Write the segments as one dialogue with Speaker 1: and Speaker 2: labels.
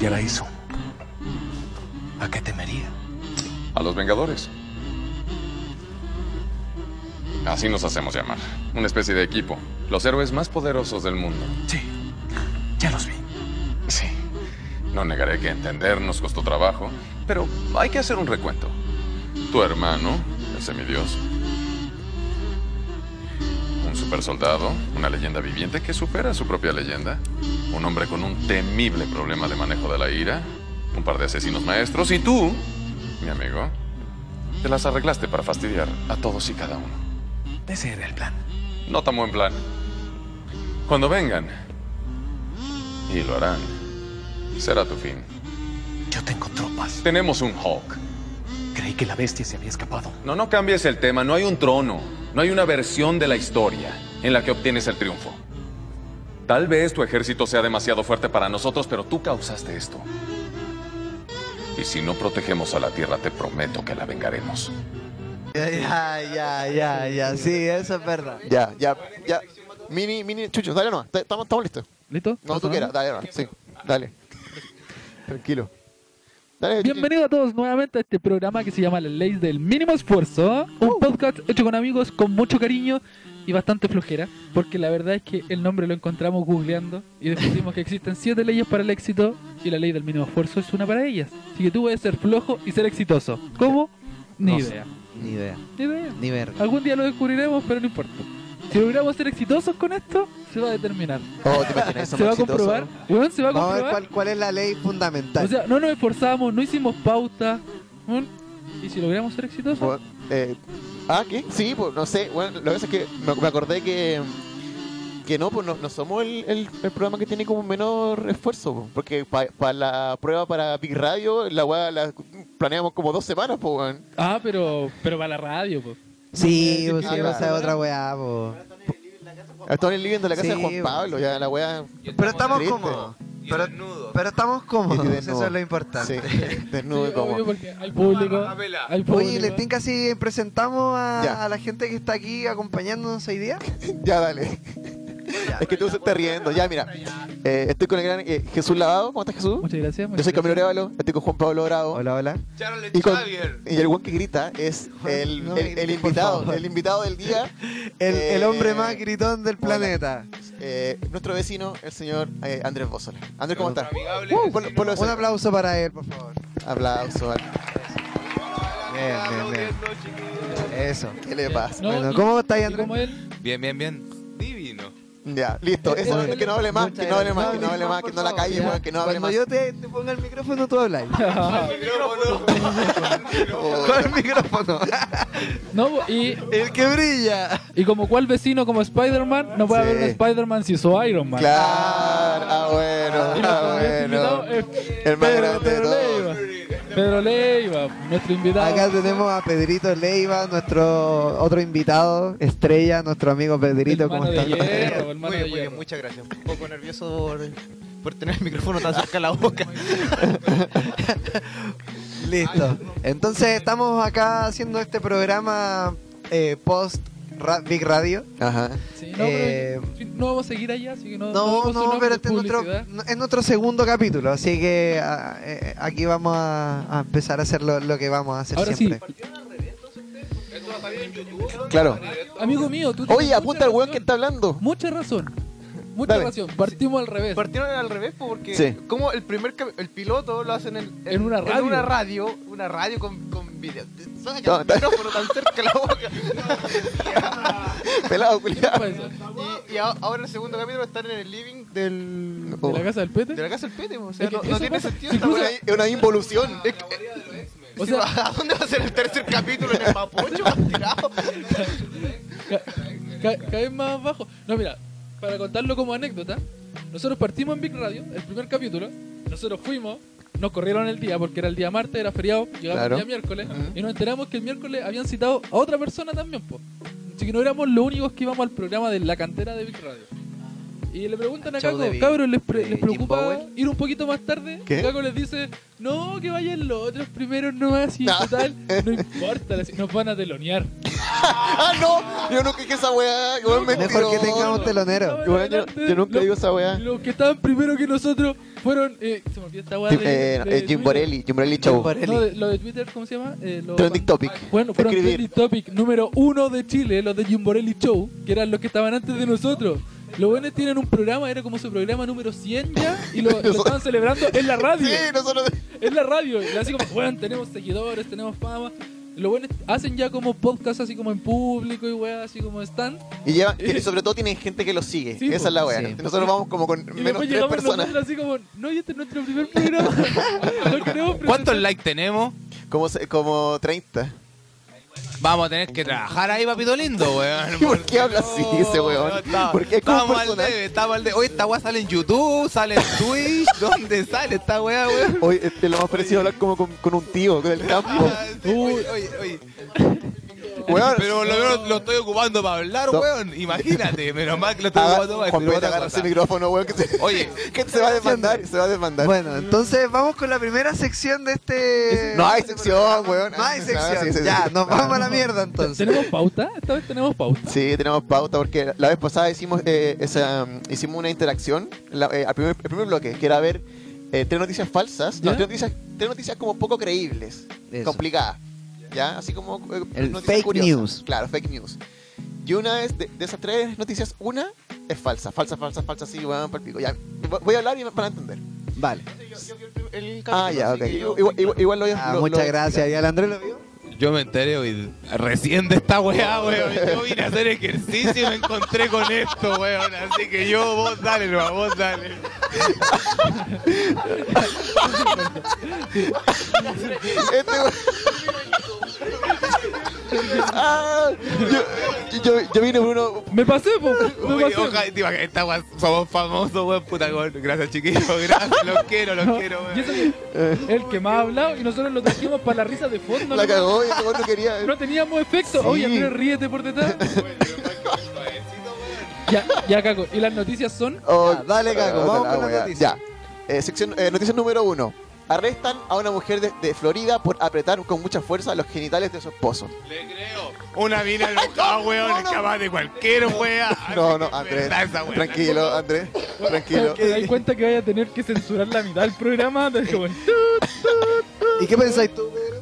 Speaker 1: Ya la hizo. ¿A qué temería?
Speaker 2: A los Vengadores. Así nos hacemos llamar. Una especie de equipo. Los héroes más poderosos del mundo.
Speaker 1: Sí, ya los vi.
Speaker 2: Sí. No negaré que entender nos costó trabajo, pero hay que hacer un recuento. Tu hermano, el semidios. Un supersoldado, una leyenda viviente que supera su propia leyenda. Un hombre con un temible problema de manejo de la ira. Un par de asesinos maestros. Y tú, mi amigo, te las arreglaste para fastidiar a todos y cada uno.
Speaker 1: Ese era el plan.
Speaker 2: No tan buen plan. Cuando vengan, y lo harán, será tu fin.
Speaker 1: Yo tengo tropas.
Speaker 2: Tenemos un Hulk.
Speaker 1: Creí que la bestia se había escapado.
Speaker 2: No, no cambies el tema. No hay un trono. No hay una versión de la historia en la que obtienes el triunfo. Tal vez tu ejército sea demasiado fuerte para nosotros, pero tú causaste esto. Y si no protegemos a la Tierra, te prometo que la vengaremos.
Speaker 3: Ya, ya, Ah, ya, ya, sí, eso es verdad.
Speaker 4: Ya, ya, ya. Mini, mini, chucho, dale nomás. Te- Estamos, estamos listos.
Speaker 5: ¿Listo?
Speaker 4: No, tú
Speaker 5: ¿Está
Speaker 4: quieras,
Speaker 5: sonando?
Speaker 4: dale nomás. Sí, dale. Tranquilo. Dale, Chucho.
Speaker 5: Bienvenidos a todos nuevamente a este programa que se llama Las Leyes del Mínimo Esfuerzo. ¿ah?
Speaker 4: Uh.
Speaker 5: Un podcast hecho con amigos con mucho cariño y bastante flojera, porque la verdad es que el nombre lo encontramos googleando y descubrimos que existen siete leyes para el éxito y la ley del mínimo esfuerzo es una para ellas. Así que tú puedes ser flojo y ser exitoso. ¿Cómo? Ni
Speaker 3: No sé.
Speaker 5: idea.
Speaker 3: Ni idea,
Speaker 5: Ni idea.
Speaker 3: ni verga.
Speaker 5: Algún día lo descubriremos, pero no importa. Si logramos ser exitosos con esto, se va a determinar.
Speaker 4: Oh, te imaginas,
Speaker 5: Se
Speaker 4: somos
Speaker 5: va a
Speaker 4: exitosos.
Speaker 5: comprobar. Weón, se va a
Speaker 3: Vamos a ver
Speaker 5: comprobar.
Speaker 3: cuál, cuál es la ley fundamental.
Speaker 5: O sea, no nos esforzamos, no hicimos pauta. ¿mm? Y si logramos ser exitosos,
Speaker 4: Bueno, eh, ah, ¿qué? Sí, pues no sé. Bueno, lo que pasa es que me, me acordé que. Que no, pues no, no somos el, el- el programa que tiene como menor esfuerzo. po, Porque para la prueba para Big Radio, la weá la planeamos como dos semanas, pues, weón.
Speaker 5: ah, pero pero para la radio, po.
Speaker 3: sí, pues,
Speaker 4: Ah,
Speaker 3: sí,
Speaker 4: claro.
Speaker 3: esa es otra weá, po.
Speaker 4: Estamos viviendo en la casa
Speaker 3: Sí,
Speaker 4: de Juan
Speaker 3: weón.
Speaker 4: Pablo, ya la weá.
Speaker 3: Pero estamos
Speaker 4: Triste.
Speaker 3: cómodos. Pero, pero estamos
Speaker 4: Y
Speaker 3: cómodos,
Speaker 4: desnudo.
Speaker 3: eso es lo importante.
Speaker 4: Sí, desnudo y
Speaker 5: Sí, obvio,
Speaker 4: como.
Speaker 5: porque hay público. Hay público.
Speaker 3: Oye, ¿les tinca si presentamos a,
Speaker 4: Ya.
Speaker 3: a la gente que está aquí acompañándonos hoy día?
Speaker 4: Ya, dale. Es que tú se estás riendo. Ya, mira. Eh, estoy con el gran eh, Jesús Lavado. ¿Cómo estás, Jesús?
Speaker 5: Muchas gracias. muchas
Speaker 4: Yo soy Camilo
Speaker 5: gracias.
Speaker 4: Arevalo. Estoy con Juan Pablo Bravo.
Speaker 3: Hola, hola.
Speaker 4: Y, con- y el buen que grita es el,
Speaker 3: No,
Speaker 4: el- el
Speaker 3: por
Speaker 4: invitado,
Speaker 3: favor.
Speaker 4: el invitado del día,
Speaker 3: El,
Speaker 4: Eh,
Speaker 3: el hombre más gritón del
Speaker 4: hola.
Speaker 3: planeta.
Speaker 4: eh, nuestro vecino, el señor eh, Andrés Bózola. Andrés, ¿cómo estás? Uh, ponlo- ponlo
Speaker 3: Un
Speaker 4: eso.
Speaker 3: aplauso para él, por favor.
Speaker 4: Aplauso.
Speaker 3: Bien, bien, bien. Eso.
Speaker 4: ¿Qué le pasa?
Speaker 5: No,
Speaker 3: Bueno,
Speaker 5: y-
Speaker 3: ¿cómo estáis,
Speaker 5: y
Speaker 3: Andrés?
Speaker 5: como él,
Speaker 6: Bien, bien, bien. Divino.
Speaker 4: Ya, listo. Eso,
Speaker 3: Bueno,
Speaker 4: que no hable más,
Speaker 3: Eh, muchas
Speaker 4: que no hable
Speaker 3: gracias.
Speaker 4: más, que no hable más, que no la calle,
Speaker 3: Ya.
Speaker 4: weón, que no hable
Speaker 3: Cuando yo
Speaker 4: más.
Speaker 3: te, te ponga el micrófono, tú hablas.
Speaker 4: Oh,
Speaker 3: Con el micrófono.
Speaker 5: no, y,
Speaker 3: el que brilla.
Speaker 5: y como cual vecino como Spider-Man, no puede
Speaker 4: Sí.
Speaker 5: haber un Spider-Man si hizo Iron Man.
Speaker 4: Claro, ah,
Speaker 5: Y
Speaker 4: bueno,
Speaker 5: nuestro
Speaker 4: ah,
Speaker 5: invitado
Speaker 3: eh,
Speaker 4: bueno.
Speaker 5: es
Speaker 4: El más
Speaker 5: Pedro,
Speaker 4: grande de
Speaker 5: Pedro
Speaker 4: todos.
Speaker 5: Leiva. Pedro Leiva, nuestro invitado.
Speaker 3: Acá tenemos a Pedrito Leiva, nuestro otro invitado, estrella, nuestro amigo Pedrito.
Speaker 5: El
Speaker 3: ¿Cómo
Speaker 5: mano de
Speaker 3: estás?
Speaker 5: hierro. Hierro, hermano de
Speaker 6: muy bien, muy bien,
Speaker 5: hierro.
Speaker 6: muchas gracias. Un poco nervioso por, por tener el micrófono tan cerca a la boca.
Speaker 3: Listo. Entonces estamos acá haciendo este programa eh, post Ra- Big Radio.
Speaker 4: Ajá.
Speaker 5: Sí, no, pero-
Speaker 3: Eh,
Speaker 5: no vamos a seguir allá, así que no.
Speaker 3: No,
Speaker 5: vamos a
Speaker 3: no,
Speaker 5: una
Speaker 3: pero este es nuestro,
Speaker 5: publicidad.
Speaker 3: no- es nuestro segundo capítulo, así que ah, eh, aquí vamos a, a empezar a hacer lo, lo que vamos a hacer
Speaker 5: Ahora sí,
Speaker 3: siempre.
Speaker 4: Claro.
Speaker 5: amigo mío, tú tienes
Speaker 4: Oye, apunta
Speaker 5: mucha
Speaker 4: al weón
Speaker 5: razón.
Speaker 4: que está hablando.
Speaker 5: Mucha razón. Mucha
Speaker 4: Dale.
Speaker 5: razón. Partimos al revés.
Speaker 7: Partieron al revés po, porque
Speaker 4: Sí.
Speaker 7: como el primer cap- el piloto lo hacen en,
Speaker 5: En una radio.
Speaker 7: una radio, una radio con, con video. Saca
Speaker 4: No,
Speaker 7: el
Speaker 4: está-
Speaker 7: micrófono tan cerca de la boca.
Speaker 4: Pelado,
Speaker 5: ¿Qué te
Speaker 4: culiado.
Speaker 5: parece?
Speaker 7: Y, y a- ahora en el segundo capítulo están en el living del
Speaker 5: ¿De
Speaker 4: Oh.
Speaker 5: la casa del pete?
Speaker 7: de la casa del Pete, po. o sea,
Speaker 5: Es que
Speaker 7: no, no
Speaker 5: eso
Speaker 7: tiene
Speaker 5: pasa.
Speaker 7: sentido
Speaker 5: Si
Speaker 7: esta
Speaker 5: cruza-
Speaker 7: wea.
Speaker 4: Es una
Speaker 5: Ah,
Speaker 4: involución.
Speaker 7: Es que- eh,
Speaker 5: O
Speaker 7: si
Speaker 5: sea- Ah,
Speaker 7: va- ¿A dónde va a ser el tercer capítulo? ¿En el Mapocho? ¿Tirado?
Speaker 5: Ca- ca- Cada vez más abajo. No, mira, para contarlo como anécdota, nosotros partimos en Big Radio, el primer capítulo, nosotros fuimos, nos corrieron el día, porque era el día martes, era feriado, llegamos
Speaker 4: Claro.
Speaker 5: el día miércoles, y nos enteramos que el miércoles habían citado a otra persona también, po. Así que no éramos los únicos que íbamos al programa de la cantera de Big Radio. Y le preguntan a
Speaker 6: Show
Speaker 5: Caco,
Speaker 6: de Big-
Speaker 5: cabros, ¿les, pre-
Speaker 6: de
Speaker 5: les
Speaker 6: Jim
Speaker 5: preocupa
Speaker 6: Powell?
Speaker 5: ir un poquito más tarde?
Speaker 4: Eh, ¿Qué?
Speaker 5: Caco les dice, no, que vayan los otros primero nomás y
Speaker 4: No.
Speaker 5: total, no importa, les- nos van a telonear.
Speaker 4: ¡Ah, no! Yo no que esa weá. Weón,
Speaker 3: Mejor que
Speaker 4: mentiroso.
Speaker 3: tengamos telonero.
Speaker 4: Weón, yo, yo nunca digo esa weá.
Speaker 5: Los que estaban primero que nosotros fueron. Eh, se me olvidó esta weá.
Speaker 4: Jim-
Speaker 5: de-
Speaker 4: eh, no,
Speaker 5: de
Speaker 4: eh, Jim
Speaker 5: Twitter.
Speaker 4: Borelli, Jim Borelli Show.
Speaker 5: No, de- lo de Twitter, ¿cómo se llama? Eh, lo-
Speaker 4: Trending Topic.
Speaker 5: Bueno, fueron
Speaker 4: Escribir.
Speaker 5: Trending Topic número uno de Chile, los de Jimborelli Show, que eran los que estaban antes de nosotros. Los buenos tienen un programa, era como su programa número 100 ya, y lo, lo estaban celebrando en la radio.
Speaker 4: Sí, nosotros.
Speaker 5: En la radio. Y así como, weón, tenemos seguidores, tenemos fama. Los buenos hacen ya como podcast así como en público y weón, así como están.
Speaker 4: Y, llevan- y sobre todo tienen gente que los sigue.
Speaker 5: Sí,
Speaker 4: esa es la weá.
Speaker 6: sí.
Speaker 4: Nosotros vamos como con
Speaker 5: Y
Speaker 4: menos
Speaker 5: después
Speaker 4: tres
Speaker 5: llegamos
Speaker 4: personas.
Speaker 5: nosotros así como, no, y este es nuestro primer programa. No queremos
Speaker 6: ¿Cuántos
Speaker 5: presentar-
Speaker 6: likes tenemos?
Speaker 4: Como, se- como 30.
Speaker 6: Vamos a tener que trabajar ahí, papito lindo, weón.
Speaker 4: ¿Y por qué habla así ese weón? ¿Por qué es como
Speaker 6: Estamos al
Speaker 4: personal?
Speaker 6: debe, estamos al debe. Oye, esta weá sale en YouTube, sale en Twitch. ¿Dónde sale esta weá, weón?
Speaker 4: Hoy este, lo más parecido hablar como con, con un tío del campo.
Speaker 6: Oye, oye, oye.
Speaker 4: Weón,
Speaker 6: Pero lo, lo- lo estoy ocupando para hablar,
Speaker 4: No.
Speaker 6: weón. Imagínate, menos mal que lo estoy
Speaker 4: Aga-
Speaker 6: ocupando para
Speaker 4: Juan Pedro
Speaker 6: otra
Speaker 4: agarra ese
Speaker 6: cosa.
Speaker 4: micrófono, weón, que se,
Speaker 6: Oye,
Speaker 4: que se va a demandar, se va a demandar.
Speaker 3: Bueno, entonces vamos con la primera sección de este.
Speaker 4: no hay
Speaker 3: de este
Speaker 4: sección,
Speaker 3: programa.
Speaker 4: weón.
Speaker 3: No hay
Speaker 4: Ah, sí, sí, sí.
Speaker 3: sección. Ya, nos
Speaker 4: Ah.
Speaker 3: vamos a la mierda entonces.
Speaker 5: ¿Tenemos pauta? Esta vez tenemos pauta.
Speaker 4: Sí, tenemos pauta porque la vez pasada hicimos eh, esa, um, hicimos una interacción la- eh, al primer, el primer bloque, que era ver eh, tres noticias falsas, no,
Speaker 5: ¿Ya?
Speaker 4: tres, noticias, tres noticias como poco creíbles,
Speaker 7: Eso.
Speaker 4: complicadas, ¿ya? Así como eh,
Speaker 7: El
Speaker 4: noticias
Speaker 7: fake
Speaker 4: curiosas.
Speaker 7: news.
Speaker 4: Claro, fake news. Y una es de, de esas tres noticias, una es falsa, falsa, falsa, falsa, sí, weón, pa'l pico. Ya, vo- voy a hablar y me- van a entender.
Speaker 7: Vale.
Speaker 4: Ah, ya, ok. Igual, igual- igual lo voy a...
Speaker 3: Ah,
Speaker 4: lo- lo-
Speaker 3: muchas gracias. ¿Y al Andrés lo vio?
Speaker 6: yo me enteré hoy recién de esta weá, weón. Yo vine a hacer ejercicio y me encontré con esto, weón. Así que yo, vos dale, no, vos dale.
Speaker 4: Este güey- Ah, yo, yo, yo vine por uno.
Speaker 5: Me pasé, po, me
Speaker 6: Oye,
Speaker 5: pasé.
Speaker 6: ojalá, te imaginas, esta weá, somos famosos, weón, puta, weón. Gracias, chiquillos, gracias, los quiero, los quiero,
Speaker 5: Y
Speaker 6: weón.
Speaker 5: eso que el que más ha hablado y nosotros lo trajimos para la risa de fondo.
Speaker 4: La
Speaker 5: ¿no?
Speaker 4: cagó y este güey no quería.
Speaker 5: No teníamos efecto. Oye,
Speaker 4: Sí.
Speaker 5: Andrés, ríete por detrás. ya, ya, Caco. ¿Y las noticias son?
Speaker 4: Oh,
Speaker 3: Ya, dale, Caco,
Speaker 4: ah,
Speaker 3: vamos
Speaker 4: la
Speaker 3: con la
Speaker 4: wea.
Speaker 3: noticia.
Speaker 4: Ya. Eh, sección, eh, noticia número uno. Arrestan a una mujer de, de Florida por apretar con mucha fuerza los genitales de su esposo.
Speaker 6: Le creo. Una mina enojada, weón, es capaz de cualquier weá.
Speaker 4: No, no, Andrés. Tranquilo, Andrés. Tranquilo.
Speaker 5: Te das cuenta que vaya a tener que censurar la mitad del programa. Entonces, como,
Speaker 3: ¿Y qué pensáis tú, Pedro?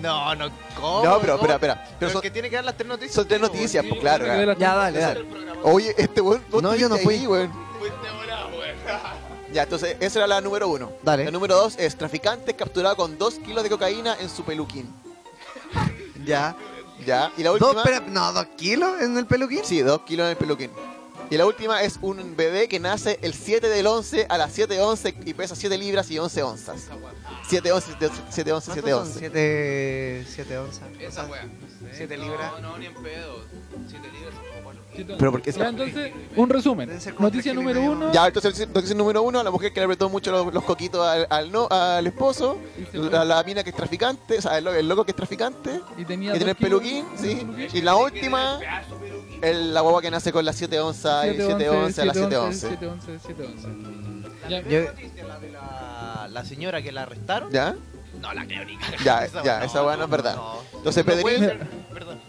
Speaker 7: No, no, ¿cómo?
Speaker 4: No, pero,
Speaker 7: ¿Cómo?
Speaker 4: espera, espera. Pero
Speaker 7: Pero
Speaker 4: son-
Speaker 7: es que tiene que dar las tres noticias.
Speaker 4: Son tres
Speaker 7: tío,
Speaker 4: noticias,
Speaker 5: sí,
Speaker 4: pues claro.
Speaker 5: que de
Speaker 4: claro.
Speaker 5: las-
Speaker 3: Ya, dale, dale.
Speaker 4: Oye, este weón. vos
Speaker 3: No, yo no
Speaker 4: estuviste
Speaker 3: fui.
Speaker 4: ahí, weón. Ya, entonces, esa era la número uno.
Speaker 3: Dale.
Speaker 4: La número dos es traficante capturado con dos kilos de cocaína en su peluquín.
Speaker 3: Ya.
Speaker 4: Ya. Y la
Speaker 3: Dos,
Speaker 4: última.
Speaker 3: pero- no, dos kilos en el peluquín.
Speaker 4: Sí, dos kilos en el peluquín. Y la última es un bebé que nace el 7 del 11 a las 7.11 y pesa 7 libras y 11 onzas. 7 11, 7 11, 7
Speaker 3: ¿Cuántos son?
Speaker 4: 11.
Speaker 3: Siete, siete onzas.
Speaker 8: Esa weá.
Speaker 3: Siete libras.
Speaker 8: No, no, ni en pedo. Siete libras son como cuatro.
Speaker 5: "Chito".
Speaker 4: Pero porque-
Speaker 5: Ya, entonces, un resumen.
Speaker 3: Deben ser como
Speaker 5: Noticia
Speaker 3: tres
Speaker 5: número
Speaker 3: kilos y medio.
Speaker 5: uno.
Speaker 4: Ya, entonces noticia número uno, la mujer que le apretó mucho los, los coquitos al, al no, al esposo, la, la mina que es traficante, o sea, el, lo- el loco que es traficante,
Speaker 5: Y tenía
Speaker 4: que tiene el
Speaker 5: dos kilos.
Speaker 4: peluquín, sí. Y la última, el- la guagua que nace con las 7 onzas y 7 11 a las 7 11.
Speaker 5: 711, 711. Ya,
Speaker 3: Yo-
Speaker 7: La de la, la señora que la arrestaron.
Speaker 4: ¿Ya?
Speaker 8: No la creo ni cagando.
Speaker 4: Ya,
Speaker 7: Esa-
Speaker 4: ya,
Speaker 7: no,
Speaker 4: esa weá no es verdad.
Speaker 7: no.
Speaker 4: Entonces,
Speaker 7: No puede
Speaker 4: Pedrín,
Speaker 7: ser, perdón.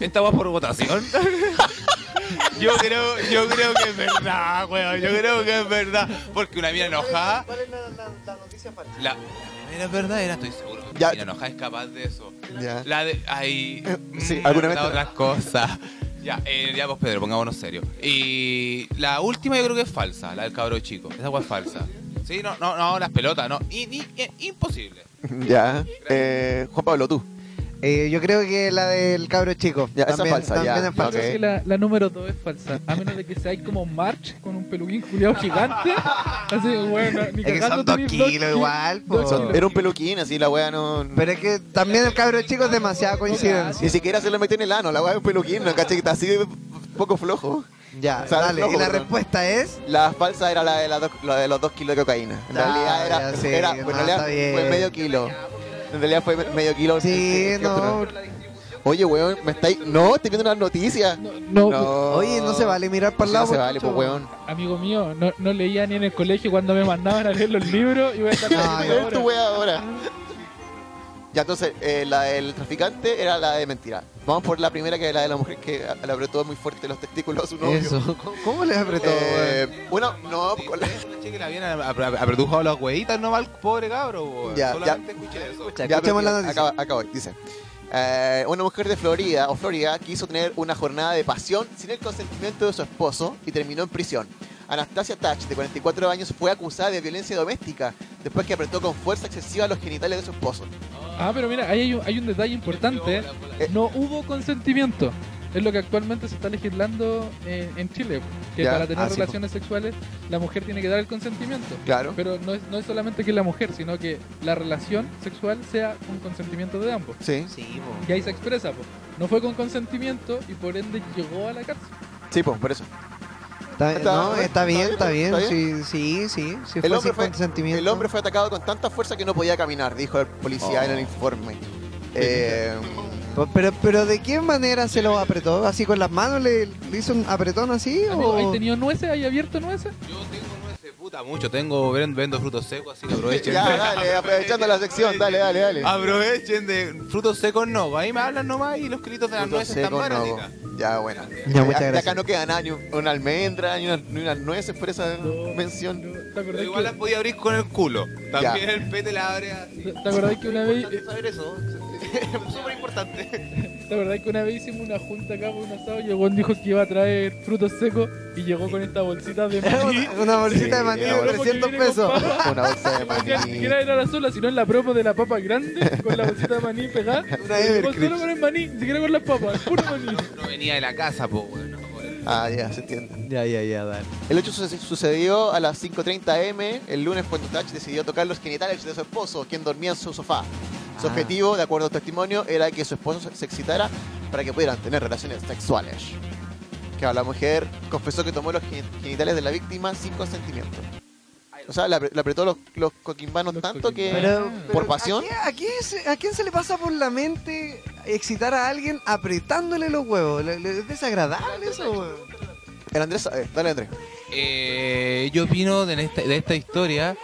Speaker 6: ¿Esta va por votación? yo creo, yo creo que es verdad, weón. Yo creo que es verdad. Porque una mina enojada.
Speaker 3: ¿Cuál es la, noticia falsa?
Speaker 6: La, la primera es verdad, era estoy seguro. que
Speaker 4: Ya.
Speaker 6: Una mina enojada es capaz de eso.
Speaker 4: Ya.
Speaker 6: La de. Ahí.
Speaker 4: Eh, Sí,
Speaker 6: mm,
Speaker 4: alguna vez
Speaker 6: la
Speaker 4: te-
Speaker 6: Otras cosas. Ya, eh, ya vos, Pedro, pongámonos serio. Y la última yo creo que es falsa, la del cabro chico. Esa agua es falsa. Sí, no, no, no, las pelotas, no. Y, ni- eh, imposible.
Speaker 4: ya. Eh, Juan Pablo, tú.
Speaker 3: Eh, yo creo que la del cabro chico.
Speaker 4: Ya, esa es
Speaker 3: también,
Speaker 4: falsa,
Speaker 3: también
Speaker 4: ya.
Speaker 3: es
Speaker 5: Yo
Speaker 3: falsa.
Speaker 5: creo que la, la número 2 es falsa. A menos de que seáis como March con un peluquín culiado gigante. Así que, bueno, ni
Speaker 3: Es que
Speaker 5: cagando
Speaker 3: son dos
Speaker 5: tenéis
Speaker 3: kilos
Speaker 5: kilos.
Speaker 3: igual, po.
Speaker 5: Dos
Speaker 4: Son-
Speaker 5: kilos.
Speaker 4: era un peluquín, así la wea no.
Speaker 3: Pero es que también el cabro chico es demasiada coincidencia.
Speaker 4: Ni siquiera se le metió en el ano, la wea es un peluquín, ¿no? ¿Cachai? Que está así de poco flojo.
Speaker 3: Ya,
Speaker 4: O sea,
Speaker 3: dale.
Speaker 4: flojo,
Speaker 3: y la
Speaker 4: perdón.
Speaker 3: respuesta es.
Speaker 4: La falsa era la de, la do- la de los dos kilos de cocaína. En
Speaker 3: Ah,
Speaker 4: realidad era.
Speaker 3: ya, sí,
Speaker 4: era-
Speaker 3: no,
Speaker 4: en realidad
Speaker 3: está bien.
Speaker 4: fue medio kilo. En realidad fue me- medio kilo.
Speaker 3: Sí,
Speaker 4: Que- que
Speaker 3: no.
Speaker 4: otro- Oye, weón, me estáis. No, estoy viendo las noticias.
Speaker 5: No, pues,
Speaker 3: Oye, no se vale mirar para el
Speaker 4: Sí,
Speaker 3: lado.
Speaker 4: No se vale,
Speaker 3: muchacho.
Speaker 4: pues, weón.
Speaker 5: amigo mío, no, no leía ni en el
Speaker 3: Ah,
Speaker 5: colegio cuando me mandaban a leer los libros y voy a estar
Speaker 3: No,
Speaker 5: leyendo
Speaker 3: yo-
Speaker 4: Ver tu
Speaker 5: ahora.
Speaker 4: wea ahora. Ya, entonces, eh, la del traficante era la de mentira. Vamos por la primera, que es la de la mujer que a- le apretó muy fuerte los testículos a su novio.
Speaker 3: Eso. ¿Cómo, cómo les apretó?
Speaker 4: Eh, bueno, no, pues,
Speaker 6: Sí,
Speaker 4: con la-
Speaker 6: la chica la viene a- a- a- apretujado las huevitas, no mal, pobre cabro. bo.
Speaker 4: Ya,
Speaker 6: Solamente escuché eso.
Speaker 4: Ya, pero
Speaker 3: Escuchemos la
Speaker 4: mira,
Speaker 3: noticia.
Speaker 4: Acaba, acaba, dice. eh, una mujer de Florida o Florida quiso tener una jornada de pasión sin el consentimiento de su esposo y terminó en prisión. Anastasia Touch, de 44 años, fue acusada de violencia doméstica después que apretó con fuerza excesiva los genitales de su esposo.
Speaker 5: Ah, pero mira, ahí hay un, hay un detalle importante. No hubo consentimiento. Es lo que actualmente se está legislando eh, en Chile. Que
Speaker 4: Ya,
Speaker 5: para tener
Speaker 3: ah, sí,
Speaker 5: relaciones sexuales la mujer tiene que dar el consentimiento.
Speaker 4: Claro.
Speaker 5: Pero no es, no es solamente que la mujer, sino que la relación sexual sea un consentimiento de ambos.
Speaker 4: Sí.
Speaker 7: Sí,
Speaker 5: Y ahí se expresa, pues. No fue con consentimiento y por ende llegó a la cárcel.
Speaker 4: Sí, pues, por eso.
Speaker 3: Está,
Speaker 4: Está-
Speaker 3: no, está bien, está bien.
Speaker 4: está
Speaker 3: Sí, sí, sí. sí fue
Speaker 4: El hombre
Speaker 3: sin
Speaker 4: fue,
Speaker 3: consentimiento.
Speaker 4: el hombre fue atacado con tanta fuerza que no podía caminar, dijo el policía
Speaker 2: Oh.
Speaker 4: en el informe. Eh,
Speaker 3: Pero- Pero, pero ¿de qué manera se lo apretó? ¿Así con las manos le, le hizo un apretón así?
Speaker 6: Ah,
Speaker 5: Amigo, ¿Hay
Speaker 3: o...
Speaker 5: tenido nueces? ¿Hay abierto nueces?
Speaker 6: Yo tengo nueces, puta, mucho. Tengo, ven- vendo frutos secos, así que aprovechen.
Speaker 4: ya, dale, aprovechando la sección, dale, dale, dale.
Speaker 6: Aprovechen de frutos secos no. Ahí me hablan nomás y los critos de las
Speaker 4: Frutos
Speaker 6: nueces están
Speaker 4: secos, no.
Speaker 6: baraticas.
Speaker 4: Ya, bueno.
Speaker 3: Ya, muchas
Speaker 4: Eh, de
Speaker 3: gracias.
Speaker 4: acá no queda nada, ni un- una almendra, ni una- ni unas nueces por esa mención.
Speaker 5: ¿Te acordás
Speaker 6: Pero igual
Speaker 5: que-
Speaker 6: las podía abrir con el culo. También el pete la abre así.
Speaker 5: ¿Te te acordás que una vez, eh,
Speaker 7: saber eso. Es súper importante.
Speaker 5: te acordás que una vez hicimos una junta acá por un asado y el weón dijo que iba a traer frutos secos y llegó con esta bolsita de maní?
Speaker 3: Una, una bolsita de maní
Speaker 4: Sí,
Speaker 3: de
Speaker 4: ahora
Speaker 3: 300
Speaker 5: porque viene
Speaker 3: pesos.
Speaker 5: con papa.
Speaker 4: Una bolsa de
Speaker 5: Ni siquiera- ni
Speaker 4: maní.
Speaker 5: siquiera era la sola, sino en la promo de la papa grande con la bolsita de maní pegada.
Speaker 3: Una
Speaker 5: Y llegó
Speaker 3: Evercrisp.
Speaker 5: solo con el maní, ni siquiera con las papas, puro maní.
Speaker 6: No venía de la casa, po, weón, no, weón.
Speaker 4: Ah, ya, se entiende.
Speaker 3: Ya, ya, ya, dale.
Speaker 4: El hecho suce- sucedió a las 5.30 am el lunes cuando Touch decidió tocar los genitales de su esposo, quien dormía en su sofá. Su
Speaker 3: Ah.
Speaker 4: objetivo, de acuerdo a su testimonio, era que su esposo se- se excitara para que pudieran tener relaciones sexuales. Que la mujer confesó que tomó los gen- genitales de la víctima sin consentimiento. O sea, le apre- le apretó los, los coquimbanos
Speaker 5: Los
Speaker 4: tanto que...
Speaker 5: coquimbanos.
Speaker 3: Pero,
Speaker 5: ¿Por
Speaker 3: pero,
Speaker 4: pasión?
Speaker 3: ¿a, qué- a qué se- a quién se le pasa por la mente excitar a alguien apretándole los huevos? Le- le- es desagradable eso, weón.
Speaker 4: El Andrés sabe. Dale, Andrés.
Speaker 6: Eh, yo opino de esta, de esta historia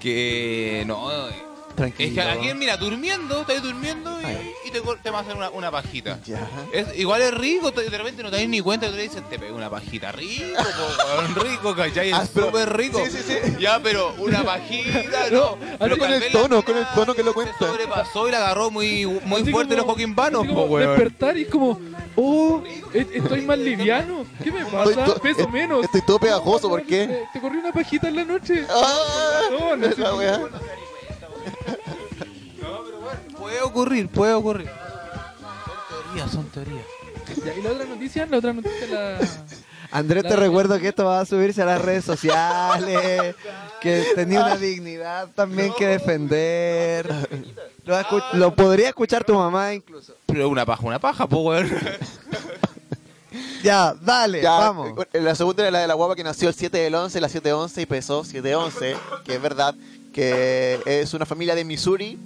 Speaker 6: que no. eh, Es que alguien, mira, durmiendo, estás durmiendo
Speaker 4: Ay.
Speaker 6: y, y te, col- te vas a hacer una, una pajita.
Speaker 4: Ya.
Speaker 6: Es, igual es rico, te- de repente no te das ni cuenta, te dicen, te pegué una pajita, rico, po, weón, rico, ¿cachai?
Speaker 4: Ah,
Speaker 6: Es
Speaker 4: pero-
Speaker 6: súper rico.
Speaker 4: sí, sí, sí.
Speaker 6: Ya, pero una pajita, no.
Speaker 5: así
Speaker 6: Pero
Speaker 5: con
Speaker 6: tal
Speaker 4: el
Speaker 6: vez la
Speaker 4: tono,
Speaker 6: mina
Speaker 4: con el tono que lo cuenta.
Speaker 6: Se sobrepasó y la agarró muy, muy
Speaker 5: Así
Speaker 6: fuerte
Speaker 5: como-
Speaker 6: los coquimbanos,
Speaker 5: así
Speaker 6: po,
Speaker 5: como
Speaker 4: pues,
Speaker 6: weón.
Speaker 5: Despertar y es como, oh, e- estoy más liviano. ¿Qué me
Speaker 4: Estoy
Speaker 5: pasa?
Speaker 4: to-
Speaker 5: Peso
Speaker 4: est-
Speaker 5: menos.
Speaker 4: Estoy todo pegajoso, ¿por qué?
Speaker 5: Te, te corrí una pajita en la noche.
Speaker 4: ¡Ah!
Speaker 5: No, no sé.
Speaker 4: La weá.
Speaker 6: Puede ocurrir, puede ocurrir. Son teorías, son teorías.
Speaker 5: Ya, y la otra noticia, la otra noticia la...
Speaker 3: Andrés, te
Speaker 5: La-
Speaker 3: recuerdo que esto va a subirse a las redes sociales. que tenía una dignidad también que defender. Lo, va a escu- lo podría escuchar tu mamá incluso.
Speaker 6: Pero una paja, una paja, po, weón.
Speaker 3: Ya, dale,
Speaker 4: Ya,
Speaker 3: vamos.
Speaker 4: eh, La segunda era la de la guapa que nació el 7 del 11, la 7 del 11 y pesó 7 del 11, que es verdad, que es una familia de Missouri,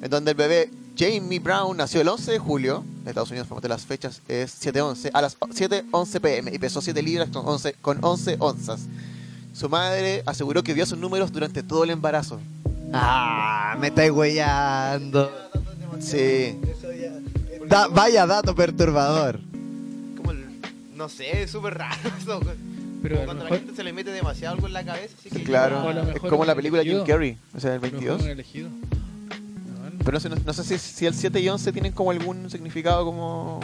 Speaker 4: en donde el bebé Jamie Brown nació el 11 de julio, en Estados Unidos, famoso las fechas, es 7 11, a las 7 11 pm y pesó 7 libras con 11, con 11 onzas. Su madre aseguró que vio sus números durante todo el embarazo.
Speaker 3: Ah, me estáis huellando.
Speaker 4: Sí,
Speaker 3: Da- vaya dato perturbador.
Speaker 7: Como el, no sé, es súper raro eso.
Speaker 5: Pero
Speaker 7: Como
Speaker 5: a lo
Speaker 7: cuando la
Speaker 5: mejor-
Speaker 7: gente se le mete demasiado algo en la cabeza. Así que
Speaker 5: O a lo
Speaker 4: claro. Es
Speaker 5: mejor
Speaker 4: como
Speaker 5: un
Speaker 4: la película de Jim
Speaker 5: elegido.
Speaker 4: Carrey, o sea, el
Speaker 5: Pero fue
Speaker 4: 22.
Speaker 5: un elegido. No,
Speaker 4: Pero no sé, no- no sé si, si el 7 y 11 tienen como algún significado como...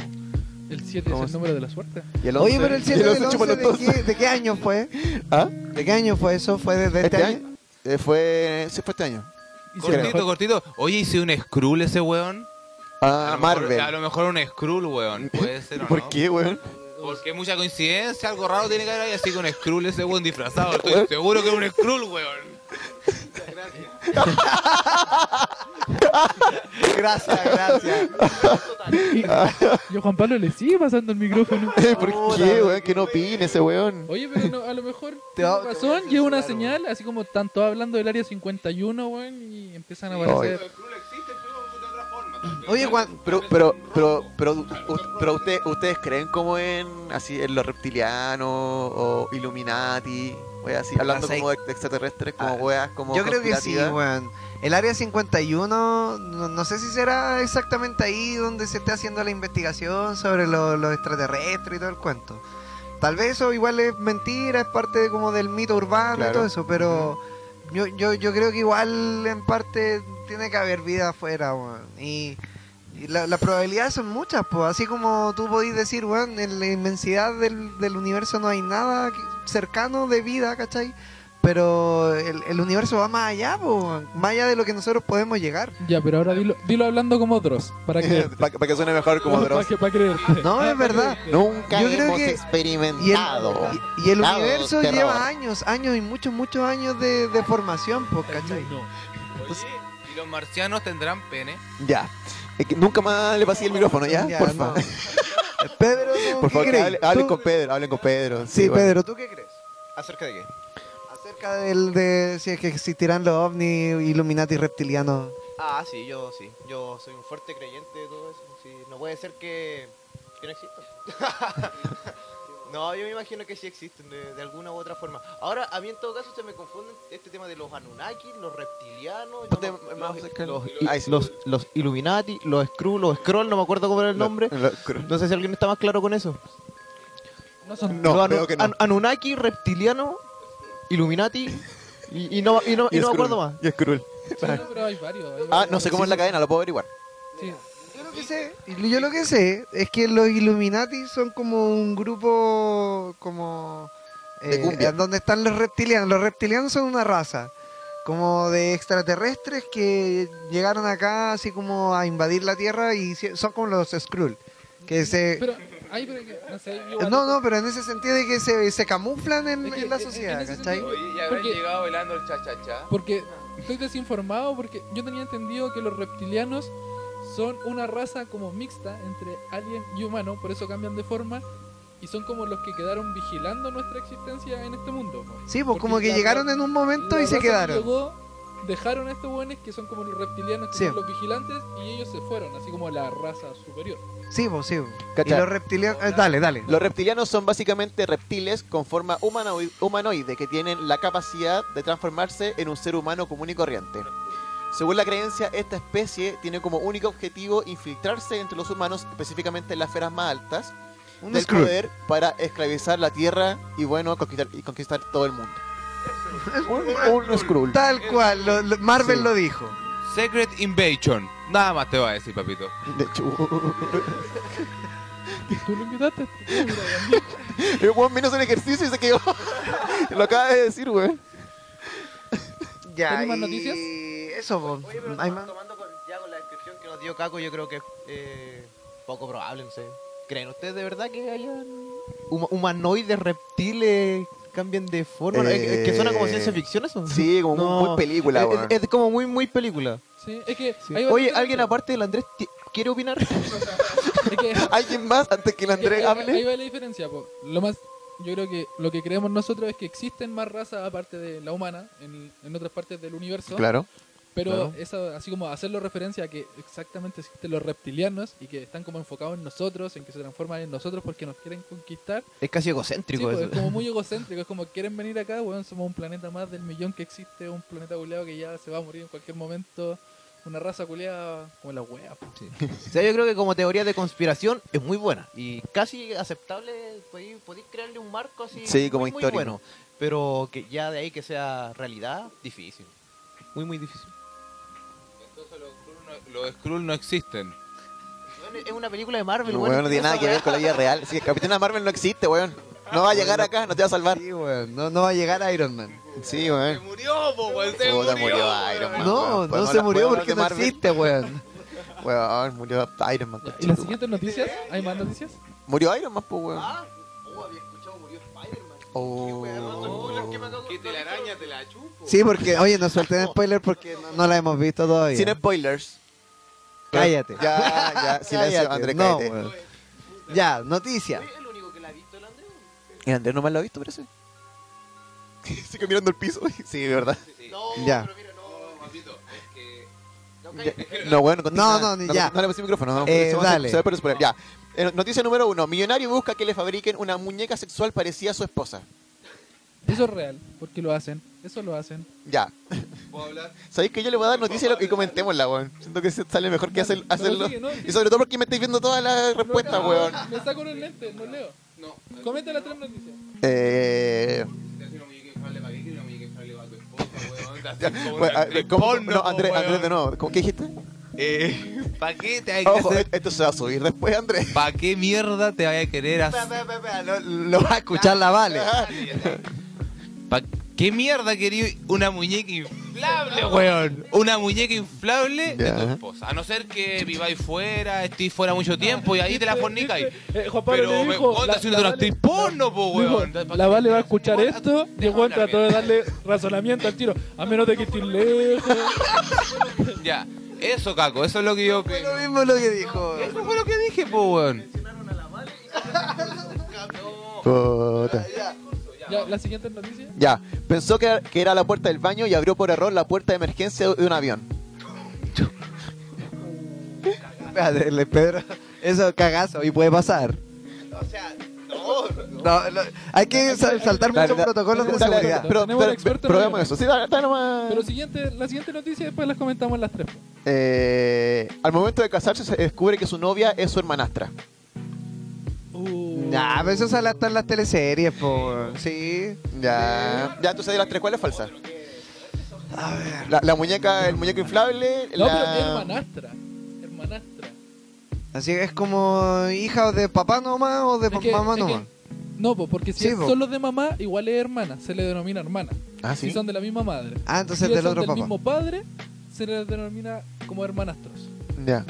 Speaker 5: El 7
Speaker 4: ¿Cómo
Speaker 5: es el
Speaker 4: se-
Speaker 5: número de la suerte.
Speaker 4: Y el
Speaker 3: Oye,
Speaker 4: 11,
Speaker 3: pero el
Speaker 4: y
Speaker 3: 7 del
Speaker 4: 11
Speaker 3: 11,
Speaker 4: chúpalo
Speaker 3: ¿de
Speaker 4: todo.
Speaker 3: qué, de qué año fue?
Speaker 4: ¿Ah?
Speaker 3: ¿De qué año fue eso? ¿Fue desde este,
Speaker 4: ¿Este
Speaker 3: año?
Speaker 4: año? Eh, fue, sí, fue este año.
Speaker 5: Y se
Speaker 6: Cortito,
Speaker 5: bajó-
Speaker 6: cortito. Oye, hice un Skrull ese weón.
Speaker 4: Ah,
Speaker 6: lo mejor-
Speaker 4: Marvel.
Speaker 6: a lo mejor un Skrull, weón. Puede ser, ¿o
Speaker 4: ¿Por
Speaker 6: no?
Speaker 4: qué, weón?
Speaker 6: Porque mucha coincidencia, algo raro tiene que haber ahí, así que un Skrull ese weón disfrazado. Estoy seguro que es un Skrull, weón.
Speaker 3: Gracias, gracias. Ah.
Speaker 5: Yo Juan Pablo le sigue pasando el micrófono.
Speaker 4: ¿Por qué, weón? Que no opine ese weón.
Speaker 5: Oye, pero no, a lo mejor
Speaker 3: Te
Speaker 5: tiene
Speaker 3: va- te voy a
Speaker 5: razón,
Speaker 3: censurar,
Speaker 5: lleva una
Speaker 3: weón.
Speaker 5: señal, así como tanto hablando del área 51, weón, y empiezan a aparecer.
Speaker 3: Oye, Juan,
Speaker 4: Pero, pero, pero, pero, u- pero usted- ustedes creen como en así en los reptilianos o Illuminati, weón, así, hablando
Speaker 3: Las hay-
Speaker 4: como de de extraterrestres, como
Speaker 3: Ah,
Speaker 4: weas, como
Speaker 3: yo creo que sí,
Speaker 4: conspirativas?
Speaker 3: weón. El área 51, no, no sé si será exactamente ahí donde se esté haciendo la investigación sobre lo- los extraterrestres y todo el cuento. Tal vez eso igual es mentira, es parte de como del mito urbano y
Speaker 4: Claro.
Speaker 3: todo eso, pero yo, yo, yo creo que igual en parte tiene que haber vida afuera, weón. Y, y la- las probabilidades son muchas, pues. Así como tú podís decir, weón, en la inmensidad del, del universo no hay nada que- cercano de vida, ¿cachai? Pero el, el universo va más allá, po, weón. más allá de lo que nosotros podemos llegar.
Speaker 5: Ya, pero ahora dilo, dilo hablando como Dross, para que...
Speaker 9: Para que suene mejor como
Speaker 5: para
Speaker 9: Dross.
Speaker 5: que- para creerte.
Speaker 3: No, es verdad.
Speaker 4: Nunca
Speaker 3: Yo creo
Speaker 4: hemos
Speaker 3: que- Y el,
Speaker 4: experimentado.
Speaker 3: y- y el
Speaker 4: Dado,
Speaker 3: universo
Speaker 4: terror.
Speaker 3: lleva años, años y muchos, muchos años de, de formación, po, ¿cachai?
Speaker 5: No.
Speaker 6: Oye, ¿y los marcianos tendrán pene?
Speaker 4: Ya. Es que nunca más le pasé el micrófono, ¿ya?
Speaker 3: Ya,
Speaker 4: Porfa.
Speaker 3: no. Pedro, ¿tú
Speaker 4: Por
Speaker 3: qué
Speaker 4: favor, que
Speaker 3: crees?
Speaker 4: hable- hablen
Speaker 3: ¿Tú-
Speaker 4: con Pedro, hablen con Pedro.
Speaker 3: Sí,
Speaker 4: bueno.
Speaker 3: Pedro, ¿tú qué crees?
Speaker 7: ¿Acerca de qué?
Speaker 3: Acerca del, de si es que existirán los ovnis, Illuminati reptilianos.
Speaker 7: Ah, sí, yo sí. Yo soy un fuerte creyente de todo eso. Sí, no puede ser que, que no exista. no, yo me imagino que sí existen de, de alguna u otra forma. Ahora, a mí en todo caso se me confunden este tema de los Anunnaki, los reptilianos. yo
Speaker 4: Ponte
Speaker 7: no-
Speaker 4: más
Speaker 7: los-
Speaker 4: cerca el-
Speaker 7: los-
Speaker 4: ahí sí.
Speaker 7: los, los Illuminati, los Skrull, los Scroll, no me acuerdo cómo era el nombre.
Speaker 4: Lo- lo-
Speaker 7: No sé si alguien está más claro con eso.
Speaker 5: No son...
Speaker 4: No,
Speaker 7: Los Anu-
Speaker 9: creo que no.
Speaker 7: An- Anunnaki, reptiliano, Illuminati y, y no, y no- y no me acuerdo más.
Speaker 4: Y Skrull.
Speaker 5: Sí, no, pero hay varios. hay
Speaker 4: Ah,
Speaker 5: varios.
Speaker 4: no sé cómo es la cadena, lo puedo averiguar.
Speaker 5: Sí.
Speaker 3: Yo lo que sé, yo lo que sé es que los Illuminati son como un grupo como
Speaker 4: De
Speaker 3: eh,
Speaker 4: cumbia.
Speaker 3: donde están los reptilianos. Los reptilianos son una raza como de extraterrestres que llegaron acá así como a invadir la Tierra y si- son como los Skrull, que se
Speaker 5: Pero, ahí, pero que- no sé, yo-
Speaker 3: no, no, pero en ese sentido de que se, se camuflan en,
Speaker 5: Es que-
Speaker 3: en la
Speaker 5: es- es que en
Speaker 3: sociedad,
Speaker 5: ese
Speaker 3: ¿cachai?
Speaker 5: sentido-
Speaker 6: Oye, ¿y habrán
Speaker 5: Porque-
Speaker 6: llegado bailando el cha-cha-cha?
Speaker 5: Porque estoy desinformado porque yo tenía entendido que los reptilianos son una raza como mixta entre alien y humano, por eso cambian de forma y son como los que quedaron vigilando nuestra existencia en este mundo. po.
Speaker 3: Sí, pues
Speaker 5: Porque
Speaker 3: como que
Speaker 5: la-
Speaker 3: llegaron en un momento
Speaker 5: la
Speaker 3: y se
Speaker 5: raza que
Speaker 3: quedaron.
Speaker 5: llegó, dejaron a estos buenos que son como los reptilianos, que
Speaker 3: Sí.
Speaker 5: son los vigilantes, y ellos se fueron, así como la raza superior.
Speaker 3: Sí, pues sí. po. Y
Speaker 4: Cacha.
Speaker 3: los reptilianos, eh, dale, dale.
Speaker 4: Los reptilianos son básicamente reptiles con forma humanoid- humanoide que tienen la capacidad de transformarse en un ser humano común y corriente. Según la creencia, esta especie tiene como único objetivo infiltrarse entre los humanos, específicamente en las esferas más altas,
Speaker 3: Un
Speaker 4: del
Speaker 3: Skrull.
Speaker 4: poder para esclavizar la tierra y bueno, conquistar, y conquistar todo el mundo. un, un Skrull.
Speaker 3: Tal cual, lo- lo- Marvel
Speaker 4: Sí.
Speaker 3: lo dijo.
Speaker 6: Secret Invasion. Nada más te voy a decir, papito.
Speaker 4: De hecho,
Speaker 5: Tú lo invitaste.
Speaker 4: el weón vino a hacer ejercicio y se quedó. Lo acaba de decir, weón.
Speaker 3: Ya,
Speaker 5: ¿Tenemos
Speaker 3: y-
Speaker 5: más noticias?
Speaker 3: Eso, po.
Speaker 7: Oye, pero
Speaker 3: Hay más.
Speaker 7: tomando con, ya con la descripción que nos dio Caco, yo creo que es eh, poco probable, no sé. ¿Creen ustedes de verdad que hayan huma- humanoides, reptiles, cambien de forma?
Speaker 4: Eh,
Speaker 7: Es- es que suena como ciencia ficción eso.
Speaker 4: Sí, como
Speaker 7: No.
Speaker 4: muy película,
Speaker 7: Es-
Speaker 4: weón.
Speaker 7: es, es como muy, muy película.
Speaker 5: Sí, es que...
Speaker 7: Sí.
Speaker 5: ahí va
Speaker 7: Oye,
Speaker 5: a-
Speaker 7: ¿alguien aparte del Andrés ti- quiere opinar?
Speaker 5: es que-
Speaker 4: ¿Alguien más antes que el
Speaker 5: Es
Speaker 4: Andrés
Speaker 5: que Eh, Ahí, ahí
Speaker 4: hable?
Speaker 5: va la diferencia, po. Lo más, yo creo que lo que creemos nosotros es que existen más razas aparte de la humana en, en otras partes del universo.
Speaker 4: Claro.
Speaker 5: pero
Speaker 4: claro.
Speaker 5: eso, así como hacerlo referencia a que exactamente existen los reptilianos y que están como enfocados en nosotros, en que se transforman en nosotros porque nos quieren conquistar.
Speaker 7: Es casi
Speaker 5: Sí,
Speaker 6: pues,
Speaker 5: po,
Speaker 7: egocéntrico
Speaker 5: es como muy egocéntrico, es como quieren venir acá, weón, somos un planeta más del millón que existe, un planeta culeado que ya se va a morir en cualquier momento. Una raza culeada como la wea. po.
Speaker 7: O sea, yo creo que como teoría de conspiración es muy buena y casi aceptable. Podéis, podéis crearle un marco así.
Speaker 4: Sí, como
Speaker 7: muy, muy
Speaker 4: histórico.
Speaker 7: bueno, pero que ya de ahí que sea realidad, difícil. Muy, muy difícil.
Speaker 6: Entonces los Skrull no, los Skrull no existen.
Speaker 7: Bueno, es una película de Marvel,
Speaker 4: No,
Speaker 7: bueno,
Speaker 4: weón, no tiene nada que ver con la vida real. Así que Capitana Marvel no existe, weón. No va a llegar acá, no te va a salvar.
Speaker 3: Sí, weón, no, no va a llegar Iron Man.
Speaker 4: Sí, weón.
Speaker 8: murió, po, weón, se
Speaker 4: Puta,
Speaker 8: murió.
Speaker 4: murió
Speaker 8: weón.
Speaker 4: Iron Man.
Speaker 3: No, pues
Speaker 4: weón.
Speaker 3: no
Speaker 4: Podemos
Speaker 3: se
Speaker 4: hablar-
Speaker 3: murió
Speaker 4: podemos
Speaker 3: porque no
Speaker 4: hablar de Marvel.
Speaker 3: existe, weón.
Speaker 4: Weón, murió Iron Man.
Speaker 5: Ya, ¿Y las siguientes noticias? ¿Hay más noticias?
Speaker 4: Murió Iron Man, pues, weón.
Speaker 7: había escuchado, murió Spider-Man.
Speaker 4: Oh.
Speaker 8: Que te la araña, te la chupo.
Speaker 3: Sí, porque, oye, no suelten spoiler porque no, no la hemos visto todavía.
Speaker 4: Sin spoilers.
Speaker 3: Cállate.
Speaker 4: Ya, ya, silencio,
Speaker 3: Cállate,
Speaker 4: Andrés,
Speaker 3: no,
Speaker 4: cállate.
Speaker 3: weón. Ya, noticia.
Speaker 4: El Andrés nomás lo ha visto, parece. Sigue mirando el piso. Sí, de verdad.
Speaker 3: Ya.
Speaker 4: No, bueno, continúa.
Speaker 3: No, no, ni ya.
Speaker 4: No le puse micrófono. No,
Speaker 3: Eh,
Speaker 4: se va a-
Speaker 3: dale.
Speaker 4: se va a perder- ya. Eh, Noticia número uno. Millonario busca que le fabriquen una muñeca sexual parecida a su esposa.
Speaker 5: Eso es real, porque lo hacen. Eso lo hacen.
Speaker 4: Ya.
Speaker 6: ¿Puedo hablar?
Speaker 4: ¿Sabéis que yo le voy a dar noticia y lo- y comentémosla, weón? Siento que se- sale mejor que
Speaker 5: Dale,
Speaker 4: hacer-
Speaker 5: pero
Speaker 4: hacerlo.
Speaker 5: sigue, no, sigue.
Speaker 4: Y sobre todo porque me estáis viendo todas las respuestas,
Speaker 5: No,
Speaker 4: weón.
Speaker 5: Me saco los lentes, no leo.
Speaker 8: No.
Speaker 5: Comenta las tres noticias.
Speaker 4: Eh.
Speaker 8: Te hace una muñeca inflable para Kiki y una muñeca inflable para tu esposa, weón. Te hace
Speaker 4: ya,
Speaker 8: como
Speaker 4: bueno,
Speaker 8: una
Speaker 4: a-
Speaker 8: actriz
Speaker 4: ¿cómo-
Speaker 8: porno,
Speaker 4: no, Andrés,
Speaker 8: po, weón.
Speaker 4: Andrés, de nuevo. ¿Cómo- ¿Qué dijiste?
Speaker 6: Eh, ¿Para qué te hay que
Speaker 4: Ojo, e-, eh.
Speaker 6: hacer?
Speaker 4: esto se va a subir después, Andrés.
Speaker 6: ¿Para qué mierda te vaya a querer hacer?
Speaker 7: Espera, espera, espera, Lo, lo va a escuchar la Vale.
Speaker 6: ¿Para qué mierda quería una muñeca inflable, weón? Una muñeca inflable de
Speaker 4: Ya.
Speaker 6: tu esposa. A no ser que viváis fuera, estéis fuera mucho tiempo y ahí te la fornicáis.
Speaker 5: Eh, Juan Pablo
Speaker 6: Pero
Speaker 5: le
Speaker 6: me
Speaker 5: dijo,
Speaker 6: conta
Speaker 5: la-
Speaker 6: si no
Speaker 5: la
Speaker 6: te la
Speaker 5: Vale-
Speaker 6: estoy porno, po, weón.
Speaker 5: Dijo, la Vale va a escuchar
Speaker 6: Weón,
Speaker 5: esto y el
Speaker 6: déjame
Speaker 5: weón
Speaker 6: hablar,
Speaker 5: trató de
Speaker 6: mira.
Speaker 5: darle razonamiento al tiro. A menos de que estés lejos.
Speaker 6: Ya, eso, Caco, eso es lo que yo...
Speaker 3: Fue lo mismo lo que dijo.
Speaker 6: Eso fue lo que dije, po, weón.
Speaker 4: Puta.
Speaker 5: Ya, la siguiente noticia.
Speaker 4: Ya. Pensó que era, que era la puerta del baño y abrió por error la puerta de emergencia de un avión.
Speaker 7: Espérate, le- Pedro. Eso es cagazo y puede pasar. No, no, hay que sal- saltar
Speaker 4: Dale,
Speaker 7: muchos
Speaker 4: dale,
Speaker 7: protocolos de
Speaker 4: dale, dale,
Speaker 7: seguridad.
Speaker 4: Pero,
Speaker 5: Tenemos
Speaker 4: pero-
Speaker 5: un experto en
Speaker 4: pero veamos
Speaker 5: aviones.
Speaker 4: eso. Sí, dale, dale nomás.
Speaker 5: Pero siguiente, la siguiente noticia después las comentamos las tres.
Speaker 4: Eh, al momento de casarse se descubre que su novia es su hermanastra.
Speaker 5: Uh,
Speaker 7: Nah, pero eso sale hasta en las teleseries, po. Sí.
Speaker 4: Ya. Ya, entonces de las tres, ¿cuál es falsa? La, la muñeca, el muñeco inflable.
Speaker 5: No,
Speaker 4: la...
Speaker 5: pero hermanastra. Hermanastra.
Speaker 7: Así que es como hija de papá nomás o de
Speaker 5: Es que-
Speaker 7: mamá
Speaker 5: es que-
Speaker 7: nomás.
Speaker 5: No, po, porque si
Speaker 7: Sí,
Speaker 5: es
Speaker 7: po.
Speaker 5: son los de mamá, igual es hermana. Se le denomina hermana.
Speaker 4: Ah,
Speaker 5: Si
Speaker 4: sí.
Speaker 5: son de la misma madre.
Speaker 7: Ah, entonces
Speaker 5: si
Speaker 7: del
Speaker 5: son
Speaker 7: otro
Speaker 5: del
Speaker 7: papá.
Speaker 5: mismo padre, se les denomina como hermanastros.
Speaker 4: Ya.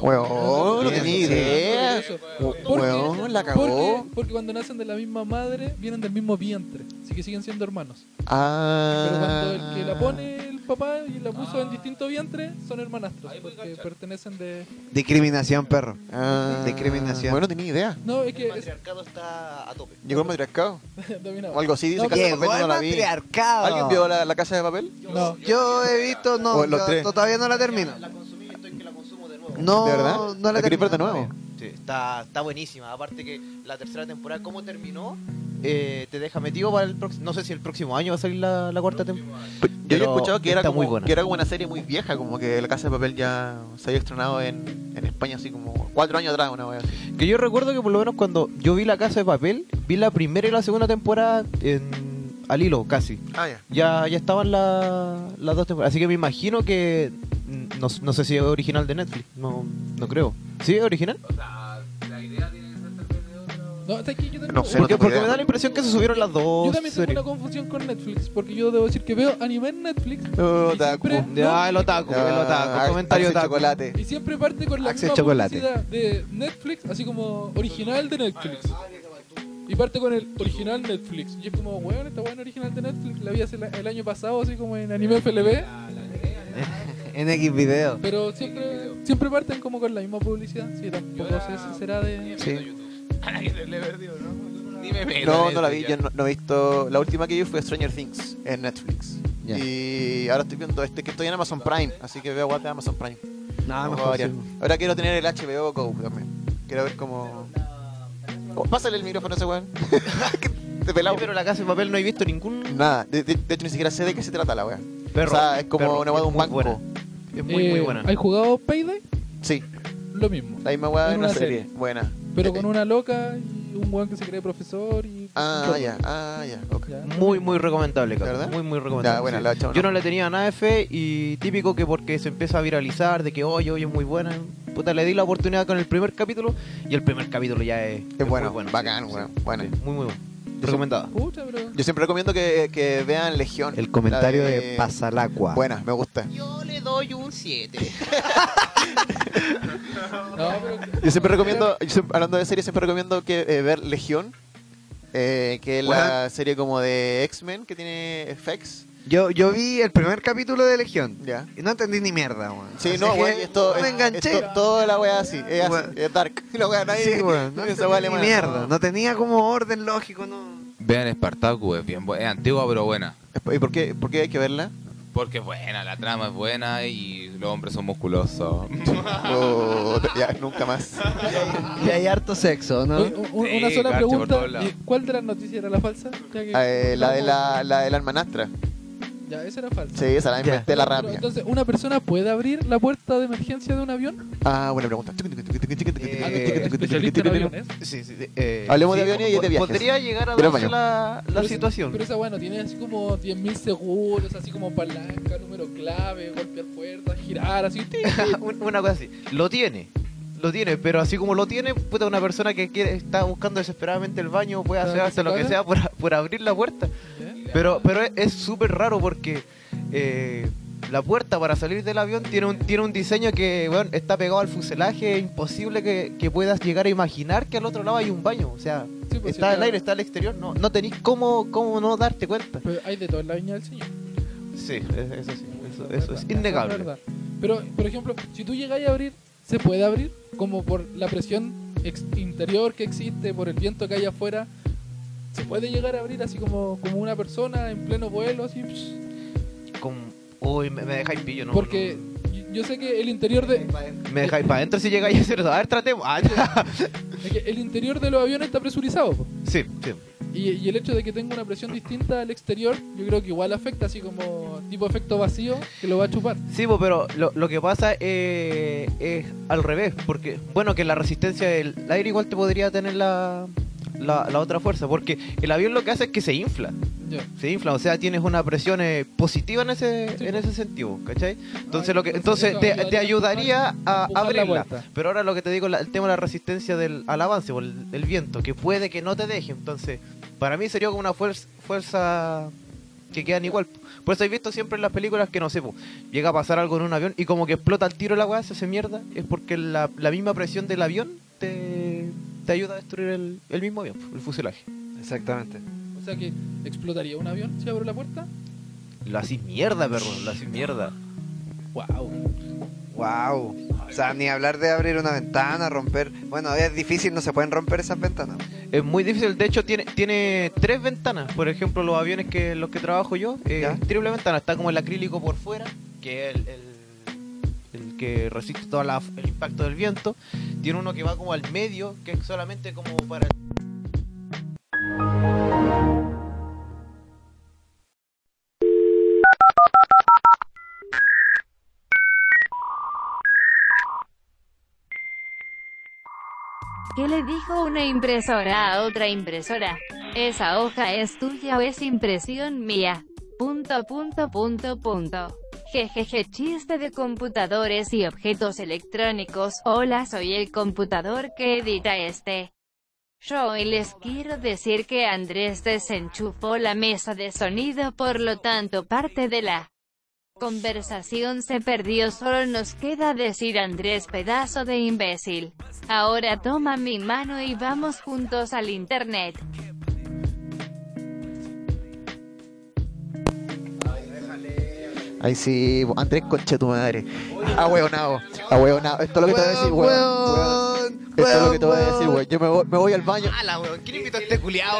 Speaker 4: Weón, no
Speaker 7: Bien,
Speaker 4: tenía
Speaker 7: sí.
Speaker 4: idea.
Speaker 5: Eso. Porque-
Speaker 4: Oh, Weón, la
Speaker 5: Porque,
Speaker 4: cagó.
Speaker 5: porque cuando nacen de la misma madre, vienen del mismo vientre. Así que siguen siendo hermanos.
Speaker 4: Ah.
Speaker 5: Pero cuando el que la
Speaker 7: Ah.
Speaker 5: pone el papá y la puso en distinto vientre, son hermanastros. Porque pertenecen de.
Speaker 7: Discriminación, perro.
Speaker 4: Ah.
Speaker 7: Discriminación.
Speaker 4: Bueno, no tenía idea.
Speaker 5: No, es que. Es...
Speaker 8: patriarcado está a tope.
Speaker 4: Llegó el matriarcado.
Speaker 5: dominaba.
Speaker 4: O algo así, dice
Speaker 5: No,
Speaker 4: Casa de
Speaker 7: Llegó
Speaker 4: Papel, no
Speaker 7: el
Speaker 4: la vi.
Speaker 7: matriarcado.
Speaker 4: ¿Alguien vio la, la Casa de Papel?
Speaker 5: No.
Speaker 7: Yo he visto, no,
Speaker 4: O los
Speaker 7: yo
Speaker 4: tres.
Speaker 7: todavía no la termino.
Speaker 8: La consumí y estoy que la consumo de nuevo.
Speaker 7: No,
Speaker 4: ¿De verdad?
Speaker 7: no la
Speaker 4: ¿La queréis
Speaker 7: termino.
Speaker 4: ver de nuevo?
Speaker 8: Sí, está, está buenísima. Aparte que la tercera temporada, ¿cómo terminó? Eh, te deja metido para el próximo... No sé si el próximo año va a salir la, la cuarta temporada.
Speaker 4: Yo
Speaker 8: Pero
Speaker 4: había escuchado que era,
Speaker 8: está
Speaker 4: como,
Speaker 8: muy buena.
Speaker 4: que era como una serie muy vieja, como que la Casa de Papel ya se había estrenado en, en España así como cuatro años atrás, una vez así.
Speaker 7: Que yo recuerdo que por lo menos cuando yo vi La Casa de Papel, vi la primera y la segunda temporada en, al hilo, casi.
Speaker 4: Ah, ya.
Speaker 7: Ya, ya estaban la- las dos temporadas. Así que me imagino que... mm, No, no sé si es original de Netflix, no, no creo. ¿Sí es original?
Speaker 5: No, hasta aquí yo tengo-
Speaker 4: No sé,
Speaker 7: Porque,
Speaker 4: tengo
Speaker 7: porque
Speaker 4: idea.
Speaker 7: me da la impresión que se subieron las dos
Speaker 5: Yo también tengo
Speaker 7: series.
Speaker 5: una confusión con Netflix, porque yo debo decir que veo anime en Netflix.
Speaker 4: Oh,
Speaker 5: y
Speaker 4: otaku.
Speaker 5: siempre- no,
Speaker 7: Ya, el otaku, el otaku,
Speaker 4: Ah,
Speaker 7: comentario
Speaker 4: Axel
Speaker 7: otaku.
Speaker 4: chocolate.
Speaker 5: Y siempre parte con la
Speaker 7: Axel
Speaker 5: misma
Speaker 7: Chocolate.
Speaker 5: publicidad de Netflix, así como original de Netflix. Y parte con el original Netflix. Y es como, weón, esta weón original de Netflix la vi hace la- el año pasado, así como en anime FLB.
Speaker 7: En X video.
Speaker 5: Pero siempre, siempre parten como con la misma publicidad. Sí, tampoco sé si será de.
Speaker 4: Sí.
Speaker 6: Ni me meto
Speaker 4: No,
Speaker 6: en
Speaker 4: no la
Speaker 6: eso,
Speaker 4: vi,
Speaker 6: ya.
Speaker 4: yo no, no he visto. La última que vi fue Stranger Things en Netflix.
Speaker 7: Ya.
Speaker 4: Y ahora estoy viendo este que estoy en Amazon Prime, así que veo guate de Amazon Prime.
Speaker 7: Nada,
Speaker 4: Tengo
Speaker 7: mejor
Speaker 4: varias. Ahora quiero tener el HBO Go también. Quiero ver cómo. Oh, pásale el micrófono a ese weón. Que Te pelado.
Speaker 7: Pero la casa de papel no he visto ningún
Speaker 4: Nada, de, de- de hecho ni siquiera sé de qué se trata la weón.
Speaker 7: perro.
Speaker 4: O sea, es como
Speaker 7: Perro.
Speaker 4: una weá de
Speaker 7: Es
Speaker 4: un
Speaker 7: muy
Speaker 4: banco.
Speaker 7: buena. Es muy, muy
Speaker 5: Eh,
Speaker 7: buena.
Speaker 5: ¿Hay jugado Payday?
Speaker 4: Sí,
Speaker 5: Lo mismo.
Speaker 4: la misma weá
Speaker 5: En
Speaker 4: de una
Speaker 5: una
Speaker 4: serie.
Speaker 5: serie.
Speaker 4: Buena.
Speaker 5: Pero con una loca y un weón que se cree profesor y.
Speaker 4: Ah, ya, ah, ya. ok.
Speaker 5: Ya.
Speaker 7: Muy, muy recomendable, cabrón.
Speaker 4: ¿Verdad?
Speaker 7: Muy, muy recomendable.
Speaker 4: Ya, bueno,
Speaker 7: sí.
Speaker 4: la chavo
Speaker 7: Yo
Speaker 4: no.
Speaker 7: no le tenía nada de fe y típico que porque se empieza a viralizar de que oye, oye, es muy buena. Puta, le di la oportunidad con el primer capítulo y el primer capítulo ya es,
Speaker 4: Es bueno,
Speaker 7: muy bueno.
Speaker 4: bacán,
Speaker 7: sí,
Speaker 4: weón.
Speaker 7: sí,
Speaker 4: Bueno.
Speaker 7: sí, muy, muy bueno. Recomendada.
Speaker 5: Pucha, pero.
Speaker 4: Yo siempre recomiendo que, que vean Legión.
Speaker 7: El comentario
Speaker 4: La
Speaker 7: de Pasalacua.
Speaker 4: Buena, me gusta.
Speaker 8: Yo le doy un 7.
Speaker 5: No, pero.
Speaker 4: Yo siempre recomiendo, yo siempre- hablando de series, siempre recomiendo que eh, ver Legión, eh, que es la
Speaker 7: Bueno.
Speaker 4: serie como de X-Men que tiene FX.
Speaker 7: Yo, yo vi el primer capítulo de Legión
Speaker 4: Ya.
Speaker 7: y no entendí ni mierda, weón.
Speaker 4: Sí,
Speaker 7: Así
Speaker 4: no,
Speaker 7: que
Speaker 4: güey, esto,
Speaker 7: no me
Speaker 4: es-
Speaker 7: enganché.
Speaker 4: esto- toda la wea así, es así,
Speaker 7: Bueno.
Speaker 4: es dark. La wea, nadie,
Speaker 7: Sí, weón,
Speaker 4: esa
Speaker 7: no
Speaker 4: wea
Speaker 7: entendí ni
Speaker 4: alemana.
Speaker 7: mierda. No tenía como orden lógico, no.
Speaker 6: Vean Spartacus, es bien bu- es antigua pero buena.
Speaker 4: ¿Y por qué, por qué hay que verla?
Speaker 6: Porque es buena, la trama es buena y los hombres son musculosos.
Speaker 4: Oh, ya, nunca más.
Speaker 7: Ah.
Speaker 3: Y hay harto sexo,
Speaker 7: Uh,
Speaker 3: ¿no?
Speaker 5: Oye, u- u-
Speaker 6: Sí,
Speaker 5: una sola
Speaker 6: garcha por
Speaker 5: pregunta.
Speaker 6: todos lados.
Speaker 5: ¿y ¿Cuál de las noticias era la falsa? Ya que-
Speaker 4: Eh, la, de la, la de la hermanastra.
Speaker 5: Ya, esa era falsa.
Speaker 4: Sí, esa la inventé la
Speaker 5: Pero,
Speaker 4: rápida.
Speaker 5: Entonces, ¿una persona puede abrir la puerta de emergencia de un avión? Ah,
Speaker 4: Ah, buena pregunta.
Speaker 7: Eh,
Speaker 5: Especialista en aviones.
Speaker 7: Sí, sí, de- eh,
Speaker 4: Hablemos de
Speaker 7: sí,
Speaker 4: aviones y
Speaker 7: po-
Speaker 4: de viajes.
Speaker 7: Podría llegar a
Speaker 4: Pero
Speaker 7: darse
Speaker 4: baño.
Speaker 7: la, la
Speaker 5: Pero ese-
Speaker 7: situación.
Speaker 5: Pero esa bueno, tiene así como 10.000 seguros, así como palanca, número clave, golpear puertas, girar, así. ti, ti.
Speaker 7: Un- Una cosa así. Lo tiene. Lo tiene, pero así como lo tiene, puta, una persona que quiere, está buscando desesperadamente el baño puede hacer
Speaker 5: Ah,
Speaker 7: hasta lo que
Speaker 5: claro.
Speaker 7: sea por, por abrir la puerta.
Speaker 5: ¿Eh?
Speaker 7: Pero, pero es- es súper raro porque eh, la puerta para salir del avión tiene un, tiene un diseño que weón, está pegado al fuselaje, imposible que, que puedas llegar a imaginar que al otro lado hay un baño. O sea,
Speaker 5: Sí, pues, sí,
Speaker 7: está al
Speaker 5: claro.
Speaker 7: aire, está al exterior, no, no tenéis cómo, cómo no darte cuenta.
Speaker 5: Pero hay de todo en la viña del señor.
Speaker 7: Sí, es- eso sí, eso,
Speaker 5: La
Speaker 7: eso
Speaker 5: verdad,
Speaker 7: es
Speaker 5: la
Speaker 7: innegable.
Speaker 5: verdad. Pero, por ejemplo, si tú llegáis a abrir, ¿se puede abrir? Como por la presión ex- interior que existe, por el viento que hay afuera, ¿se puede llegar a abrir así como, como una persona en pleno vuelo? Así, pss?
Speaker 7: Con- Uy, me, me dejáis pillo, ¿no?
Speaker 5: Porque
Speaker 7: no.
Speaker 5: yo- yo sé que el interior de
Speaker 7: Me dejáis para adentro si llegáis a hacer eso. A ver, tratemos. Ah, ya.
Speaker 5: es que el interior de los aviones está presurizado. po.
Speaker 7: sí, sí.
Speaker 5: Y, y el hecho de que tenga una presión distinta al exterior, yo creo que igual afecta, así como tipo efecto vacío, que lo va a chupar.
Speaker 7: Sí, po, pero lo, lo que pasa eh, es al revés, porque, bueno, que la resistencia del aire igual te podría tener la, la, la otra fuerza, porque el avión lo que hace es que se infla,
Speaker 5: Ya.
Speaker 7: se infla, o sea, tienes una presión eh, positiva en ese,
Speaker 5: Sí,
Speaker 7: en
Speaker 5: po.
Speaker 7: ese sentido, ¿cachai?
Speaker 5: Ah,
Speaker 7: Entonces, lo que,
Speaker 5: entonces
Speaker 7: entonces
Speaker 5: eso
Speaker 7: te,
Speaker 5: ayudaría
Speaker 7: te
Speaker 5: a
Speaker 7: ayudaría a
Speaker 5: empujar la
Speaker 7: abrirla.
Speaker 5: puerta.
Speaker 7: Pero ahora lo que te digo, la- el tema de la resistencia del, al avance, por el, el viento, que puede que no te deje. Entonces, para mí sería como una fuerza, fuerza que quedan igual. Por eso he visto siempre en las películas que no sé, po, llega a pasar algo en un avión y como que explota al tiro la weá, se hace mierda. Es porque la, la misma presión del avión te, te ayuda a destruir el, el mismo avión, el fuselaje.
Speaker 3: Exactamente.
Speaker 5: O sea que explotaría un avión si abro la puerta.
Speaker 7: Lo haces mierda, perro, lo haces mierda.
Speaker 5: ¡Wow!
Speaker 3: Wow. O sea, ni hablar de abrir una ventana, romper. Bueno, es difícil, no se pueden romper esas ventanas.
Speaker 7: Es muy difícil, de hecho tiene, tiene tres ventanas, por ejemplo los aviones que los que trabajo yo, eh,
Speaker 3: Ya.
Speaker 7: triple ventana, está como el acrílico por fuera, que es el, el- el que resiste todo el impacto del viento, tiene uno que va como al medio, que es solamente como para...
Speaker 9: ¿Qué le dijo una impresora a otra impresora? Esa hoja es tuya o es impresión mía. Punto, punto, punto, punto. Jejeje, chiste de computadores y objetos electrónicos. Hola, soy el computador que edita este. Yo y les quiero decir que Andrés desenchufó la mesa de sonido, por lo tanto parte de la conversación se perdió. Solo nos queda decir Andrés pedazo de imbécil. Ahora toma mi mano y vamos juntos al internet.
Speaker 4: Ay, sí, bo- Andrés, concha tu madre. Ah, huevonao. Ah, huevonao. Esto es lo que te voy a decir, weón. Weón. Esto es lo que te voy a decir, weón. Yo me voy, me voy al baño.
Speaker 7: ¡Hala, weón! ¿Quién invitó a este culiao?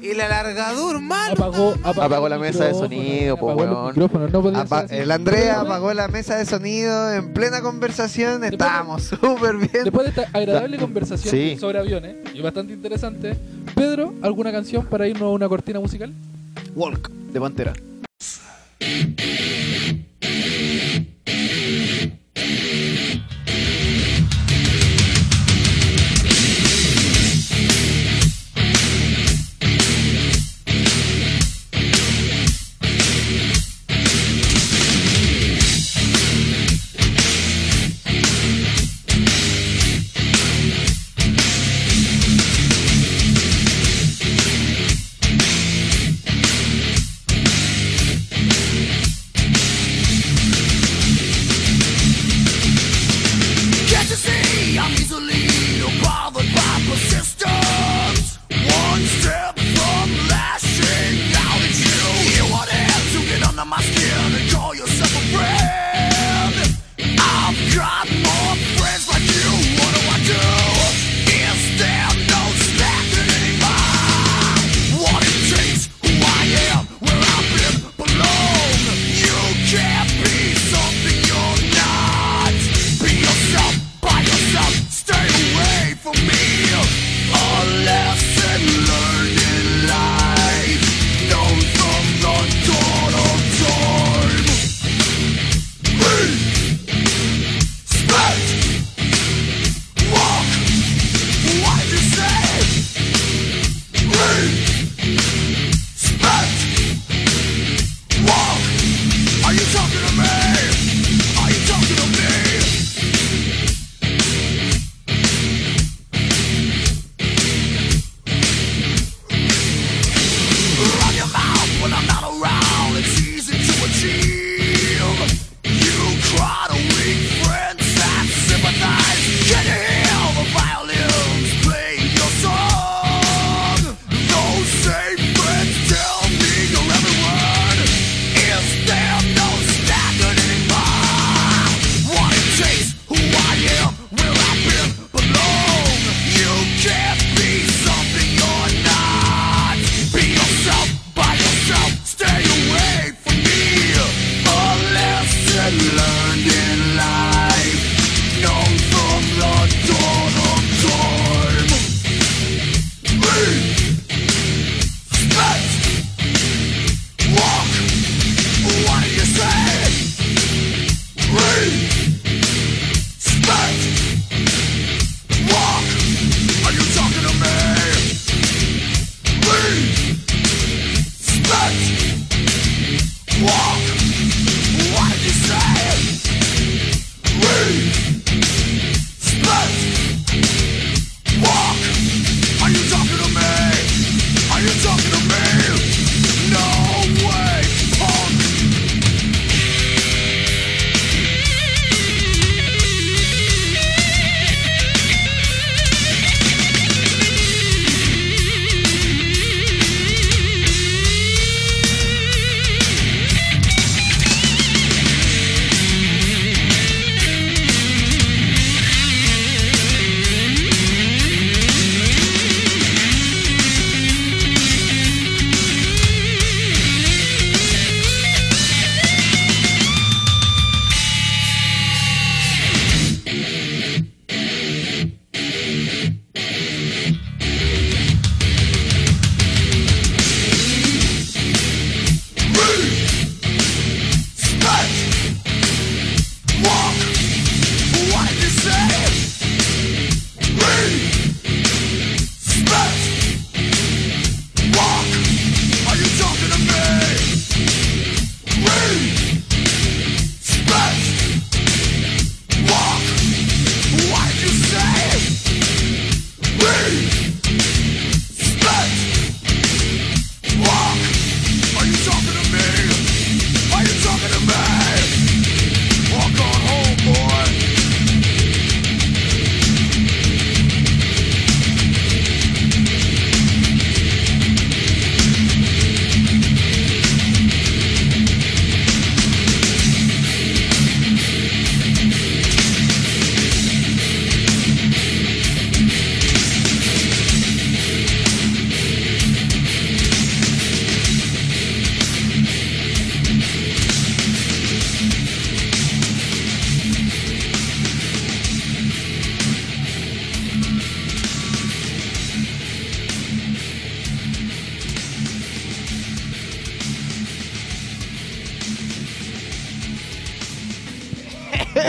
Speaker 8: El alargador, mano.
Speaker 5: Apagó, apagó,
Speaker 4: Apagó la
Speaker 5: los
Speaker 4: mesa de
Speaker 5: micrófonos,
Speaker 4: sonido, po,
Speaker 5: apagó los
Speaker 4: weón.
Speaker 5: micrófonos, no podía
Speaker 3: Apa-
Speaker 5: ser así.
Speaker 3: el Andrea
Speaker 5: Después-
Speaker 3: apagó la mesa de sonido en plena conversación.
Speaker 5: Después-
Speaker 3: Estábamos súper bien.
Speaker 5: Después de esta agradable
Speaker 4: Da-
Speaker 5: conversación
Speaker 4: sí.
Speaker 5: sobre aviones, y bastante interesante, Pedro, ¿alguna canción para irnos a una cortina musical?
Speaker 7: Walk, de Pantera.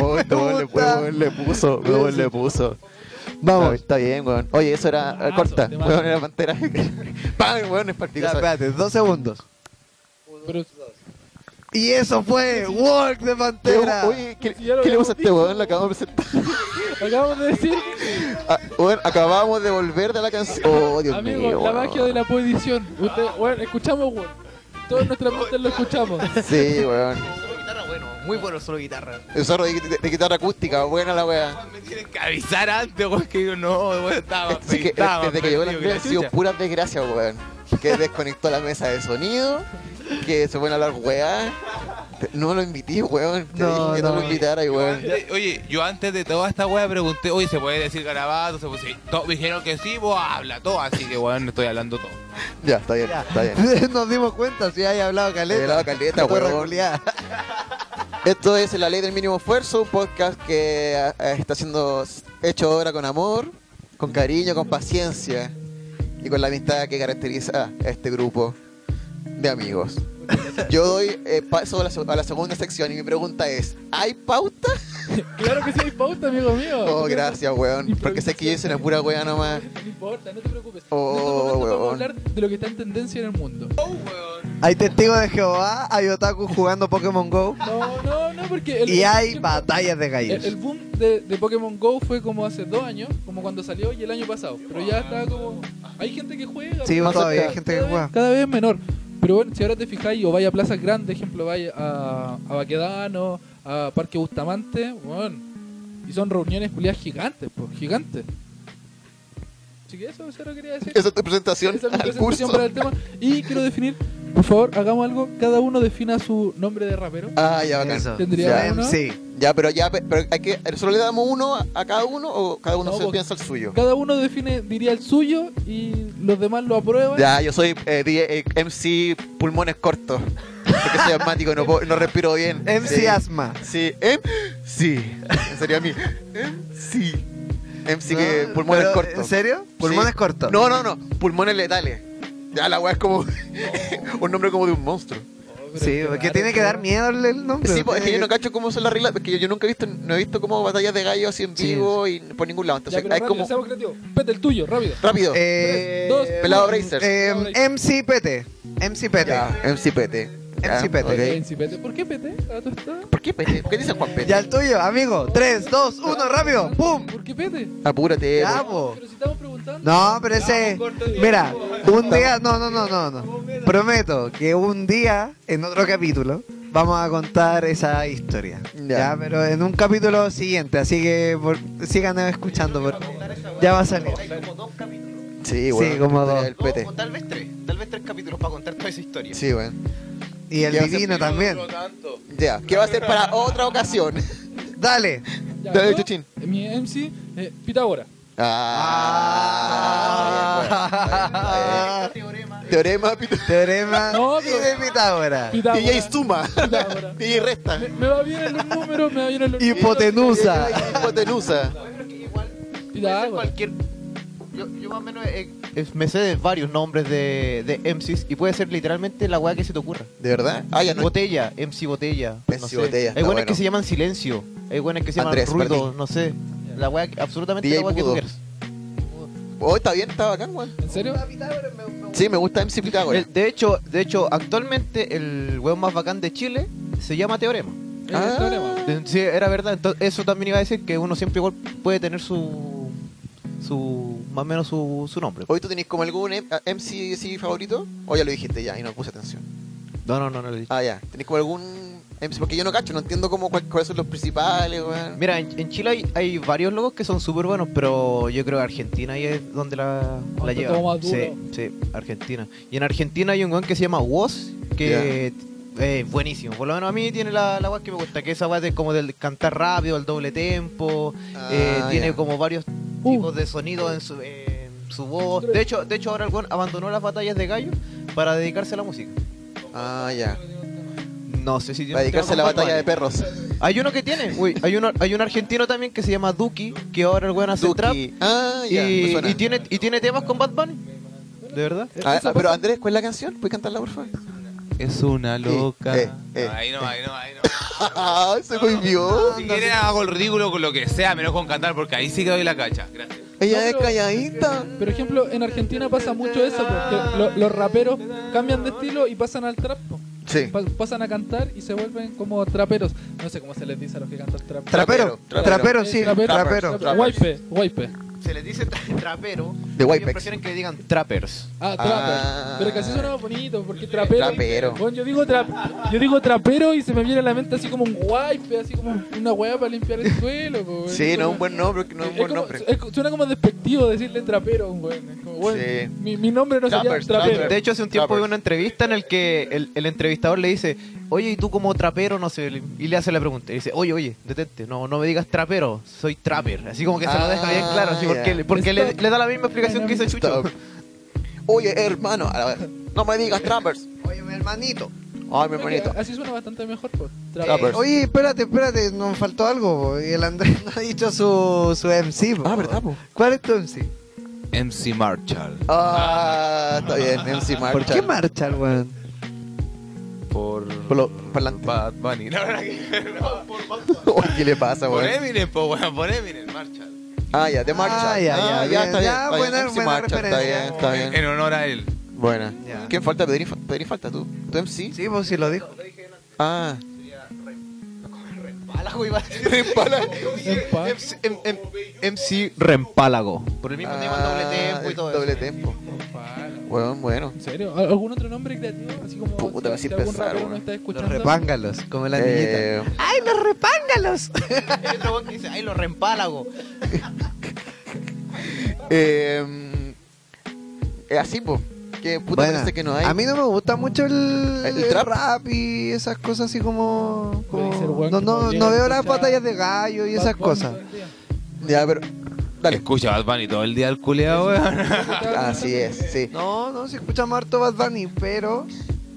Speaker 4: Oh, este weón le,
Speaker 3: Puta.
Speaker 4: weón le puso, weón le puso. Vamos, está bien, weón. Oye, eso era ah,
Speaker 5: Temazo,
Speaker 4: corta,
Speaker 5: temazo.
Speaker 4: weón, era pantera. ¡Pam! Weón, es partido.
Speaker 3: Ya, espérate, dos segundos.
Speaker 5: Pero
Speaker 3: Y eso fue Walk de
Speaker 4: ¿Qué-
Speaker 3: Pantera.
Speaker 4: Oye, ¿qué,
Speaker 5: Si ya lo
Speaker 4: qué le
Speaker 5: habíamos
Speaker 4: pasa a este
Speaker 5: dicho,
Speaker 4: weón? Lo acabamos de presentar.
Speaker 5: acabamos de decir,
Speaker 4: Ah, weón, acabamos de volver de la canción. Oh, Dios
Speaker 5: amigo,
Speaker 4: mío.
Speaker 5: la
Speaker 4: weón.
Speaker 5: magia de la poedición. Usted, bueno, escuchamos, bueno. Todos nuestras mentes lo escuchamos.
Speaker 4: Sí, weón.
Speaker 7: Muy bueno el solo guitarra.
Speaker 4: El zorro de, de- de guitarra acústica, buena la weá.
Speaker 6: Me tienen que avisar antes, weón, que yo no, weón, estaba.
Speaker 4: Así que este
Speaker 6: estaba
Speaker 4: desde que llegó el
Speaker 6: perdido,
Speaker 4: Andrés han
Speaker 6: la
Speaker 4: sido
Speaker 6: chucha.
Speaker 4: puras desgracias, weón. Que desconectó la mesa de sonido, que se fueron a hablar weá. Te- No lo invité, weón. Te
Speaker 3: No,
Speaker 4: dije que no,
Speaker 3: no.
Speaker 4: lo invitara y
Speaker 6: Yo
Speaker 4: weón.
Speaker 6: antes- Eh, Oye, yo antes de toda esta weá pregunté, oye, ¿se puede decir garabato? ¿Se puede decir? To- me dijeron que sí, vos habla todo, así que weón, estoy hablando todo.
Speaker 4: Ya, está bien, está bien.
Speaker 3: Nos dimos cuenta si hay hablado caleta.
Speaker 4: He hablado caleta,
Speaker 3: Cotorra
Speaker 4: huevón.
Speaker 3: culiada.
Speaker 4: Esto es La Ley del Mínimo Esfuerzo, un podcast que ah, ah, está siendo s- hecho ahora con amor, con cariño, con paciencia y con la amistad que caracteriza a este grupo de amigos. Yo doy eh, paso a la, se- a la segunda sección y mi pregunta es, ¿hay pauta?
Speaker 5: Claro que sí hay pauta, amigo mío.
Speaker 4: Oh, gracias, weón, porque sé que yo hice una pura weá nomás.
Speaker 5: No importa, no te preocupes.
Speaker 4: Oh,
Speaker 5: en este momento vamos
Speaker 4: weón.
Speaker 5: a hablar de lo que está en tendencia en el mundo.
Speaker 3: Hay testigos de Jehová, hay otaku jugando Pokémon Go
Speaker 5: No, no, no, porque... El,
Speaker 3: y hay
Speaker 5: el-
Speaker 3: batallas de
Speaker 5: El,
Speaker 3: gallos.
Speaker 5: el boom de, de Pokémon GO fue como hace dos años, como cuando salió y el año pasado. Pero ya está como... Hay gente que juega.
Speaker 3: Sí,
Speaker 5: pero
Speaker 3: todavía
Speaker 5: cada-
Speaker 3: hay gente que
Speaker 5: cada vez-
Speaker 3: juega.
Speaker 5: Cada vez menor. Pero bueno, si ahora te fijáis o vaya a plazas grandes, ejemplo, vaya a, a Baquedano, a Parque Bustamante, bueno, y son reuniones culiadas gigantes, pues, gigantes. Así que eso, eso lo quería decir.
Speaker 4: Esa es tu presentación
Speaker 5: Esa es mi
Speaker 4: al
Speaker 5: presentación
Speaker 4: curso.
Speaker 5: para el tema. Y quiero definir, por favor, hagamos algo. Cada uno defina su nombre de rapero.
Speaker 4: Ah, ya, bacán.
Speaker 3: Eso.
Speaker 5: Tendría
Speaker 3: Ya,
Speaker 5: uno.
Speaker 3: sí.
Speaker 4: Ya, pero ya, pe- pero hay que, ¿solo le damos uno a- a cada uno o cada uno
Speaker 5: No,
Speaker 4: se
Speaker 5: vos-
Speaker 4: piensa el suyo?
Speaker 5: Cada uno define, diría el suyo y los demás lo aprueban.
Speaker 4: Ya, yo soy eh, DJ, eh, MC pulmones cortos. Porque soy asmático, no, puedo- no respiro bien.
Speaker 3: MC
Speaker 4: Sí.
Speaker 3: Asma.
Speaker 4: Sí, em- sí. Sería mi MC. MC que
Speaker 3: No,
Speaker 4: pulmones
Speaker 3: Ah, pero,
Speaker 4: cortos.
Speaker 3: ¿En serio? Pulmones
Speaker 4: Sí.
Speaker 3: cortos.
Speaker 4: No, no, no. Pulmones letales. Ya, la weá es como un nombre como de un monstruo.
Speaker 3: Sí, porque tiene que dar miedo el- el nombre. Eh,
Speaker 4: sí, pues es que yo
Speaker 3: Tiene
Speaker 4: no cacho cómo son las reglas, porque yo, yo nunca he visto, no he visto como batallas de gallos así en
Speaker 3: Sí.
Speaker 4: vivo y por ningún lado.
Speaker 5: Ya,
Speaker 4: Entonces,
Speaker 5: pero
Speaker 4: hay
Speaker 5: rápido,
Speaker 4: como.
Speaker 5: seamos creativos. Pete, el tuyo, rápido.
Speaker 4: Rápido.
Speaker 3: Eh,
Speaker 5: Tres, dos,
Speaker 4: Pelado Brazers.
Speaker 3: eh, MC PT. MC PT.
Speaker 4: Ya, MC Pete. Ya,
Speaker 3: MC Pete.
Speaker 4: ok.
Speaker 5: Vinci, Pete. ¿Por qué Pete? Ah, tú estás.
Speaker 4: ¿Por qué Pete? ¿Por qué dice Juan Pete?
Speaker 3: Ya el tuyo, amigo. 3, 2, 1, rápido. ¡Pum! Oh.
Speaker 5: ¿Por qué Pete?
Speaker 4: Apúrate.
Speaker 3: Ya,
Speaker 4: po.
Speaker 3: po.
Speaker 5: Pero si estamos preguntando.
Speaker 3: No, pero ese. Mira, un día. No, no, no, no, no. Prometo que un día, en otro capítulo, vamos a contar esa historia.
Speaker 4: Ya.
Speaker 3: Ya, pero en un capítulo siguiente. Así que por- sigan escuchando. Porque ya va a salir.
Speaker 8: Como dos capítulos.
Speaker 4: Sí,
Speaker 3: Sí,
Speaker 4: weón.
Speaker 3: como
Speaker 4: Historia
Speaker 3: dos.
Speaker 4: del
Speaker 8: Dos,
Speaker 4: Pete.
Speaker 8: o tal vez tres. Tal vez tres capítulos para contar toda esa historia.
Speaker 4: Sí, weón.
Speaker 3: Y el
Speaker 4: Ya va a
Speaker 3: divino también.
Speaker 4: Ya, ¿qué va a ser para otra ocasión?
Speaker 3: Dale.
Speaker 5: Ya,
Speaker 4: Dale,
Speaker 5: yo,
Speaker 4: Chuchín.
Speaker 5: Mi MC, eh, Pitágoras.
Speaker 4: Ah.
Speaker 3: Ah.
Speaker 4: Teorema, Pito.
Speaker 3: Teorema
Speaker 5: No,
Speaker 3: y
Speaker 5: pero-
Speaker 3: de Pitágoras.
Speaker 5: Pitágoras.
Speaker 4: DJ Suma.
Speaker 5: Pitágoras.
Speaker 4: DJ Resta.
Speaker 5: Me, me va bien en los números, me va bien en los números.
Speaker 3: Hipotenusa.
Speaker 4: Hipotenusa.
Speaker 5: Pitágoras.
Speaker 7: cualquier. Yo, yo más o menos eh, eh, me sé de varios nombres de, de MCs y puede ser literalmente la weá que se te ocurra.
Speaker 4: ¿De verdad? Ah, ya no.
Speaker 7: Botella, MC Botella.
Speaker 4: MC
Speaker 7: no sé.
Speaker 4: Botella, está
Speaker 7: Hay buenas
Speaker 4: bueno.
Speaker 7: que se llaman silencio. Hay buenas que se llaman
Speaker 4: Andrés,
Speaker 7: ruido,
Speaker 4: para
Speaker 7: no sé. La weá, que- absolutamente
Speaker 4: DJ
Speaker 7: la weá que tú
Speaker 4: Mudo.
Speaker 7: quieras.
Speaker 4: Oh, está bien, está bacán, weón.
Speaker 5: ¿En serio?
Speaker 4: Sí, me gusta MC Pitágoras.
Speaker 7: El- de hecho, de hecho, actualmente el weón más bacán de Chile se llama Teorema.
Speaker 5: Es
Speaker 4: Ah.
Speaker 5: el teorema.
Speaker 7: De- Sí, era verdad. Entonces, eso también iba a decir que uno siempre igual puede tener su. su más o menos su, su nombre.
Speaker 4: ¿Hoy tú tenés como algún em- ah, MC así favorito? O ya lo dijiste ya y no puse atención.
Speaker 7: No, no, no, no lo he dicho.
Speaker 4: Ah, ya. ¿Tenés como algún MC? Porque yo no cacho, no entiendo cómo, cuál- cuáles son los principales, weón.
Speaker 7: Mira, en, en Chile hay, hay varios logos que son súper buenos, pero yo creo que Argentina ahí es donde la, la
Speaker 5: Donde
Speaker 7: lleva.
Speaker 5: todo más duro.
Speaker 7: Sí, sí, Argentina. Y en Argentina hay un weón que se llama Woz, que eh, buenísimo. Por lo menos a mí tiene la, la weá que me gusta, que esa weá de como del cantar rápido, el doble tempo, eh,
Speaker 4: Ah,
Speaker 7: tiene
Speaker 4: ya.
Speaker 7: como varios
Speaker 5: Uh.
Speaker 7: tipos de sonidos en su, eh, en su voz. De hecho, de hecho ahora el weón abandonó las batallas de gallo para dedicarse a la música.
Speaker 4: Ah, ya.
Speaker 7: No sé si tiene
Speaker 4: Para
Speaker 7: un tema
Speaker 4: dedicarse a
Speaker 7: con
Speaker 4: la
Speaker 7: Bad
Speaker 4: batalla
Speaker 7: Bunny.
Speaker 4: de perros.
Speaker 7: Hay uno que tiene, uy, hay, uno, hay un argentino también que se llama Duki, que ahora el weón hace
Speaker 4: Duki.
Speaker 7: trap.
Speaker 4: Ah,
Speaker 7: Y,
Speaker 4: ya. me suena.
Speaker 7: y tiene, y tiene temas con Bad Bunny. ¿De verdad?
Speaker 4: Ah, ah, pero Andrés, ¿cuál es la canción? ¿Puedes cantarla, por favor?
Speaker 6: es una loca.
Speaker 4: eh, eh,
Speaker 6: No, ahí no, ahí no, ahí no.
Speaker 4: ¡Ah! Se cohibió.
Speaker 6: Si quieren hago el ridículo con lo que sea, menos con cantar, porque ahí sí que doy la cacha. Gracias.
Speaker 4: Ella es calladita.
Speaker 5: Por ejemplo, en Argentina pasa mucho eso, porque lo- los raperos cambian de estilo y pasan al trap. po.
Speaker 4: Sí.
Speaker 5: Pa- Pasan a cantar y se vuelven como traperos. No sé cómo se les dice a los que cantan trap.
Speaker 3: Trapero,
Speaker 4: Trapero,
Speaker 3: trapero, sí,
Speaker 5: Trapero.
Speaker 3: trapero.
Speaker 5: Trap- Guaype, guaype.
Speaker 7: Se les dice tra- trapero.
Speaker 4: De
Speaker 7: ellos
Speaker 4: Wipex.
Speaker 7: prefieren que le digan trappers.
Speaker 5: Ah, trapper.
Speaker 4: Ah.
Speaker 5: Pero que así suena más bonito, porque trapero.
Speaker 4: Trapero.
Speaker 5: Bueno, yo digo trap, yo digo trapero y se me viene a la mente así como un guaype, así como una hueá para limpiar el suelo. po, weón.
Speaker 4: Sí, no es un buen nombre, no es
Speaker 5: Es
Speaker 4: un buen
Speaker 5: como-
Speaker 4: nombre.
Speaker 5: es co- suena como despectivo decirle trapero a un weón. Es como, weón,
Speaker 4: Sí.
Speaker 5: mi, mi nombre no sería
Speaker 4: Trappers,
Speaker 5: trapero.
Speaker 4: trappers.
Speaker 7: De hecho, hace un tiempo
Speaker 4: Trappers.
Speaker 7: vi una entrevista en el que el, el entrevistador le dice, oye, ¿y tú como trapero? No sé, y le hace la pregunta. Y dice, oye, oye, detente, no, no me digas trapero, soy trapper. Así como que se lo deja bien claro, así
Speaker 4: Ah,
Speaker 7: porque,
Speaker 4: ya.
Speaker 7: porque le,
Speaker 5: Stop.
Speaker 7: le da la misma explicación que hizo Chucho.
Speaker 4: Stop. Oye, hermano, a la vez. No me digas trappers.
Speaker 3: Oye, mi hermanito.
Speaker 4: Ay, mi hermanito.
Speaker 5: Así suena bastante mejor. po.
Speaker 4: Trappers.
Speaker 3: Oye, espérate, espérate, nos faltó algo. po. Y el Andrés no ha dicho su, su MC. po.
Speaker 4: Ah, ¿verdad, po?
Speaker 3: ¿Cuál es tu MC?
Speaker 6: MC Marshall.
Speaker 4: Ah, está bien, MC Marshall.
Speaker 3: ¿Por qué marcha, el weón?
Speaker 6: Por.
Speaker 4: Por lo- parlante.
Speaker 6: Bad Bunny. La verdad que. no.
Speaker 4: Oye, ¿qué le pasa,
Speaker 6: Por
Speaker 4: weón?
Speaker 6: Eminem, po, weón, por Eminem, Marshall.
Speaker 4: Ah, ya, de Marshall.
Speaker 3: Ah, ya, ya,
Speaker 4: Ah,
Speaker 3: bien. Ya,
Speaker 4: está bien. está bien.
Speaker 3: buena-
Speaker 4: MC
Speaker 3: buena
Speaker 4: Marshall, está
Speaker 3: referencia.
Speaker 4: bien, está bien.
Speaker 6: En honor a él.
Speaker 4: Buena.
Speaker 3: Ya.
Speaker 4: ¿Quién falta? Pedri, Pedri falta tú. ¿Tú MC?
Speaker 3: Sí, pues sí lo dijo.
Speaker 4: Ah.
Speaker 5: Empa.
Speaker 7: MC Rempálago.
Speaker 8: Por el mismo
Speaker 4: ah,
Speaker 8: tema, doble tempo y todo eso.
Speaker 4: Doble tempo. Weón, bueno.
Speaker 5: ¿En serio? ¿Al- ¿Algún otro nombre creativo? Así como
Speaker 4: Puta, vas a
Speaker 5: si
Speaker 4: ir
Speaker 5: algún
Speaker 4: pesado,
Speaker 5: rapero no
Speaker 4: weón.
Speaker 5: está escuchando.
Speaker 3: Los repángalos, como la niñita.
Speaker 4: Eh,
Speaker 3: ¡Ay, los repángalos!
Speaker 8: Hay otro weón que dice, ay, los rempálagos.
Speaker 4: eh, eh, así, po. Que puta
Speaker 3: Bueno,
Speaker 4: parece que no hay.
Speaker 3: A mí no me gusta mucho el,
Speaker 4: ¿El
Speaker 3: el
Speaker 4: trap?
Speaker 3: rap y esas cosas así como. como-
Speaker 5: Puede ser, weón,
Speaker 3: no
Speaker 5: que
Speaker 3: no,
Speaker 5: no
Speaker 3: no
Speaker 5: llega a
Speaker 3: veo las
Speaker 5: escuchar
Speaker 3: batallas de gallo y
Speaker 5: Bad
Speaker 3: esas
Speaker 5: Bunny
Speaker 3: cosas.
Speaker 5: todo el día.
Speaker 4: Ya, pero. Dale.
Speaker 6: Escucha Bad Bunny todo el día al culeado, weón.
Speaker 4: Así es, sí.
Speaker 3: No, no, se escucha más harto Bad Bunny, pero.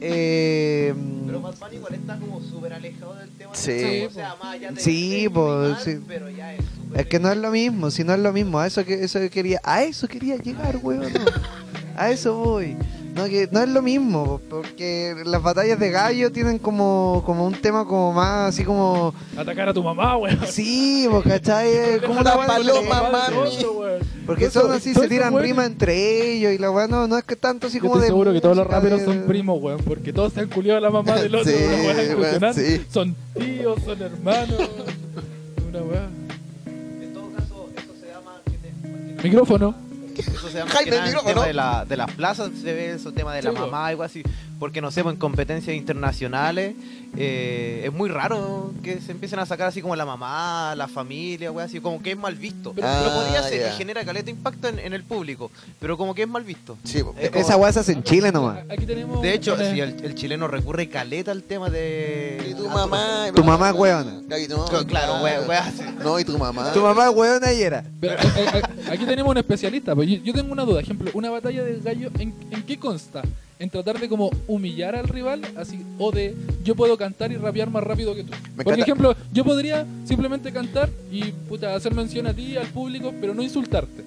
Speaker 3: eh,
Speaker 8: Pero Bad Bunny igual está como súper alejado del tema.
Speaker 4: Sí.
Speaker 8: del trap, O sea, más allá de-
Speaker 3: Sí,
Speaker 8: de
Speaker 3: pues,
Speaker 8: rimar,
Speaker 3: sí.
Speaker 8: Pero ya es súper
Speaker 3: es que no es lo mismo, si no es lo mismo. A eso que eso que quería. A eso quería llegar, weón. no. A eso voy. No, que no es lo mismo, porque las batallas de gallo tienen como, como un tema como más así como.
Speaker 5: Atacar a tu mamá, weón.
Speaker 3: Sí, vos, ¿cachai? Es Como
Speaker 4: La
Speaker 3: una weá de-
Speaker 4: paloma, mami.
Speaker 3: Porque son así, se tiran rimas entre ellos y la weá no, no es que tanto así
Speaker 5: Yo
Speaker 3: como
Speaker 5: estoy
Speaker 3: de.
Speaker 5: seguro que todos los
Speaker 3: música
Speaker 5: raperos
Speaker 3: de-
Speaker 5: son primos, weón, porque todos se han culiado a la mamá del otro.
Speaker 4: Sí,
Speaker 5: una weá
Speaker 4: weón,
Speaker 5: impresionante.
Speaker 4: sí.
Speaker 5: Son tíos, son hermanos. Una weá. Micrófono.
Speaker 7: Eso se llama
Speaker 4: Jaime,
Speaker 7: que nada,
Speaker 4: el
Speaker 7: el
Speaker 4: micrófono.
Speaker 7: tema de, la, de las plazas, se ve eso, tema de la
Speaker 5: Sí, po.
Speaker 7: mamá, algo así. Porque no sé, pues, en competencias internacionales eh, es muy raro que se empiecen a sacar así como la mamá, la familia, güey, así como que es mal visto.
Speaker 4: Pero-
Speaker 7: lo podía
Speaker 4: Ah,
Speaker 7: hacer
Speaker 4: ya.
Speaker 7: y genera caleta impacto en, en el público, pero como que es mal visto.
Speaker 4: Sí,
Speaker 8: Eh,
Speaker 4: po.
Speaker 7: Es como-
Speaker 3: e-, Esa weá se hace en Chile nomás.
Speaker 5: Aquí tenemos.
Speaker 7: de hecho,
Speaker 5: una-
Speaker 7: si el, el chileno recurre caleta al tema de.
Speaker 8: ah,
Speaker 4: Y tu
Speaker 7: a-
Speaker 4: mamá.
Speaker 3: Tu mamá es hueona.
Speaker 4: Ay, no,
Speaker 7: Claro, güey, güey, así.
Speaker 4: No, y tu mamá.
Speaker 3: Tu mamá es weona y era.
Speaker 5: Pero, eh, eh, eh, aquí tenemos un especialista. pues, yo, yo tengo una duda. Ejemplo, una batalla de gallo, ¿en, en qué consta? ¿En tratar de como humillar al rival? así ¿O de yo puedo cantar y rapear más rápido que tú?
Speaker 4: Me
Speaker 5: Por
Speaker 4: encanta.
Speaker 5: ejemplo, yo podría simplemente cantar y puta, hacer mención a ti, al público, pero no insultarte.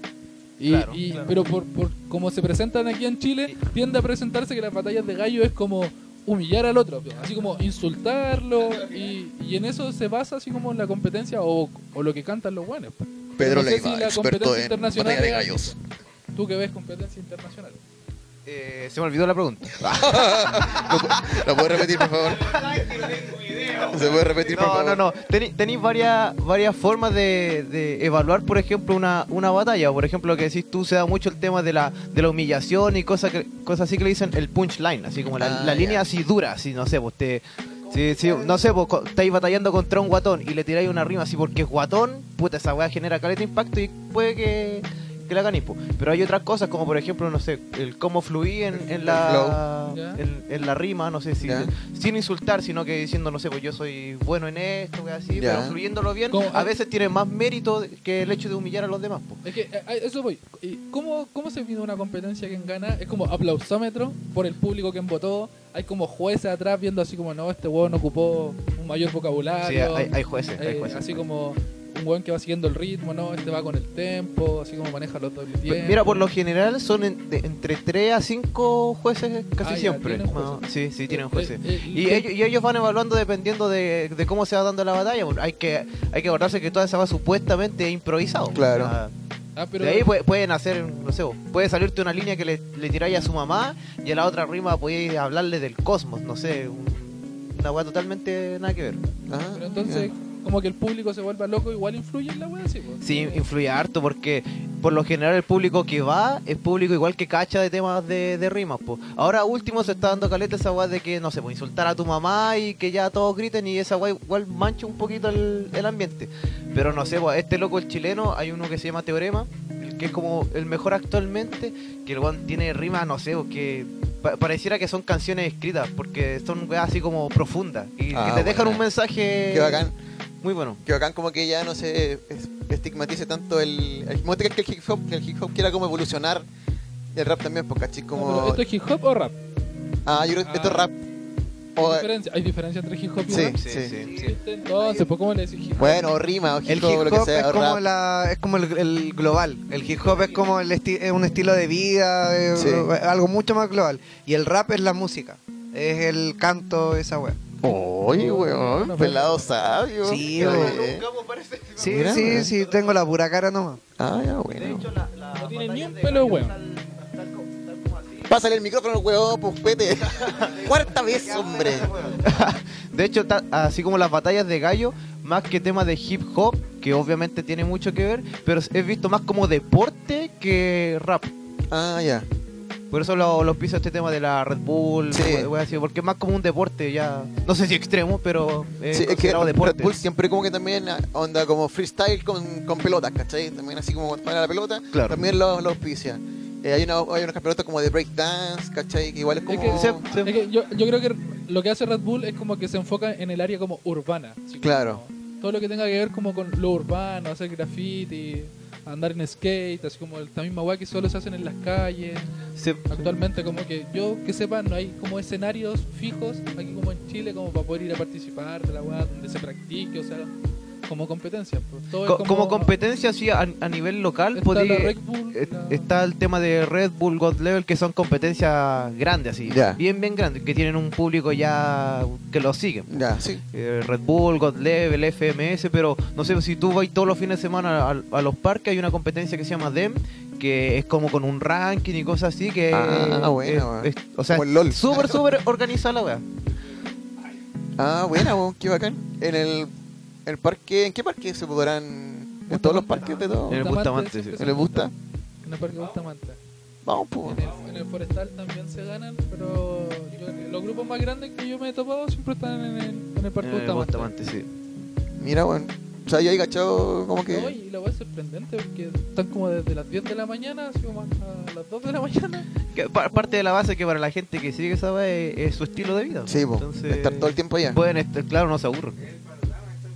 Speaker 5: Y,
Speaker 7: Claro,
Speaker 5: y-
Speaker 7: claro.
Speaker 5: Pero por, por como se presentan aquí en Chile, tiende a presentarse que las batallas de gallo es como humillar al otro, pues, así como insultarlo y, y en eso se basa así como la competencia o, o lo que cantan los guanes. pues.
Speaker 4: Pedro
Speaker 5: No sé si
Speaker 4: Leiva,
Speaker 5: la
Speaker 4: experto
Speaker 5: competencia
Speaker 4: en
Speaker 5: internacional
Speaker 4: batalla de
Speaker 5: es-
Speaker 4: gallos.
Speaker 5: Tú que ves competencia internacional.
Speaker 7: Eh, se me olvidó la pregunta.
Speaker 4: ¿Lo puedes repetir, por favor? ¿Se puede repetir, por
Speaker 7: No,
Speaker 4: favor?
Speaker 7: no, no. Teni- Tenéis varias, varias formas de, de evaluar, por ejemplo, una, una batalla. Por ejemplo, lo que decís tú, se da mucho el tema de la, de la humillación y cosas que- cosas así que le dicen el punchline, así como la,
Speaker 4: Ah,
Speaker 7: la
Speaker 4: ya.
Speaker 7: línea así dura, así, no sé, vos te... sí, sí, no sé, vos co- estáis batallando contra un guatón y le tiráis una rima así porque es guatón, puta, esa weá genera caleta de impacto y puede que, que la ganéis, po. Pero hay otras cosas como, por ejemplo, no sé, el cómo fluí en, en la,
Speaker 5: flow. Ya.
Speaker 7: en, en la rima, no sé si
Speaker 4: Ya.
Speaker 7: sin insultar, sino que diciendo, no sé, pues yo soy bueno en esto, que así,
Speaker 4: Ya.
Speaker 7: pero fluyéndolo bien,
Speaker 5: ¿Cómo?
Speaker 7: a veces tiene más mérito que el hecho de humillar a los demás. po.
Speaker 5: Es que eh, a eso voy. ¿Y ¿Cómo, ¿Cómo se mide una competencia que gana? Es como aplausómetro por el público que votó. Hay como jueces atrás viendo así como, no, este huevón ocupó un mayor vocabulario.
Speaker 7: Sí, hay, hay jueces,
Speaker 5: Eh,
Speaker 7: hay jueces.
Speaker 5: así como un weón que va siguiendo el ritmo, ¿no? Este va con el tempo, así como maneja los dobles
Speaker 7: Pues,
Speaker 5: tiempos.
Speaker 7: Mira, por lo general son en- de- entre 3 a 5 jueces casi
Speaker 5: Ah, ya,
Speaker 7: siempre.
Speaker 5: tienen jueces.
Speaker 7: No, sí, sí, tienen
Speaker 5: Eh,
Speaker 7: jueces.
Speaker 5: eh, eh,
Speaker 7: Y
Speaker 5: ¿qué-
Speaker 7: ellos, y ellos van evaluando dependiendo de, de cómo se va dando la batalla. Bueno, Hay que, hay que acordarse que toda esa va supuestamente improvisado.
Speaker 4: Claro.
Speaker 7: O sea,
Speaker 5: Ah, pero-
Speaker 7: De ahí pues, pue- pueden hacer, no sé, puede salirte una línea que le, le tiráis a su mamá y a la otra rima podéis hablarle del cosmos, no sé, un- una weá totalmente nada que ver.
Speaker 4: Ah,
Speaker 5: Pero entonces, como que el público se vuelva loco, igual influye en la wea, sí, pues. Ah, po.
Speaker 7: Sí, influye harto porque por lo general el público que va es público igual que cacha de temas de, de rimas. Po. Ahora último se está dando caleta esa weá de que, no sé, pues, insultar a tu mamá y que ya todos griten y esa weá igual mancha un poquito el, el ambiente. Pero no sé, pues, este loco el chileno, hay uno que se llama Teorema, que es como el mejor actualmente, que el weón tiene rimas, no sé, pues, que pa- pareciera que son canciones escritas porque son weas así como profundas y
Speaker 4: Ah,
Speaker 7: que te dejan
Speaker 4: buena.
Speaker 7: un mensaje
Speaker 4: Qué bacán.
Speaker 7: muy bueno.
Speaker 4: Que bacán como que ya no se es- estigmatice tanto el... el momento que el hip hop, el hip hop quiera como evolucionar. Y el rap también, porque así
Speaker 5: No, pero
Speaker 4: como...
Speaker 5: ¿Esto es hip hop o rap?
Speaker 4: Ah, yo creo que esto es rap.
Speaker 5: ¿Hay,
Speaker 4: O-
Speaker 5: diferencia? ¿Hay diferencia entre hip hop y
Speaker 4: sí,
Speaker 5: rap?
Speaker 4: sí,
Speaker 5: Existe, Entonces, pues, ¿cómo le decís hip hop?
Speaker 4: Bueno, o rima, o hip,
Speaker 3: El hip
Speaker 4: hop,
Speaker 3: hop
Speaker 4: lo que sea,
Speaker 3: es,
Speaker 4: o
Speaker 3: como
Speaker 4: rap.
Speaker 3: la- es como el, el global. El hip hop es como el esti- es un estilo de vida, eh,
Speaker 4: Sí.
Speaker 3: eh, algo mucho más global. Y el rap es la música, es el canto, esa wea.
Speaker 4: Oye, weón,
Speaker 5: Bueno,
Speaker 4: pelado sabio.
Speaker 3: Sí,
Speaker 4: Qué
Speaker 3: weón.
Speaker 4: bien.
Speaker 7: Ah,
Speaker 3: Sí,
Speaker 4: Mira,
Speaker 3: sí,
Speaker 4: mira.
Speaker 3: sí, tengo la pura cara nomás.
Speaker 4: Ah, ya, bueno.
Speaker 5: No tiene ni un pelo de huevo.
Speaker 4: Pásale el micrófono, weón, pues vete. Cuarta vez, hombre.
Speaker 7: De hecho, ta- así como las batallas de gallo, más que tema de hip hop, que obviamente tiene mucho que ver, pero es visto más como deporte que rap.
Speaker 4: Ah, ya.
Speaker 7: Por eso lo, lo piso este tema de la Red Bull,
Speaker 4: Sí.
Speaker 7: we- wea así, porque es más como un deporte ya. No sé si extremo, pero es
Speaker 4: Sí, es que
Speaker 7: considerado deporte.
Speaker 4: Red Bull siempre como que también ah, onda como freestyle con, con pelotas, ¿cachai? También así como para la pelota,
Speaker 7: Claro.
Speaker 4: también los lo auspicia. Eh, hay, una, hay unos campeonatos como de breakdance, ¿cachai? Que igual es como...
Speaker 5: que
Speaker 7: Se-
Speaker 5: Es
Speaker 7: se-
Speaker 5: que yo, yo creo que lo que hace Red Bull es como que se enfoca en el área como urbana. así como
Speaker 4: Claro.
Speaker 5: todo lo que tenga que ver como con lo urbano, hacer graffiti, andar en skate, así como esta misma weá que solo se hacen en las calles.
Speaker 7: se-
Speaker 5: Actualmente como que yo que sepa no hay como escenarios fijos aquí como en Chile como para poder ir a participar de la weá donde se practique, o sea, como competencia. pues, todo es
Speaker 7: co- como competencia así a, a nivel local,
Speaker 5: está
Speaker 7: podí-
Speaker 5: la Red Bull,
Speaker 7: eh,
Speaker 5: la-
Speaker 7: Está el tema de Red Bull God Level, que son competencias grandes, así.
Speaker 4: Ya.
Speaker 7: Bien, bien grandes, que tienen un público ya que los siguen.
Speaker 4: Ya, sí.
Speaker 7: eh, Red Bull, God Level, FMS, pero no sé, si tú vas todos los fines de semana a, a los parques, hay una competencia que se llama DEM, que es como con un ranking y cosas así, que
Speaker 4: Ah, buena,
Speaker 7: es-
Speaker 4: weón.
Speaker 7: es- o sea,
Speaker 4: Como el LOL.
Speaker 7: súper, súper organizada la weá.
Speaker 4: Ah, buena, weón, qué bacán. En el, el parque... ¿En qué parque se podrán...? ¿En todos los parques de todo?
Speaker 7: En el Bustamante, sí.
Speaker 5: siempre
Speaker 4: ¿En
Speaker 5: se
Speaker 4: el
Speaker 5: junta.
Speaker 4: Busta?
Speaker 5: En el Parque Bustamante.
Speaker 4: Vamos, pues.
Speaker 5: En el, en el forestal también se ganan, pero yo- los grupos más grandes que yo me he topado siempre están en el, en el Parque
Speaker 7: Eh,
Speaker 5: Bustamante.
Speaker 7: Bustamante, sí.
Speaker 4: Mira, weón. O sea, yo ahí cachado como
Speaker 5: No,
Speaker 4: que...
Speaker 5: y la weá es sorprendente porque están como desde las 10 de la mañana, así como hasta las 2 de la mañana.
Speaker 7: Que pa- parte de la base que para la gente que sigue esa weá es, es su estilo de vida.
Speaker 4: Sí, pues.
Speaker 7: Entonces,
Speaker 4: Estar todo el tiempo allá.
Speaker 7: Pueden estar, claro, no se aburren.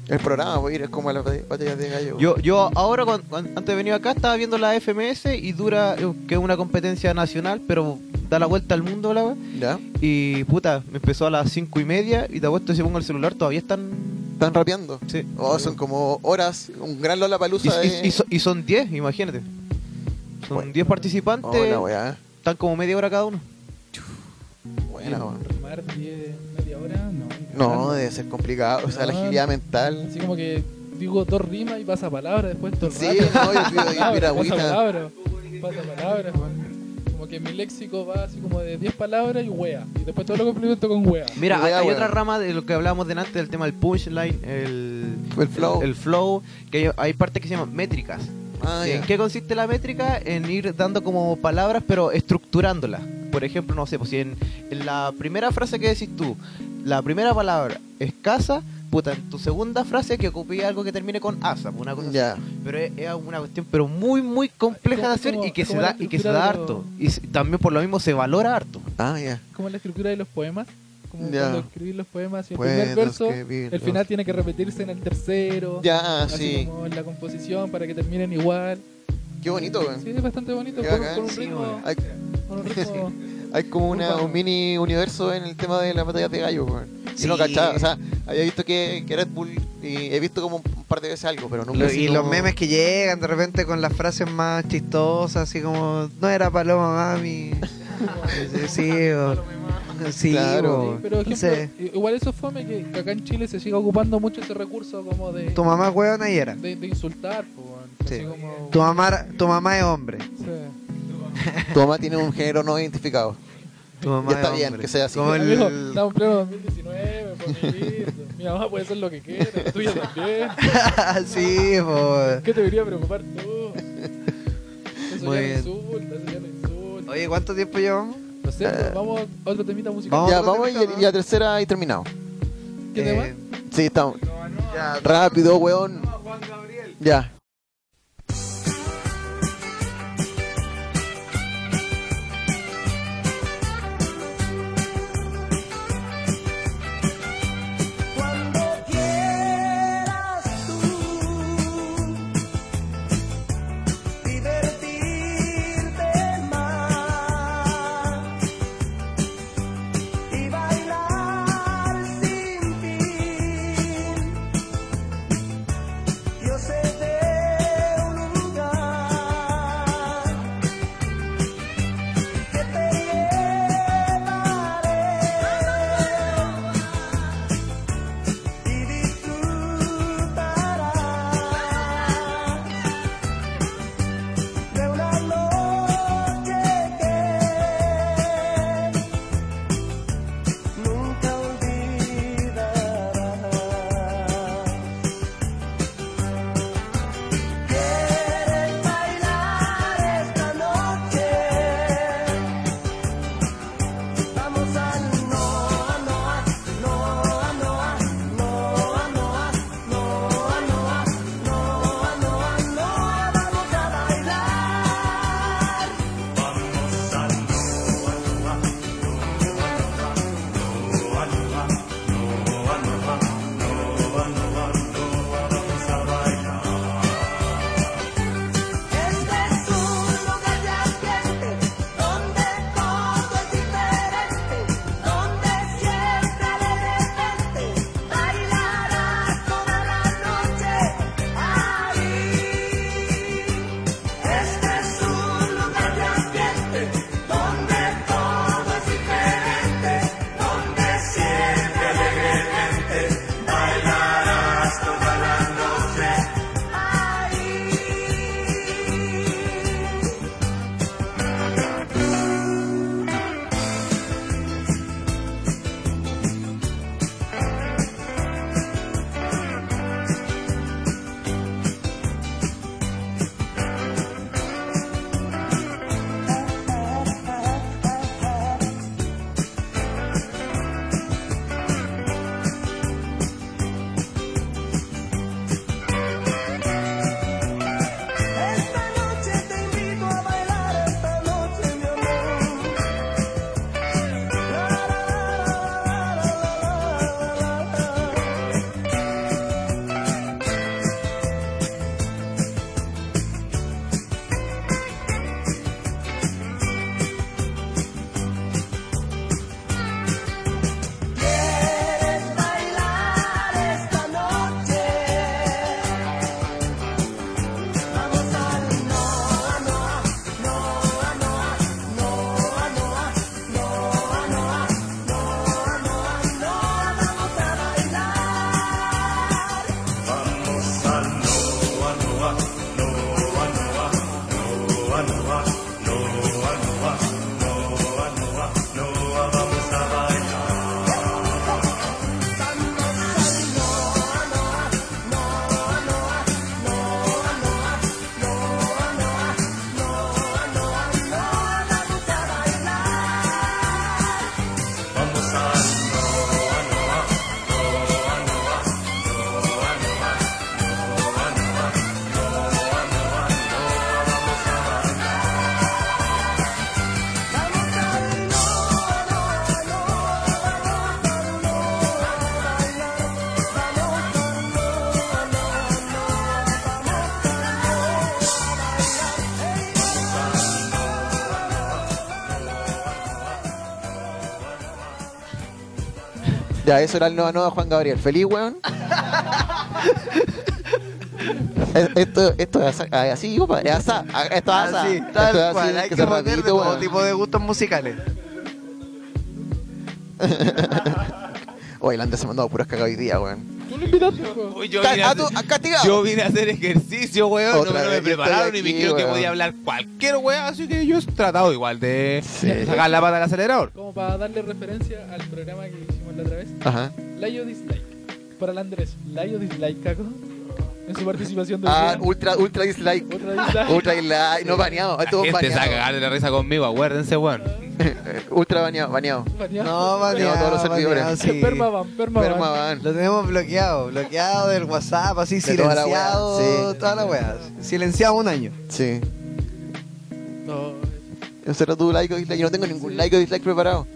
Speaker 4: El programa, voy a ir, es como a las batallas de gallo.
Speaker 7: Yo, yo ahora, cuan- cuan- antes de venir acá, estaba viendo la FMS y dura, eh, que es una competencia nacional, pero da la vuelta al mundo la weá.
Speaker 4: ¿Ya?
Speaker 7: Y puta, me empezó a las cinco y media y te apuesto si pongo el celular todavía están.
Speaker 4: Están rapeando.
Speaker 7: Sí.
Speaker 4: Oh, son como horas, un gran Lola
Speaker 7: y,
Speaker 4: Palusa
Speaker 7: y- y so- y son 10, imagínate. Son 10 participantes,
Speaker 4: Hola, Oh, weá.
Speaker 7: están como media hora cada uno.
Speaker 4: Buena, weá.
Speaker 5: Remar 10, media hora, no.
Speaker 4: No, debe ser complicado. O sea, la
Speaker 5: No,
Speaker 4: agilidad
Speaker 5: no.
Speaker 4: mental.
Speaker 5: Así como que digo dos rimas y pasa palabra después todo el
Speaker 4: Sí,
Speaker 5: rato.
Speaker 4: no, yo pido ahí
Speaker 5: Pasa
Speaker 4: piragüita.
Speaker 5: palabra, pasa palabra, man. Como que mi léxico va así como de 10 palabras y wea. Y después todo lo complemento con wea.
Speaker 7: Mira, hay,
Speaker 4: Wea,
Speaker 7: hay
Speaker 4: wea.
Speaker 7: otra rama de lo que hablábamos delante del tema del punchline, el,
Speaker 4: El flow.
Speaker 7: el flow, que hay, hay partes que se llaman métricas.
Speaker 4: Ah,
Speaker 7: ¿En
Speaker 4: ya.
Speaker 7: qué consiste la métrica? En ir dando como palabras, pero estructurándolas. Por ejemplo, no sé, pues si en, en la primera frase que decís tú, la primera palabra es casa, puta, en tu segunda frase que ocupé algo que termine con asa, pues una cosa así.
Speaker 4: Ya.
Speaker 7: Pero es, es una cuestión pero muy, muy compleja de
Speaker 5: Es
Speaker 7: hacer
Speaker 5: como-
Speaker 7: y que, se
Speaker 5: como la
Speaker 7: da, y que se
Speaker 5: estructura
Speaker 7: da
Speaker 5: de
Speaker 7: harto. Y s- también por lo mismo se valora harto.
Speaker 4: Ah, ya.
Speaker 5: Como la estructura de los poemas. Como
Speaker 4: Ya.
Speaker 5: cuando escribís los poemas y el
Speaker 4: Puedo
Speaker 5: primer verso,
Speaker 4: escribirlos.
Speaker 5: el final tiene que repetirse en el tercero.
Speaker 4: Ya,
Speaker 5: así
Speaker 4: sí.
Speaker 5: como en la composición para que terminen igual.
Speaker 4: Qué bonito, weón.
Speaker 5: Sí, es bastante bonito.
Speaker 4: Qué
Speaker 5: Con,
Speaker 4: bacán,
Speaker 5: con un
Speaker 4: sí,
Speaker 5: ritmo,
Speaker 4: Hay,
Speaker 5: con un ritmo
Speaker 4: hay como una,
Speaker 5: Urbano.
Speaker 4: un mini universo en el tema de las batallas de gallo, weón. Si no
Speaker 3: Sí.
Speaker 4: cachaba, o sea, había visto que, que Red Bull y he visto como un par de veces algo, pero nunca.
Speaker 3: Lo-
Speaker 4: así
Speaker 3: y los
Speaker 4: como-
Speaker 3: memes que llegan de repente con las frases más chistosas, así como, no era paloma, mami. sí, o- sí,
Speaker 4: Claro.
Speaker 3: o-
Speaker 5: Sí, pero ejemplo,
Speaker 3: entonces,
Speaker 5: igual eso es fome que, que acá en Chile se siga ocupando mucho ese recurso como de,
Speaker 3: tu mamá es hueona y era.
Speaker 5: de, de insultar. po, weón.
Speaker 3: Sí.
Speaker 5: Así como-
Speaker 3: Tu mamá, tu mamá es hombre.
Speaker 5: Sí.
Speaker 4: Tu mamá tiene un género no identificado.
Speaker 3: Tu mamá
Speaker 4: Ya está
Speaker 3: es
Speaker 4: bien,
Speaker 3: hombre.
Speaker 4: que sea así.
Speaker 3: Como el-
Speaker 5: Amigo, estamos en pleno 2019, familia. mi mamá puede hacer lo que quiera, la tuya también.
Speaker 3: sí, po.
Speaker 5: ¿Qué te debería preocupar tú? Eso
Speaker 3: Muy
Speaker 5: ya
Speaker 3: bien.
Speaker 5: no insulta, eso ya no insulta.
Speaker 3: Oye, ¿cuánto tiempo llevamos?
Speaker 5: No sé, pues, vamos a otro temita musical.
Speaker 3: Vamos
Speaker 4: ya,
Speaker 3: a otro
Speaker 4: vamos
Speaker 3: temita,
Speaker 4: y,
Speaker 3: ¿no?
Speaker 4: y la tercera y terminado.
Speaker 5: ¿Qué
Speaker 3: Eh,
Speaker 5: tema?
Speaker 4: Sí, estamos.
Speaker 3: ya,
Speaker 4: Rápido, weón. Ya.
Speaker 10: Cuando quieras tú divertirte más y bailar sin fin, yo seré
Speaker 4: Ya, eso era el Nova Nova Juan Gabriel. ¿Feliz, weón? Es- Eh, esto, esto es asa- ah, así, compa, es asa, ah, esto es asa.
Speaker 3: Así,
Speaker 4: esto es
Speaker 3: tal
Speaker 4: así,
Speaker 3: cual. Hay que
Speaker 4: se
Speaker 3: poner de
Speaker 4: rapidito,
Speaker 3: todo
Speaker 4: weón.
Speaker 3: tipo de gustos musicales.
Speaker 4: Oye, el Andrés se ha mandado puras cagas hoy día, weón.
Speaker 5: Tú lo invitaste, po.
Speaker 6: Uy, yo
Speaker 4: Ca-
Speaker 6: vine a
Speaker 4: ah, tú-
Speaker 6: hacer-
Speaker 4: ah, castigado.
Speaker 6: Yo vine a hacer ejercicio, weón.
Speaker 4: Otra
Speaker 6: no, me-
Speaker 4: vez
Speaker 6: no me
Speaker 4: que estoy
Speaker 6: prepararon y me
Speaker 4: aquí,
Speaker 6: dijeron que
Speaker 4: weón.
Speaker 6: podía hablar cualquier weón. Así que yo he tratado igual de sacar la pata del acelerador.
Speaker 5: Como para darle referencia al programa que hicimos la otra vez.
Speaker 4: Ajá.
Speaker 5: Layo Dislike. Para el Andrés, Layo Dislike, caco. En su participación de
Speaker 4: Ah, ultra, ultra dislike.
Speaker 5: otra dislike.
Speaker 4: Ultra dislike. No, baneado.
Speaker 6: La
Speaker 4: Esto es
Speaker 6: gente se va a
Speaker 4: baneado.
Speaker 6: cagar de la risa conmigo, acuérdense, weón.
Speaker 4: Eh, Ultra baneado, baneado.
Speaker 5: Baneado.
Speaker 3: No, baneado,
Speaker 4: todos los servidores.
Speaker 3: baneado, sí.
Speaker 5: Permaban, permaban.
Speaker 3: Ah,
Speaker 4: Permaban.
Speaker 3: Lo tenemos bloqueado, bloqueado del WhatsApp, así
Speaker 4: De toda la
Speaker 3: silenciado,
Speaker 4: wea, sí.
Speaker 3: toda la wea. Silenciado un año.
Speaker 4: Sí.
Speaker 5: No,
Speaker 4: Ese era tu like o dislike. Yo no tengo ningún like o dislike preparado.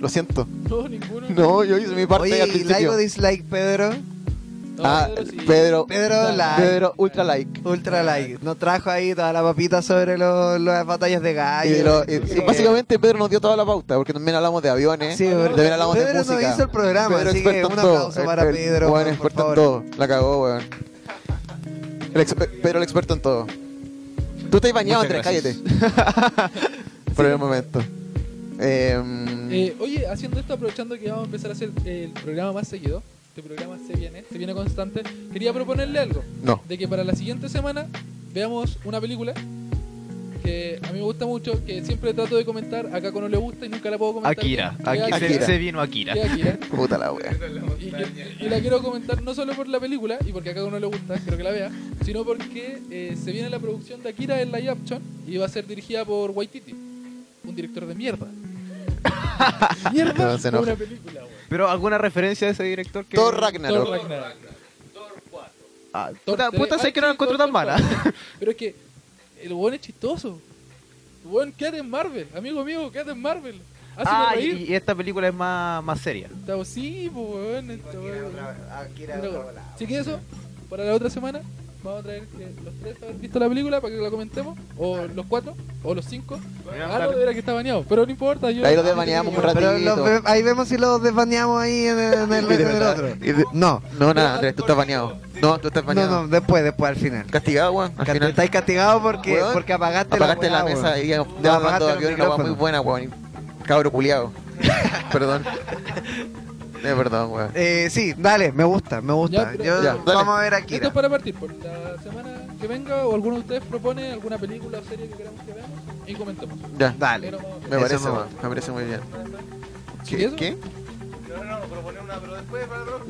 Speaker 4: Lo siento.
Speaker 5: no, ninguno.
Speaker 4: No, yo hice mi parte al
Speaker 3: Oye, ¿y like
Speaker 4: principio.
Speaker 3: o dislike, Pedro?
Speaker 5: No,
Speaker 4: ah,
Speaker 5: sí.
Speaker 4: Pedro,
Speaker 3: Pedro, like.
Speaker 4: Pedro, ultra like.
Speaker 3: Ultra like. Nos trajo ahí toda la papita sobre lo- las batallas de gallo.
Speaker 4: Y lo- y-
Speaker 3: Sí.
Speaker 4: básicamente Pedro nos dio toda la pauta, porque también hablamos de aviones,
Speaker 3: Sí, Pedro.
Speaker 4: también hablamos de
Speaker 3: Pedro nos
Speaker 4: música.
Speaker 3: hizo el programa, así que
Speaker 4: experto en
Speaker 3: un aplauso
Speaker 4: todo.
Speaker 3: para Pedro,
Speaker 4: Bueno,
Speaker 3: por
Speaker 4: experto en
Speaker 3: favor.
Speaker 4: todo. La cagó, weón. El ex- Pedro el experto en todo. Tú estás bañado, Andrés,
Speaker 6: Muchas
Speaker 4: cállate. Por el momento. Em,
Speaker 5: Eh, oye, haciendo esto, aprovechando que vamos a empezar a hacer eh, el programa más seguido, este programa se viene, se viene constante, quería proponerle algo,
Speaker 4: no.
Speaker 5: de que para la siguiente semana veamos una película que a mí me gusta mucho, que siempre trato de comentar, acá no le gusta y nunca la puedo comentar.
Speaker 7: Akira.
Speaker 5: Que es
Speaker 7: Aquí se,
Speaker 4: Akira.
Speaker 7: se vino Akira.
Speaker 5: que es Akira.
Speaker 4: Puta la wea.
Speaker 5: Y, que- y la quiero comentar no solo por la película y porque a cada uno le gusta, creo que la vea, sino porque eh, se viene la producción de Akira en live action y va a ser dirigida por Waititi, un director de mierda. mierda
Speaker 4: No, se
Speaker 5: de
Speaker 4: enoja.
Speaker 5: una película, güey.
Speaker 7: Pero alguna referencia de ese director que.
Speaker 4: Thor Ragnarok.
Speaker 5: Thor Ragnarok.
Speaker 7: Ah,
Speaker 5: Thor
Speaker 7: puta,
Speaker 5: tres.
Speaker 3: eh,
Speaker 7: puta, sé
Speaker 5: Ay,
Speaker 7: que no la
Speaker 5: sí,
Speaker 7: encontré
Speaker 5: Thor
Speaker 7: tan mala.
Speaker 5: tres, cuatro. Pero es que el weón es chistoso. El weón quédate en Marvel, amigo mío, quédate en Marvel. Hazme
Speaker 7: Ah, y,
Speaker 5: reír.
Speaker 7: y esta película es más, más seria.
Speaker 5: Está- Sí, pues, weón. esta weón.
Speaker 3: Akira
Speaker 5: Pero bueno, Así que eso, para la otra semana vamos a traer que los tres haber visto la película para que la comentemos, o los cuatro, o los cinco. Ah, no, era que está baneado, pero no importa. Yo,
Speaker 4: Ahí lo desbaneamos un ratito.
Speaker 3: Pero los ve- ahí vemos si los desbaneamos ahí en el, en el-
Speaker 4: Y de
Speaker 3: en el
Speaker 4: verdad.
Speaker 3: otro. Y de- no,
Speaker 4: No, nada, Andrés, tú estás bañado. No, tú estás
Speaker 3: no,
Speaker 4: bañado.
Speaker 3: no, después, después, al final.
Speaker 4: Castigado, weón. Al
Speaker 3: Cast-
Speaker 4: final
Speaker 3: Estáis castigados porque,
Speaker 4: Weón,
Speaker 3: porque apagaste,
Speaker 4: Apagaste la,
Speaker 3: weá,
Speaker 4: mesa
Speaker 3: weón.
Speaker 4: y ya
Speaker 3: No,
Speaker 4: estaba hablando
Speaker 3: apagaste
Speaker 4: de
Speaker 3: los
Speaker 4: aviones, una weá muy
Speaker 3: micrófonos.
Speaker 4: buena, weón. Cabro culiado. Perdón. Eh, perdón, weón.
Speaker 3: Eh, sí, dale, me gusta, me gusta.
Speaker 5: Ya, pero-
Speaker 3: Yo-
Speaker 4: Ya, dale.
Speaker 3: vamos a ver
Speaker 5: Esto
Speaker 3: Akira.
Speaker 5: es para partir, por la semana que venga, o alguno de ustedes propone alguna película o serie que queramos que veamos y comentemos.
Speaker 4: Ya,
Speaker 3: Dale.
Speaker 5: Pero vamos a
Speaker 4: me
Speaker 3: Eso
Speaker 4: parece,
Speaker 3: me
Speaker 4: weón.
Speaker 3: gusta.
Speaker 4: Me parece muy bien.
Speaker 5: ¿Y
Speaker 4: ¿Qué?
Speaker 5: eso?
Speaker 4: ¿Qué?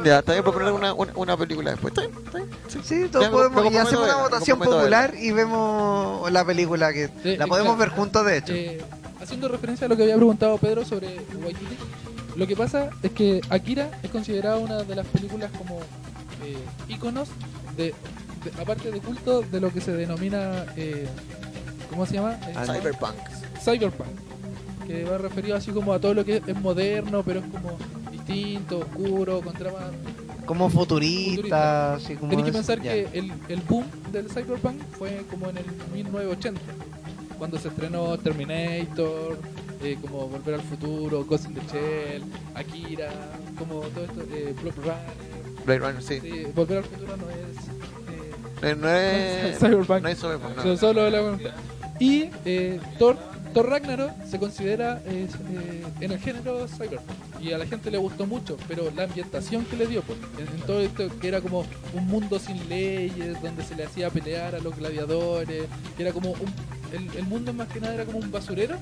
Speaker 4: Ya, está bien proponer una, una, una película después. ¿Está bien? ¿Está bien? Sí.
Speaker 3: Sí, todos
Speaker 4: Ya, me- me
Speaker 3: podemos y
Speaker 4: comprometo
Speaker 3: hacemos
Speaker 4: a
Speaker 3: una
Speaker 4: verla, me
Speaker 3: votación
Speaker 4: comprometo a
Speaker 3: popular y vemos la película que
Speaker 5: Sí,
Speaker 3: la podemos
Speaker 5: exacto.
Speaker 3: ver juntos de hecho.
Speaker 5: Eh, haciendo referencia a lo que había preguntado Pedro sobre Waititi, lo que pasa es que Akira es considerada una de las películas como eh, íconos, de, de- aparte de culto, de lo que se denomina, eh, ¿cómo se llama? Eh,
Speaker 4: Cyberpunk.
Speaker 5: cyberpunk, que va referido así como a todo lo que es moderno, pero es como distinto, oscuro, con tramas
Speaker 3: Como futurista,
Speaker 5: Futurista.
Speaker 3: así como
Speaker 5: Tenéis que
Speaker 3: eso,
Speaker 5: pensar
Speaker 3: ya.
Speaker 5: que el, el boom del cyberpunk fue como en el 1980, cuando se estrenó Terminator, eh, como Volver al Futuro, Ghost in the Shell, Akira, como todo esto, eh, Blade Runner.
Speaker 4: Blade Runner, sí.
Speaker 5: sí, Volver al Futuro no eh, es...
Speaker 4: No, no es.
Speaker 5: Cyberpunk.
Speaker 4: Eh, No es Cyberpunk,
Speaker 5: eh,
Speaker 4: no.
Speaker 5: solo la pregunta. Y eh, Thor, Thor Ragnarok se considera eh, eh, en el género cyberpunk. Y a la gente le gustó mucho, pero la ambientación que le dio, pues, en, en todo esto que era como un mundo sin leyes, donde se le hacía pelear a los gladiadores, que era como un, el, el mundo más que nada era como un basurero,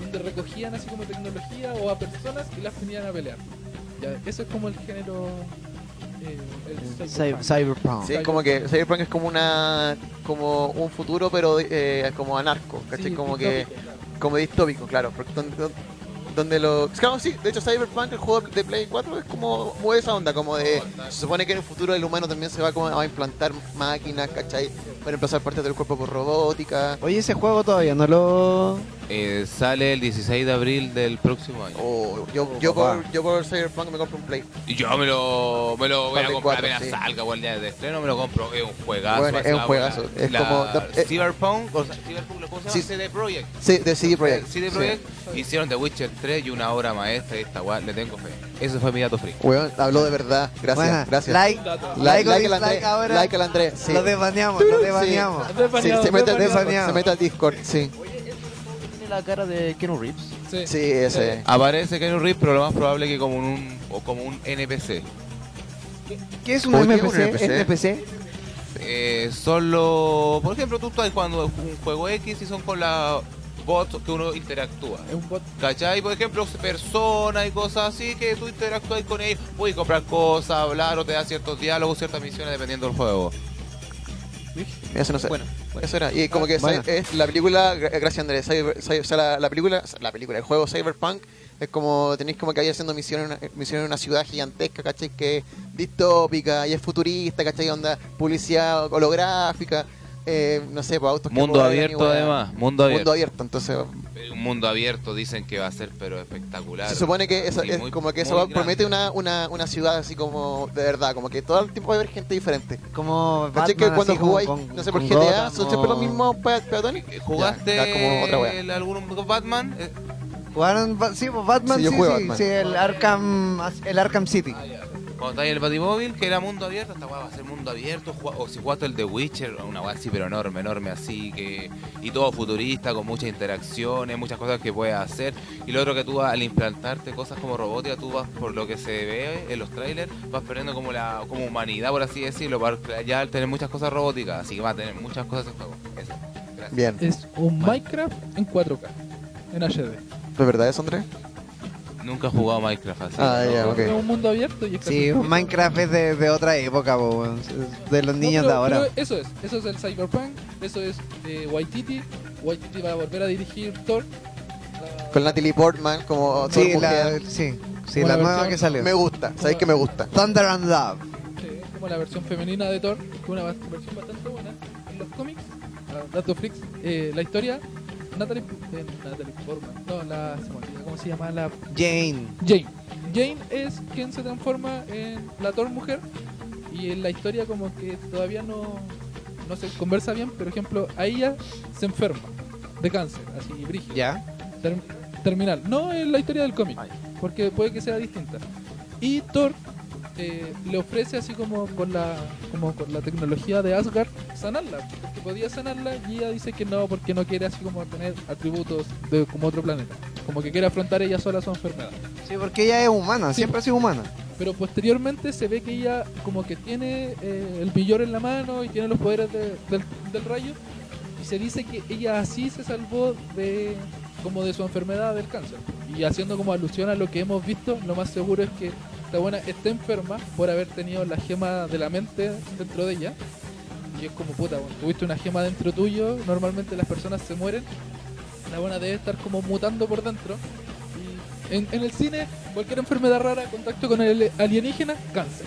Speaker 5: donde recogían así como tecnología o a personas y las ponían a pelear. Ya, eso es como el género... eh, el
Speaker 3: Cy-
Speaker 5: cyberpunk.
Speaker 3: Cyberpunk.
Speaker 4: Sí, es como que Cyberpunk es como una. como un futuro, pero eh, como anarco. ¿Cachai?
Speaker 5: Sí,
Speaker 4: como que.
Speaker 5: distópico, claro.
Speaker 4: como distópico, claro. Porque donde, don- donde lo. Claro, sí, de hecho, Cyberpunk, el juego de Play 4, es como. mueve esa onda, como de. Se supone que en el futuro el humano también se va, como, a implantar máquinas, ¿cachai? Van a reemplazar partes del cuerpo por robótica.
Speaker 3: Oye, ese juego todavía no lo
Speaker 6: Eh, sale el 16 de abril del próximo año.
Speaker 4: O yo, yo, por, yo por Cyberpunk me compro un Play.
Speaker 6: Y yo me lo, me lo voy a
Speaker 4: Parte
Speaker 6: comprar
Speaker 4: cuatro,
Speaker 6: apenas
Speaker 4: sí.
Speaker 6: salga, o el día de estreno me lo compro. Es un juegazo.
Speaker 4: Bueno,
Speaker 6: así
Speaker 4: es un
Speaker 6: la
Speaker 4: juegazo.
Speaker 6: bola.
Speaker 4: Es
Speaker 6: La
Speaker 4: como- da- eh.
Speaker 6: Cyberpunk, o sea, Cyberpunk, ¿cómo se llama?
Speaker 4: Sí.
Speaker 6: CD Projekt.
Speaker 4: Sí, de CD Projekt.
Speaker 6: CD
Speaker 4: sí.
Speaker 6: Projekt hicieron The Witcher 3 y una obra maestra y esta guay, le tengo fe. Ese fue mi dato free.
Speaker 4: Weón, habló de verdad. Gracias,
Speaker 3: Buena.
Speaker 4: gracias.
Speaker 3: Like, like, o
Speaker 4: al
Speaker 3: dislike
Speaker 4: André,
Speaker 3: ahora.
Speaker 4: like al André, sí.
Speaker 3: Lo desbaneamos, lo
Speaker 4: Sí.
Speaker 3: desbaneamos.
Speaker 4: Sí,
Speaker 5: Desbaneado,
Speaker 4: se, mete al
Speaker 5: desbaneado.
Speaker 4: Discord, se mete al Discord, sí.
Speaker 8: este
Speaker 3: este
Speaker 8: Tiene la cara de Keanu Reeves.
Speaker 5: pues,
Speaker 8: Eh,
Speaker 5: Sí.
Speaker 4: Sí, ese.
Speaker 6: Aparece Kenny Reeves, pero lo más probable que como un, o como un NPC.
Speaker 3: ¿Qué es un
Speaker 4: ¿Por qué
Speaker 3: NPC?
Speaker 4: un NPC?
Speaker 3: NPC?
Speaker 6: Eh, solo, por ejemplo, tú estás jugando un juego X y son con la bots que uno interactúa.
Speaker 5: Es un bot.
Speaker 6: ¿Cachai? Por ejemplo, personas y cosas así que tú interactúas con ellos. Puedes comprar cosas, hablar o te da ciertos diálogos, ciertas misiones dependiendo del juego.
Speaker 4: Eso no sé.
Speaker 8: Bueno,
Speaker 4: Eso era. Y como que
Speaker 3: Bueno.
Speaker 4: cy- es la película, gra- gracias Andrés, cyber- cy- o sea, la, la película, la película, el juego Cyberpunk es como tenéis como que ir haciendo misiones en una, misiones en una ciudad gigantesca, ¿cachai? Que es distópica y es futurista, ¿cachai? Onda publicidad holográfica, eh, no sé, pues autos que
Speaker 6: Mundo
Speaker 4: vuelan y
Speaker 6: abierto,
Speaker 4: weá.
Speaker 6: además, mundo abierto.
Speaker 4: Mundo abierto, entonces
Speaker 6: Eh, Un mundo abierto dicen que va a ser, pero espectacular.
Speaker 4: se supone que esa-
Speaker 6: Y
Speaker 4: es
Speaker 6: muy-
Speaker 4: como que eso
Speaker 6: muy
Speaker 4: va-
Speaker 6: grande.
Speaker 4: promete una, una, una ciudad así como de verdad, como que todo el tiempo va a haber gente diferente.
Speaker 3: Como
Speaker 4: ¿Cachai? Que
Speaker 3: Batman,
Speaker 4: cuando
Speaker 3: así como
Speaker 4: jugáis,
Speaker 3: con-
Speaker 4: no sé, por
Speaker 3: con
Speaker 4: GTA,
Speaker 3: Gotham
Speaker 4: son
Speaker 3: o-
Speaker 4: siempre pues, los mismos pe- peatones.
Speaker 6: Eh, ¿Jugaste
Speaker 4: Ya, ya, como otra wea.
Speaker 6: el- algún Batman? Eh,
Speaker 3: ¿Jugaron? Ba- Sí, pues Batman,
Speaker 4: Sí,
Speaker 3: sí,
Speaker 4: yo
Speaker 3: sí,
Speaker 4: jugué Batman.
Speaker 3: sí, el Arkham, el Arkham City.
Speaker 6: Cuando estás en el Batimóvil, que era mundo abierto, esta weá va a ser mundo abierto. jua- O si jugaste el The Witcher, una weá así, pero enorme, enorme, así que. Y todo futurista, con muchas interacciones, muchas cosas que puedes hacer. Y lo otro que tú vas, al implantarte cosas como robótica, tú vas, por lo que se ve en los trailers, vas perdiendo como la como humanidad, por así decirlo, para ya al tener muchas cosas robóticas. Así que va a tener muchas cosas en juego. Eso. Gracias.
Speaker 4: Bien.
Speaker 5: Es un Minecraft en 4K. En HD.
Speaker 4: ¿Es verdad eso, Andrés?
Speaker 6: Nunca he jugado Minecraft así.
Speaker 4: Ah, ya, ok.
Speaker 5: Es un mundo abierto y es casi
Speaker 3: Sí,
Speaker 5: un-
Speaker 3: Minecraft es de, de otra época, po, weón. de los
Speaker 5: No,
Speaker 3: niños de
Speaker 5: pero-
Speaker 3: ahora.
Speaker 5: pero eso es, eso es el Cyberpunk, eso es eh, Waititi. Waititi va a volver a dirigir Thor. La-
Speaker 4: Con Natalie Portman como Thor
Speaker 3: Sí, la,
Speaker 4: mujer.
Speaker 3: sí, sí,
Speaker 5: Como
Speaker 3: la
Speaker 5: la
Speaker 3: nueva
Speaker 5: versión-
Speaker 3: que salió.
Speaker 4: Me gusta, sabéis que me gusta.
Speaker 3: Thunder and Love.
Speaker 5: eh, como la versión femenina de Thor, que es una bas- versión bastante buena. En los cómics, ah, Dato Freaks, eh, la historia, Natalie, eh, Natalie Portman, no, la, se me olvida ¿cómo se llama? La
Speaker 3: Jane.
Speaker 5: Jane. Jane es quien se transforma en la Thor mujer y en la historia como que todavía no, no se conversa bien, pero ejemplo, a ella se enferma de cáncer, así brígido.
Speaker 7: ¿Ya?
Speaker 5: Ter- terminal. No en la historia del cómic, porque puede que sea distinta. Y Thor eh, le ofrece así como con la como con la tecnología de Asgard sanarla, porque podía sanarla y ella dice que no porque no quiere así como tener atributos de como otro planeta, como que quiere afrontar ella sola su enfermedad.
Speaker 3: Sí, porque ella es humana, siempre ha sido humana.
Speaker 5: Pero posteriormente se ve que ella como que tiene eh, el billón en la mano y tiene los poderes de- del, del rayo y se dice que ella así se salvó de como de su enfermedad del cáncer y haciendo como alusión a lo que hemos visto lo más seguro es que esta buena está enferma por haber tenido la gema de la mente dentro de ella y es como puta cuando tuviste una gema dentro tuyo normalmente las personas se mueren la buena debe estar como mutando por dentro y en, en el cine cualquier enfermedad rara contacto con el alienígena cáncer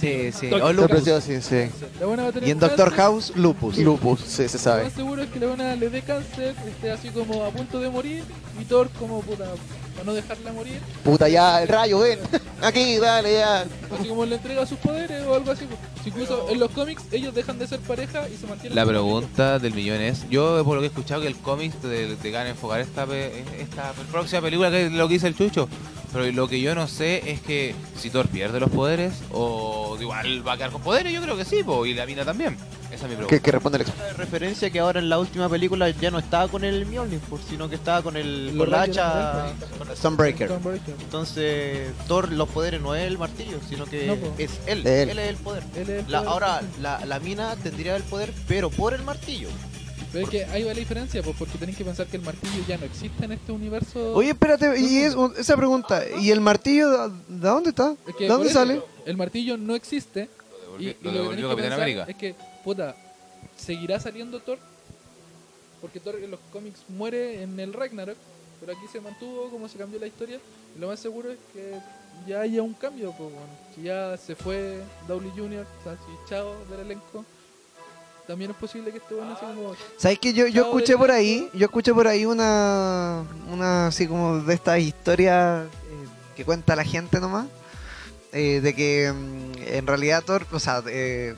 Speaker 7: Sí, sí.
Speaker 5: Toque.
Speaker 7: O
Speaker 4: Está
Speaker 7: Lupus.
Speaker 4: precioso, Ah, sí, sí.
Speaker 5: La buena va a tener
Speaker 3: Y en Doctor
Speaker 5: cáncer.
Speaker 3: House, Lupus.
Speaker 4: Lupus, sí, se
Speaker 5: Lo
Speaker 4: sabe.
Speaker 5: más seguro es que la buena le dé cáncer, esté así como a punto de morir, y Thor como puta, para no dejarla morir,
Speaker 4: Puta, ya, el rayo, ven. Aquí, dale, ya.
Speaker 5: así como le entrega sus poderes o algo así. Si incluso en los cómics ellos dejan de ser pareja y se mantienen.
Speaker 6: La
Speaker 5: como
Speaker 6: pregunta del millón es, yo por lo que he escuchado que el cómic te, te gana enfocar esta, pe- esta próxima película que es lo que dice el Chucho, pero lo que yo no sé es que si Thor pierde los poderes o igual va a quedar con poderes, yo creo que sí, po, y la mina también. Esa es mi
Speaker 4: Que,
Speaker 6: pregunta.
Speaker 4: que responde el experto.
Speaker 8: De referencia que ahora en la última película ya no estaba con el Mjolnir, pues, sino que estaba con el
Speaker 5: Los
Speaker 8: con la
Speaker 5: rayos
Speaker 8: hacha. con la-
Speaker 5: pareja.
Speaker 3: Sunbreaker.
Speaker 8: Entonces, Thor los poderes no es el martillo, sino que
Speaker 5: No, po.
Speaker 8: es él,
Speaker 4: Él.
Speaker 8: él, es el poder.
Speaker 5: Él es el
Speaker 8: La-
Speaker 5: poder.
Speaker 8: ahora la, la mina tendría el poder, pero por el martillo.
Speaker 5: Pero es que ahí va la diferencia, pues, porque tenéis que pensar que el martillo ya no existe en este universo.
Speaker 3: Oye, espérate, y
Speaker 4: Mm.
Speaker 3: es, esa pregunta, ¿y el martillo de, de dónde está?
Speaker 5: Es que
Speaker 3: ¿De dónde
Speaker 5: por eso,
Speaker 3: sale?
Speaker 5: El martillo no existe.
Speaker 6: devolvió-
Speaker 5: Y, y
Speaker 6: lo
Speaker 5: lo que
Speaker 6: devolvió
Speaker 5: tenés que
Speaker 6: Capitán
Speaker 5: pensar
Speaker 6: América.
Speaker 5: es que, puta, ¿seguirá saliendo Thor? Porque Thor en los cómics muere en el Ragnarok, pero aquí se mantuvo como se cambió la historia. Y lo más seguro es que ya haya un cambio, pues, bueno, si ya se fue Downey Jr., o sea, si chao del elenco. También es posible que este bueno así como...
Speaker 3: ¿Sabes que yo, yo
Speaker 5: Chao,
Speaker 3: escuché
Speaker 5: del
Speaker 3: por
Speaker 5: mundo.
Speaker 3: ahí, yo escuché por ahí una, una así como de estas historias eh, que cuenta la gente nomás, eh, de que mm, en realidad Thor, o sea, eh,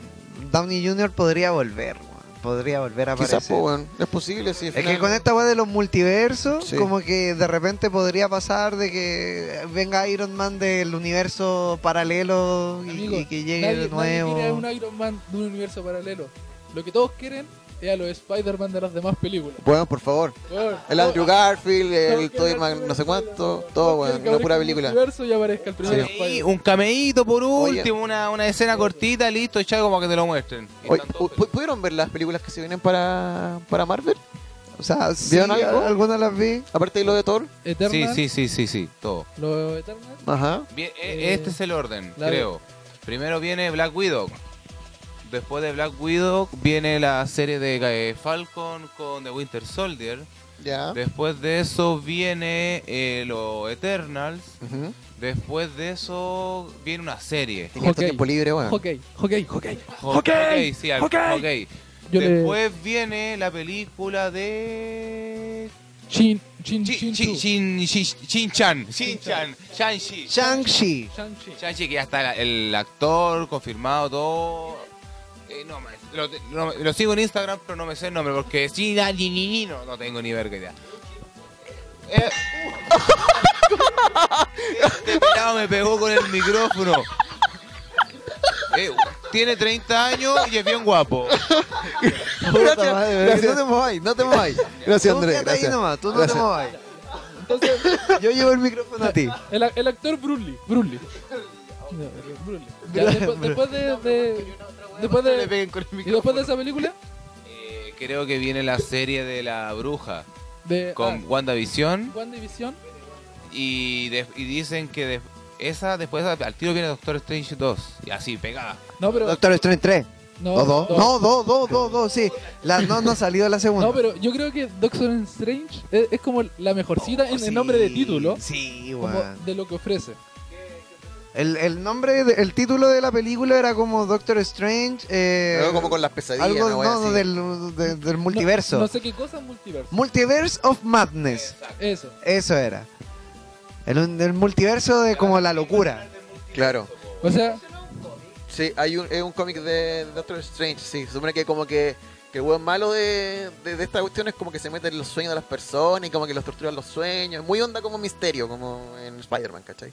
Speaker 3: Downey Jr. podría volver, weón. podría volver a aparecer.
Speaker 4: Quizás, pues, weón. Es posible, sí. al
Speaker 3: Es que
Speaker 4: final-
Speaker 3: con esta weá de los multiversos,
Speaker 4: Sí.
Speaker 3: como que de repente podría pasar de que venga Iron Man del universo paralelo y,
Speaker 5: Amigo,
Speaker 3: y que llegue
Speaker 5: nadie,
Speaker 3: de
Speaker 5: nadie
Speaker 3: nuevo.
Speaker 5: quiere a un Iron Man de un universo paralelo. Lo que todos quieren es a los Spider-Man de las demás películas.
Speaker 4: Bueno, por favor.
Speaker 5: Weón,
Speaker 4: El
Speaker 5: no-
Speaker 4: Andrew Garfield, el
Speaker 5: todos quieren
Speaker 4: Tobey
Speaker 5: al
Speaker 4: Mag- no sé
Speaker 5: Spider-Man.
Speaker 4: cuánto,
Speaker 5: Todos
Speaker 4: todo,
Speaker 5: quieren
Speaker 4: weón.
Speaker 5: que
Speaker 4: Una
Speaker 5: aparezca
Speaker 4: pura
Speaker 5: un
Speaker 4: película.
Speaker 5: Universo y aparezca el primer
Speaker 4: Sí.
Speaker 6: Ahí,
Speaker 5: Spider-Man.
Speaker 6: un cameíto por
Speaker 4: Oye.
Speaker 6: último, una, una escena cortita, listo, ya como que te lo muestren. Y
Speaker 4: Oye,
Speaker 6: están todos
Speaker 4: ¿pu- pu- ¿Pudieron ver las películas que se vienen para, para Marvel?
Speaker 3: O sea, sí,
Speaker 4: ¿Vieron algo?
Speaker 3: algunas las vi.
Speaker 4: Aparte de lo de Thor.
Speaker 5: Eternals,
Speaker 6: Sí, sí, sí, sí, sí, todo.
Speaker 5: Los Eternals.
Speaker 4: Ajá.
Speaker 6: Bien,
Speaker 5: Eh,
Speaker 6: e- este es el orden,
Speaker 5: la-
Speaker 6: creo. Primero viene Black Widow. Después de Black Widow viene la serie de eh, Falcon con The Winter Soldier.
Speaker 4: Ya.
Speaker 6: Después de eso viene eh, los Eternals.
Speaker 4: Ujú.
Speaker 6: Después de eso viene una serie.
Speaker 4: Tenía harto
Speaker 5: Ok.
Speaker 4: tiempo libre, weón.
Speaker 5: Hockey, hockey, hockey.
Speaker 6: Ok,
Speaker 1: ¡Hockey!
Speaker 6: sí, al-
Speaker 1: ¡Hockey!
Speaker 6: ok.
Speaker 5: Yo le-
Speaker 6: Después viene la película de
Speaker 5: Chin, chin,
Speaker 6: Chi-
Speaker 5: chin,
Speaker 6: Chi-
Speaker 5: chin.
Speaker 6: Shin Shin- Shin-chan, Shin-chan, Shang-Chi.
Speaker 3: Shang-Chi.
Speaker 5: Shang-Chi.
Speaker 6: Shang-Chi, que ya está la- el actor confirmado todo. Eh, no, me- lo, te- no me- lo sigo en Instagram, pero no me sé el nombre porque si na- ni ni ni no, no tengo ni verga idea. Eh, este pelado me pegó con el micrófono. Eh, tiene 30 años y es bien guapo.
Speaker 4: Gracias,
Speaker 3: madre,
Speaker 4: gracias.
Speaker 3: no te mováis, no te mováis.
Speaker 4: Gracias,
Speaker 3: Tú
Speaker 4: Andrés.
Speaker 3: quédate ahí
Speaker 4: Gracias.
Speaker 3: nomás, tú no
Speaker 4: Gracias.
Speaker 3: te mováis.
Speaker 5: Entonces,
Speaker 3: Yo llevo el micrófono a ti.
Speaker 5: el, ac- el actor Brully. Brully. No, Brully. Ya, después, después de. de- después de- y después de esa película.
Speaker 6: Eh, creo que viene la serie de la bruja
Speaker 5: De.
Speaker 6: con WandaVision.
Speaker 5: ah, WandaVision.
Speaker 6: Y, de- y dicen que de- esa después al tiro viene Doctor Strange 2. Y así, pegada.
Speaker 5: No, pero.
Speaker 3: Doctor Strange 3.
Speaker 5: No,
Speaker 3: O dos.
Speaker 5: no.
Speaker 3: No, dos, dos, dos, dos, sí. La no no salió la segunda.
Speaker 5: No, pero yo creo que Doctor Strange es, es como la mejorcita en
Speaker 3: Oh, Sí,
Speaker 5: el nombre de título.
Speaker 3: Sí,
Speaker 5: como
Speaker 3: weón.
Speaker 5: de lo que ofrece.
Speaker 3: El, el nombre, de- el título de la película era como Doctor Strange. eh,
Speaker 4: Luego como con las pesadillas,
Speaker 3: algo
Speaker 4: una wea
Speaker 3: no,
Speaker 4: así.
Speaker 3: del, de- del
Speaker 5: No-
Speaker 3: multiverso.
Speaker 5: No, sé qué cosa multiverso.
Speaker 3: Multiverse of Madness.
Speaker 5: Eso.
Speaker 3: Eso era. El, el multiverso de como la locura.
Speaker 4: Claro.
Speaker 5: O sea,
Speaker 4: Sí, hay un, es un cómic de Doctor Strange, sí. Se supone que como que, que el weón malo de, de, de esta cuestión es como que se mete en los sueños de las personas y como que los torturan los sueños. Muy onda como misterio, como en Spider-Man, ¿cachai?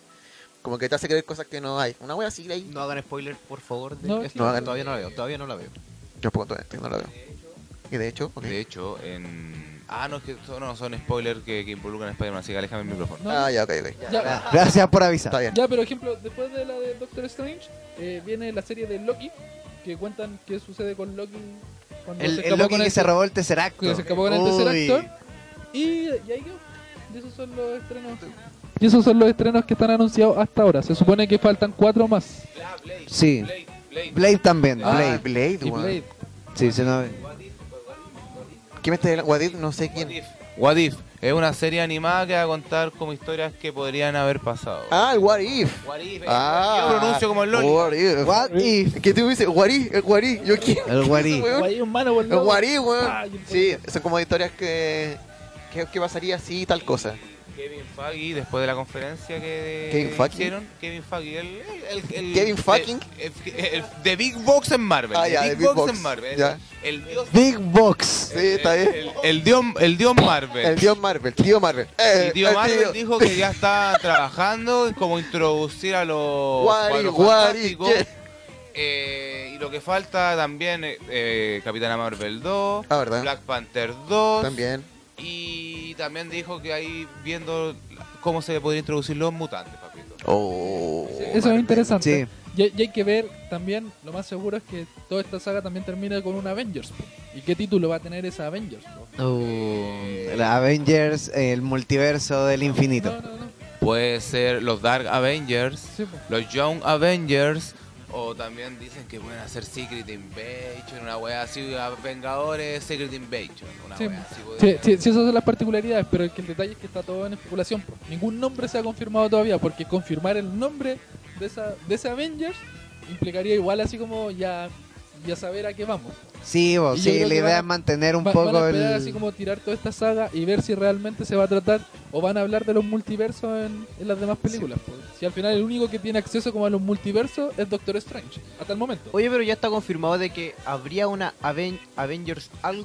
Speaker 4: Como que te hace creer cosas que no hay. Una wea así de ahí.
Speaker 8: No hagan spoiler, por favor. de
Speaker 5: No,
Speaker 8: esto.
Speaker 4: no hagan.
Speaker 8: Todavía no la veo, todavía no la veo.
Speaker 4: Yo poco todavía no la veo. Y de hecho, ok.
Speaker 6: De hecho, en. Ah, no, es que eso no son spoilers que, que involucran a Spider-Man, así que aléjame el micrófono.
Speaker 5: no,
Speaker 4: Ah, ya, ok, ok.
Speaker 5: ya,
Speaker 3: Gracias por
Speaker 4: Está
Speaker 3: avisar.
Speaker 4: bien.
Speaker 5: ya, pero ejemplo, después de la de Doctor Strange, eh, viene la serie de Loki, que cuentan qué sucede con Loki cuando
Speaker 3: El,
Speaker 5: se
Speaker 3: el
Speaker 5: escapó
Speaker 3: Loki
Speaker 5: con
Speaker 3: que
Speaker 5: el
Speaker 3: se robó el tercer
Speaker 5: que
Speaker 3: acto.
Speaker 5: se escapó con el tercer
Speaker 3: Uy.
Speaker 5: actor. Y, y ahí quedó. Y esos son los estrenos. Y esos son los estrenos que están anunciados hasta ahora. Se supone que faltan cuatro más.
Speaker 3: Sí. Blade también.
Speaker 5: Ah,
Speaker 3: Blade.
Speaker 4: Blade,
Speaker 5: Y Blade.
Speaker 3: Sí, se no.
Speaker 4: ¿Quién me está hablando? Wadid, no sé
Speaker 6: What
Speaker 4: quién.
Speaker 6: If. What If es una serie animada que va a contar como historias que podrían haber pasado.
Speaker 4: Ah, el What If.
Speaker 6: What If, eh,
Speaker 4: Ah,
Speaker 6: yo pronuncio como el Loli.
Speaker 4: What If.
Speaker 3: What if?
Speaker 4: ¿Qué tú dices? What If, el What If. Yo quiero.
Speaker 3: El what if.
Speaker 4: weón.
Speaker 5: Guarí, un mano, por el
Speaker 4: El
Speaker 5: lado.
Speaker 4: guarí, weón.
Speaker 5: Ah, y el
Speaker 4: Sí, son como historias que, que, que pasaría así y tal cosa.
Speaker 6: Kevin Feige, después de la conferencia que
Speaker 4: Kevin Feige.
Speaker 6: hicieron, Kevin Feige, el, el, el- el-
Speaker 4: Kevin fucking.
Speaker 6: el- el- el- The Big Box en Marvel,
Speaker 4: Ah,
Speaker 6: The
Speaker 4: ya,
Speaker 6: Big,
Speaker 4: The Big
Speaker 6: Box,
Speaker 4: Box,
Speaker 6: en Marvel,
Speaker 4: ya.
Speaker 6: el dios,
Speaker 3: Big Box.
Speaker 4: Sí, está bien.
Speaker 6: el, el dios, el dios Marvel,
Speaker 4: El tío Marvel, tío Marvel. Eh,
Speaker 6: Y tío
Speaker 4: el
Speaker 6: Marvel
Speaker 4: tío-
Speaker 6: dijo que ya está trabajando en cómo introducir a los
Speaker 4: Guarí,
Speaker 6: cuadros
Speaker 4: guarí.
Speaker 6: fantásticos. Eh, y lo que falta también, eh, eh, Capitana Marvel 2,
Speaker 4: Ah, ¿verdad?
Speaker 6: Black Panther 2.
Speaker 4: También.
Speaker 6: Y también dijo que ahí viendo cómo se podría introducir los mutantes, papito.
Speaker 4: Oh,
Speaker 5: Eso es
Speaker 4: Marvel.
Speaker 5: interesante.
Speaker 3: Sí.
Speaker 5: Y, hay- y hay que ver también, lo más seguro es que toda esta saga también termina con un Avengers. po. ¿Y qué título va a tener esa Avengers? po?
Speaker 3: Uh, la Avengers, el multiverso del infinito.
Speaker 5: No, no, no.
Speaker 6: Puede ser los Dark Avengers,
Speaker 5: Sí, po.
Speaker 6: los Young Avengers, o también dicen que pueden hacer Secret Invasion, una wea así, a- Vengadores, Secret Invasion, una
Speaker 5: Sí.
Speaker 6: wea así.
Speaker 5: Sí,
Speaker 6: podría-
Speaker 5: sí, sí, esas son las particularidades, pero el, que el detalle es que está todo en especulación. po. Ningún nombre se ha confirmado todavía, porque confirmar el nombre de esa de ese Avengers implicaría igual así como ya, ya saber a qué vamos.
Speaker 3: Sí, vos,
Speaker 5: Y yo
Speaker 3: sí,
Speaker 5: creo
Speaker 3: la
Speaker 5: que van
Speaker 3: idea
Speaker 5: a-
Speaker 3: es mantener un
Speaker 5: Va- van
Speaker 3: poco
Speaker 5: a esperar así
Speaker 3: el.
Speaker 5: como tirar toda esta saga y ver si realmente se va a tratar o van a hablar de los multiversos en, en las demás películas. pues. Si al final el único que tiene acceso como a los multiversos es Doctor Strange, hasta el momento.
Speaker 7: Oye, pero ya está confirmado de que habría una Aven- Avengers algo.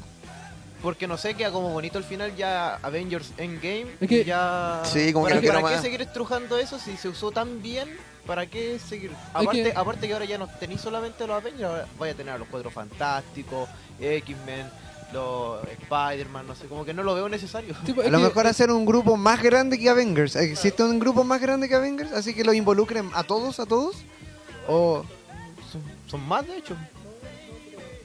Speaker 7: Porque no sé, queda como bonito al final ya Avengers Endgame.
Speaker 5: Es que-
Speaker 7: ya...
Speaker 4: Sí, como que
Speaker 7: ¿Para,
Speaker 4: no quiero
Speaker 7: ¿para qué
Speaker 4: más.
Speaker 7: seguir estrujando eso si se usó tan bien? ¿Para qué seguir? Aparte
Speaker 5: que-
Speaker 7: que, aparte que ahora ya no tenéis solamente los Avengers, ahora vaya a tener a los Cuatro Fantásticos, X-Men, los Spider-Man, no sé, como que no lo veo necesario.
Speaker 5: Sí, pues,
Speaker 3: A
Speaker 5: es
Speaker 3: lo
Speaker 5: que-
Speaker 3: mejor hacer un grupo más grande que Avengers. ¿Existe un grupo más grande que Avengers? Así que lo involucren a todos, a todos. O
Speaker 7: Son, son más, de hecho.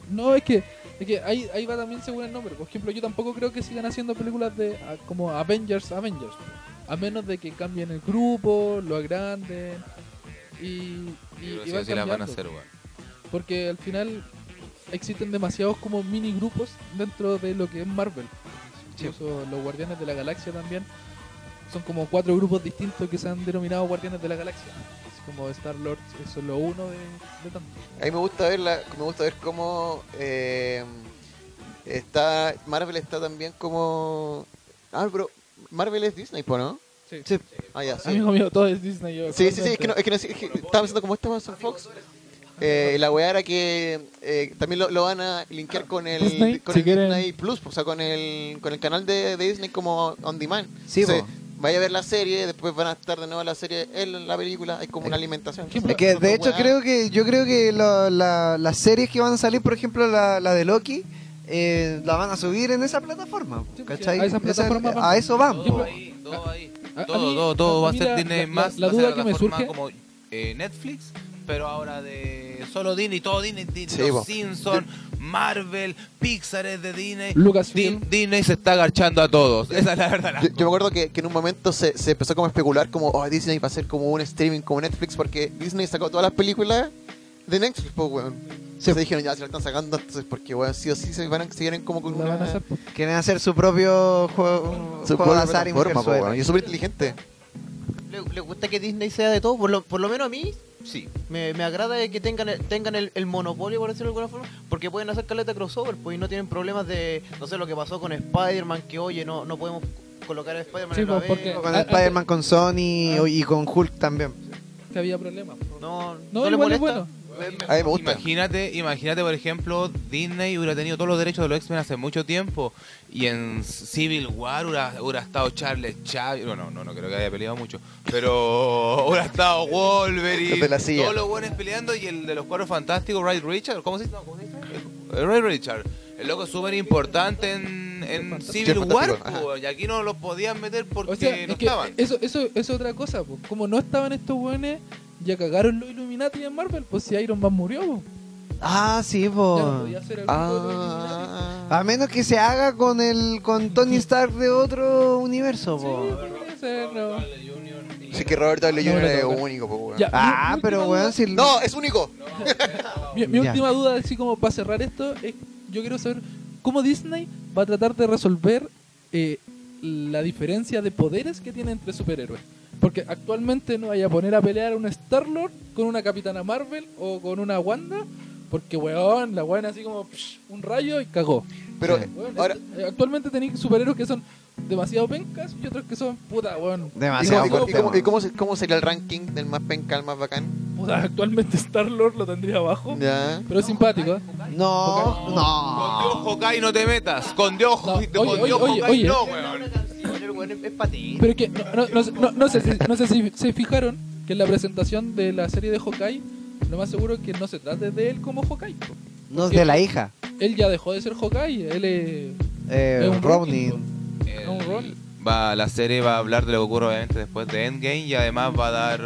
Speaker 5: No, es que, es que ahí, ahí va también según el nombre. Por ejemplo, yo tampoco creo que sigan haciendo películas de ah, como Avengers, Avengers. A menos de que cambien el grupo, lo agranden. Y, y,
Speaker 6: Yo
Speaker 5: y
Speaker 6: creo que sí
Speaker 5: van
Speaker 6: o sí las van a
Speaker 5: cambiando.
Speaker 6: hacer, weón.
Speaker 5: Porque al final existen demasiados como mini grupos dentro de lo que es Marvel. Incluso los Guardianes de la Galaxia también. Son como cuatro grupos distintos que se han denominado Guardianes de la Galaxia. Es como Star Lord es solo uno de, de tantos.
Speaker 4: A mí me gusta ver, la- me gusta ver cómo eh, está Marvel está también como... Ah, pero Marvel es Disney, po, ¿no?
Speaker 5: Sí.
Speaker 4: Ah, ya, sí.
Speaker 5: Amigo mío, todo es Disney. yo
Speaker 4: Sí, sí, sí, es
Speaker 5: actualmente.
Speaker 4: que no, es que no sé, es que estaba pensando como este Amazon Fox. Eh, la weá era que eh, también lo, lo van a linkear con el,
Speaker 5: Disney,
Speaker 4: con
Speaker 5: si
Speaker 4: el
Speaker 5: quieren.
Speaker 4: Disney Plus, o sea, con el, con el canal de, de Disney como on demand.
Speaker 3: Sí,
Speaker 4: Entonces,
Speaker 3: po.
Speaker 4: vaya a ver la serie, después van a estar de nuevo la serie en la película, hay como una alimentación.
Speaker 5: ¿Quién
Speaker 3: Es que
Speaker 4: Otra
Speaker 3: de hecho
Speaker 4: weá.
Speaker 3: creo que yo creo que la- la- las series que van a salir, por ejemplo la, la de Loki, eh, la van a subir en esa plataforma.
Speaker 5: Sí, porque
Speaker 3: ¿cachai?
Speaker 5: a esa plataforma van.
Speaker 3: a eso van.
Speaker 5: Yo creo-
Speaker 6: Todo ahí, todo ahí.
Speaker 5: A- a
Speaker 6: Todo,
Speaker 5: mí-
Speaker 6: todo, todo
Speaker 5: a-
Speaker 6: va a
Speaker 5: a mí
Speaker 6: ser
Speaker 5: la-
Speaker 6: Disney
Speaker 5: la-
Speaker 6: más.
Speaker 5: la
Speaker 6: va a ser
Speaker 5: duda que me
Speaker 6: plataforma
Speaker 5: surge-
Speaker 6: Como eh, Netflix, pero ahora de solo Disney, todo Disney, Disney
Speaker 4: Sí,
Speaker 6: los
Speaker 4: po.
Speaker 6: Simpson, Marvel, Pixar es de Disney.
Speaker 5: Lucasfilm.
Speaker 6: Di- Disney se está agarchando a todos. Esa es la verdad. la-
Speaker 4: Yo, yo me acuerdo que, que en un momento se, se empezó como a especular como, oh, Disney va a ser como un streaming como Netflix porque Disney sacó todas las películas de Netflix, pues, weón. Se dijeron, ya, se la están sacando, entonces, porque, weón, sí o sí se van a seguir como con
Speaker 5: La
Speaker 4: una...
Speaker 5: van a hacer, pues.
Speaker 3: Quieren hacer su propio juego,
Speaker 4: su
Speaker 3: juego de
Speaker 4: propia
Speaker 3: azar y
Speaker 4: plataforma, po,
Speaker 3: mujerzuela.
Speaker 4: weón. Y es súper inteligente.
Speaker 7: Le, le gusta que Disney sea de todo, por lo, por lo menos a mí, sí. Me, me agrada de que tengan el, tengan el, el monopolio, por decirlo de alguna forma, porque pueden hacer caleta crossover, pues y no tienen problemas de, no sé, lo que pasó con Spider-Man, que oye, no, no podemos colocar a Spider-Man
Speaker 5: Sí,
Speaker 7: en la
Speaker 5: pues, porque-
Speaker 7: Avengers.
Speaker 3: Con
Speaker 5: Ah, ah,
Speaker 3: Spider-Man, con Sony
Speaker 5: ah.
Speaker 3: y con Hulk también.
Speaker 5: que había problemas.
Speaker 7: No, no,
Speaker 5: No,
Speaker 7: le
Speaker 5: igual es
Speaker 7: molesta.
Speaker 5: bueno.
Speaker 4: A mí me gusta.
Speaker 6: Imagínate, imagínate por ejemplo, Disney hubiera tenido todos los derechos de los X-Men hace mucho tiempo y en Civil War hubiera, hubiera estado Charles Xavier, bueno, no, no creo que haya peleado mucho, pero hubiera estado Wolverine,
Speaker 4: Los de la silla.
Speaker 6: todos los buenos peleando y el de los cuatro fantásticos, Ray Richard, ¿cómo se dice? No, ¿cómo se dice? El- Ray Richard, el loco es súper importante en, en Civil
Speaker 4: Fantástico,
Speaker 6: War,
Speaker 4: ajá.
Speaker 6: po, y aquí no los podían meter porque
Speaker 5: O sea,
Speaker 6: no
Speaker 5: es que
Speaker 6: estaban.
Speaker 5: eso, eso eso es otra cosa, pues. Como no estaban estos buenes, ya cagaron los Illuminati en Marvel, pues si Iron Man murió, pues.
Speaker 3: Ah, sí, po.
Speaker 5: Ya no podía ser el grupo de los Illuminati.
Speaker 4: Ah,
Speaker 3: A menos que se haga con el con Tony Stark de otro universo, po.
Speaker 5: Sí, podía ser, no.
Speaker 4: sí que Robert Downey
Speaker 5: No me
Speaker 4: Jr. es
Speaker 5: toca.
Speaker 4: único, po, weón.
Speaker 5: Ya,
Speaker 3: Ah,
Speaker 5: mi- mi
Speaker 3: pero
Speaker 5: última
Speaker 3: weón,
Speaker 5: duda-
Speaker 3: si
Speaker 4: No, es único.
Speaker 5: Mi, mi
Speaker 3: Ya.
Speaker 5: última duda, así como para cerrar esto, es yo quiero saber cómo Disney va a tratar de resolver eh, la diferencia de poderes que tiene entre superhéroes. Porque actualmente no vaya a poner a pelear a un Star-Lord con una Capitana Marvel o con una Wanda, porque weón, la weón así como psh, un rayo y cagó.
Speaker 4: Pero
Speaker 5: Weón,
Speaker 4: ahora,
Speaker 5: es- eh, actualmente tenéis superhéroes que son demasiado pencas y otros que son puta, weón.
Speaker 4: ¿y
Speaker 3: Demasiado
Speaker 4: cómo, y cómo- y
Speaker 3: fuerte,
Speaker 4: cómo- y
Speaker 3: po.
Speaker 4: cómo se- cómo sería el ranking del más penca al más bacán?
Speaker 5: Puta, actualmente Star-Lord lo tendría abajo,
Speaker 4: Ya.
Speaker 5: pero es simpático. ¿eh?
Speaker 3: No,
Speaker 6: Con
Speaker 3: no.
Speaker 6: Dios Hawkeye no te metas, con Dios,
Speaker 5: No,
Speaker 6: con
Speaker 5: oye,
Speaker 6: Dios
Speaker 5: oye, oye,
Speaker 6: Hawkeye
Speaker 5: oye. eh.
Speaker 6: no, weón.
Speaker 7: El weón es- es pa' ti.
Speaker 5: Pero es que no, no, no, no- no sé, si, no sé si se fijaron que en la presentación de la serie de Hawkeye, lo más seguro es que no se trate de él como Hawkeye. po.
Speaker 3: No es de la hija.
Speaker 5: Él ya dejó de ser Hawkeye, él es, es
Speaker 3: Eh,
Speaker 5: un
Speaker 3: Ronin.
Speaker 5: Ronin,
Speaker 6: El-
Speaker 5: Un rol.
Speaker 6: Eh, va, la serie va a hablar de lo que ocurre obviamente después de Endgame y además va a dar,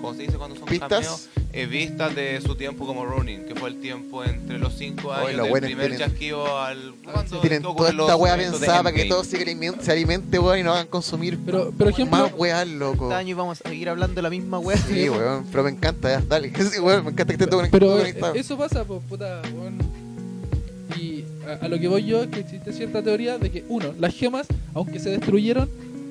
Speaker 6: ¿cómo se dice cuando son
Speaker 4: ¿Pistas?
Speaker 6: cameos? Eh, vistas de su tiempo como Ronin, que fue el tiempo entre los 5
Speaker 4: Oye,
Speaker 6: años
Speaker 4: los
Speaker 6: del
Speaker 4: buenos
Speaker 6: primer
Speaker 4: tienen-
Speaker 6: chasquido al... ¿cuándo
Speaker 4: Tienen
Speaker 6: ocurren
Speaker 4: toda
Speaker 6: los
Speaker 4: esta weá
Speaker 6: eventos de
Speaker 4: pensada para que
Speaker 6: Endgame?
Speaker 4: todo se alimente, se alimente, weón, y no hagan consumir
Speaker 5: Pero, pero ejemplo,
Speaker 4: más weá, loco.
Speaker 7: Este año y vamos a seguir hablando de la misma wea.
Speaker 4: Sí, weón, pero me encanta, ya, dale. Sí, weón, me encanta que esté todo conectado.
Speaker 5: pero eh,
Speaker 4: conectado.
Speaker 5: eso pasa, pues puta, weón. Y a, a lo que voy yo es que existe cierta teoría de que, uno, las gemas, aunque se destruyeron,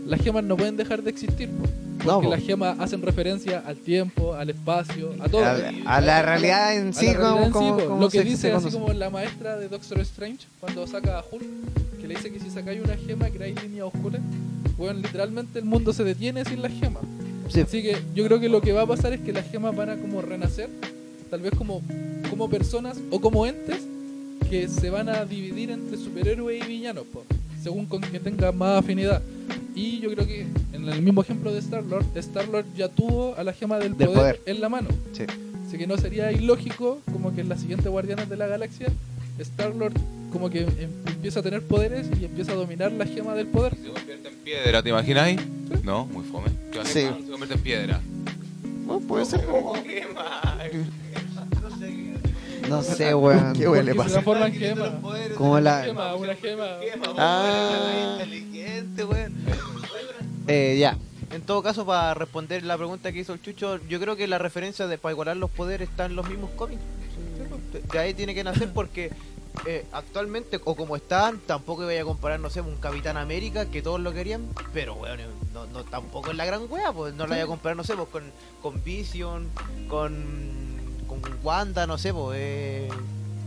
Speaker 5: las gemas no pueden dejar de existir. po,
Speaker 3: No,
Speaker 5: porque
Speaker 3: po.
Speaker 5: las gemas hacen referencia al tiempo, al espacio, a todo.
Speaker 3: A, a la realidad en
Speaker 5: A
Speaker 3: sí,
Speaker 5: la realidad
Speaker 3: como,
Speaker 5: en sí,
Speaker 3: como-
Speaker 5: po.
Speaker 3: como
Speaker 5: lo que
Speaker 3: se-
Speaker 5: dice
Speaker 3: se
Speaker 5: así
Speaker 3: conoce.
Speaker 5: como la maestra de Doctor Strange cuando saca a Hulk, que le dice que si sacáis una gema creáis líneas oscuras Bueno, literalmente el mundo se detiene sin las gemas.
Speaker 7: Sí.
Speaker 5: Así que yo creo que lo que va a pasar es que las gemas van a como renacer, tal vez como, como personas o como entes que se van a dividir entre superhéroes y villanos, po, según con quien tenga más afinidad. Y yo creo que en el mismo ejemplo de Star-Lord, Star-Lord ya tuvo a la gema del,
Speaker 7: Del
Speaker 5: poder,
Speaker 7: poder.
Speaker 5: en la mano.
Speaker 7: Sí.
Speaker 5: Así que no sería ilógico como que en las siguientes Guardianes de la Galaxia, Star-Lord como que em- empieza a tener poderes y empieza a dominar la gema del poder.
Speaker 6: Se convierte en piedra, ¿te imagináis? No, muy fome. ¿Qué va a hacer? Se convierte en piedra.
Speaker 4: Bueno, puede ser.
Speaker 6: Qué mal.
Speaker 3: No sé, weón.
Speaker 4: Qué bueno le
Speaker 5: Porque se
Speaker 4: pasa.
Speaker 5: transforma en gema.
Speaker 3: Como
Speaker 5: Una
Speaker 3: la.
Speaker 5: gema, una gema.
Speaker 4: Ah.
Speaker 7: Inteligente, weón.
Speaker 8: Eh, ya.
Speaker 7: En todo caso, para responder la pregunta que hizo el Chucho, yo creo que la referencia de para igualar los poderes está en los mismos cómics. De, de ahí tiene que nacer porque eh, actualmente, o como están, tampoco voy a comparar, no sé, un Capitán América, que todos lo querían, pero weón, no, no, tampoco es la gran wea, pues no la voy a comparar, no sé, pues con, con Vision, con, con Wanda, no sé, pues eh,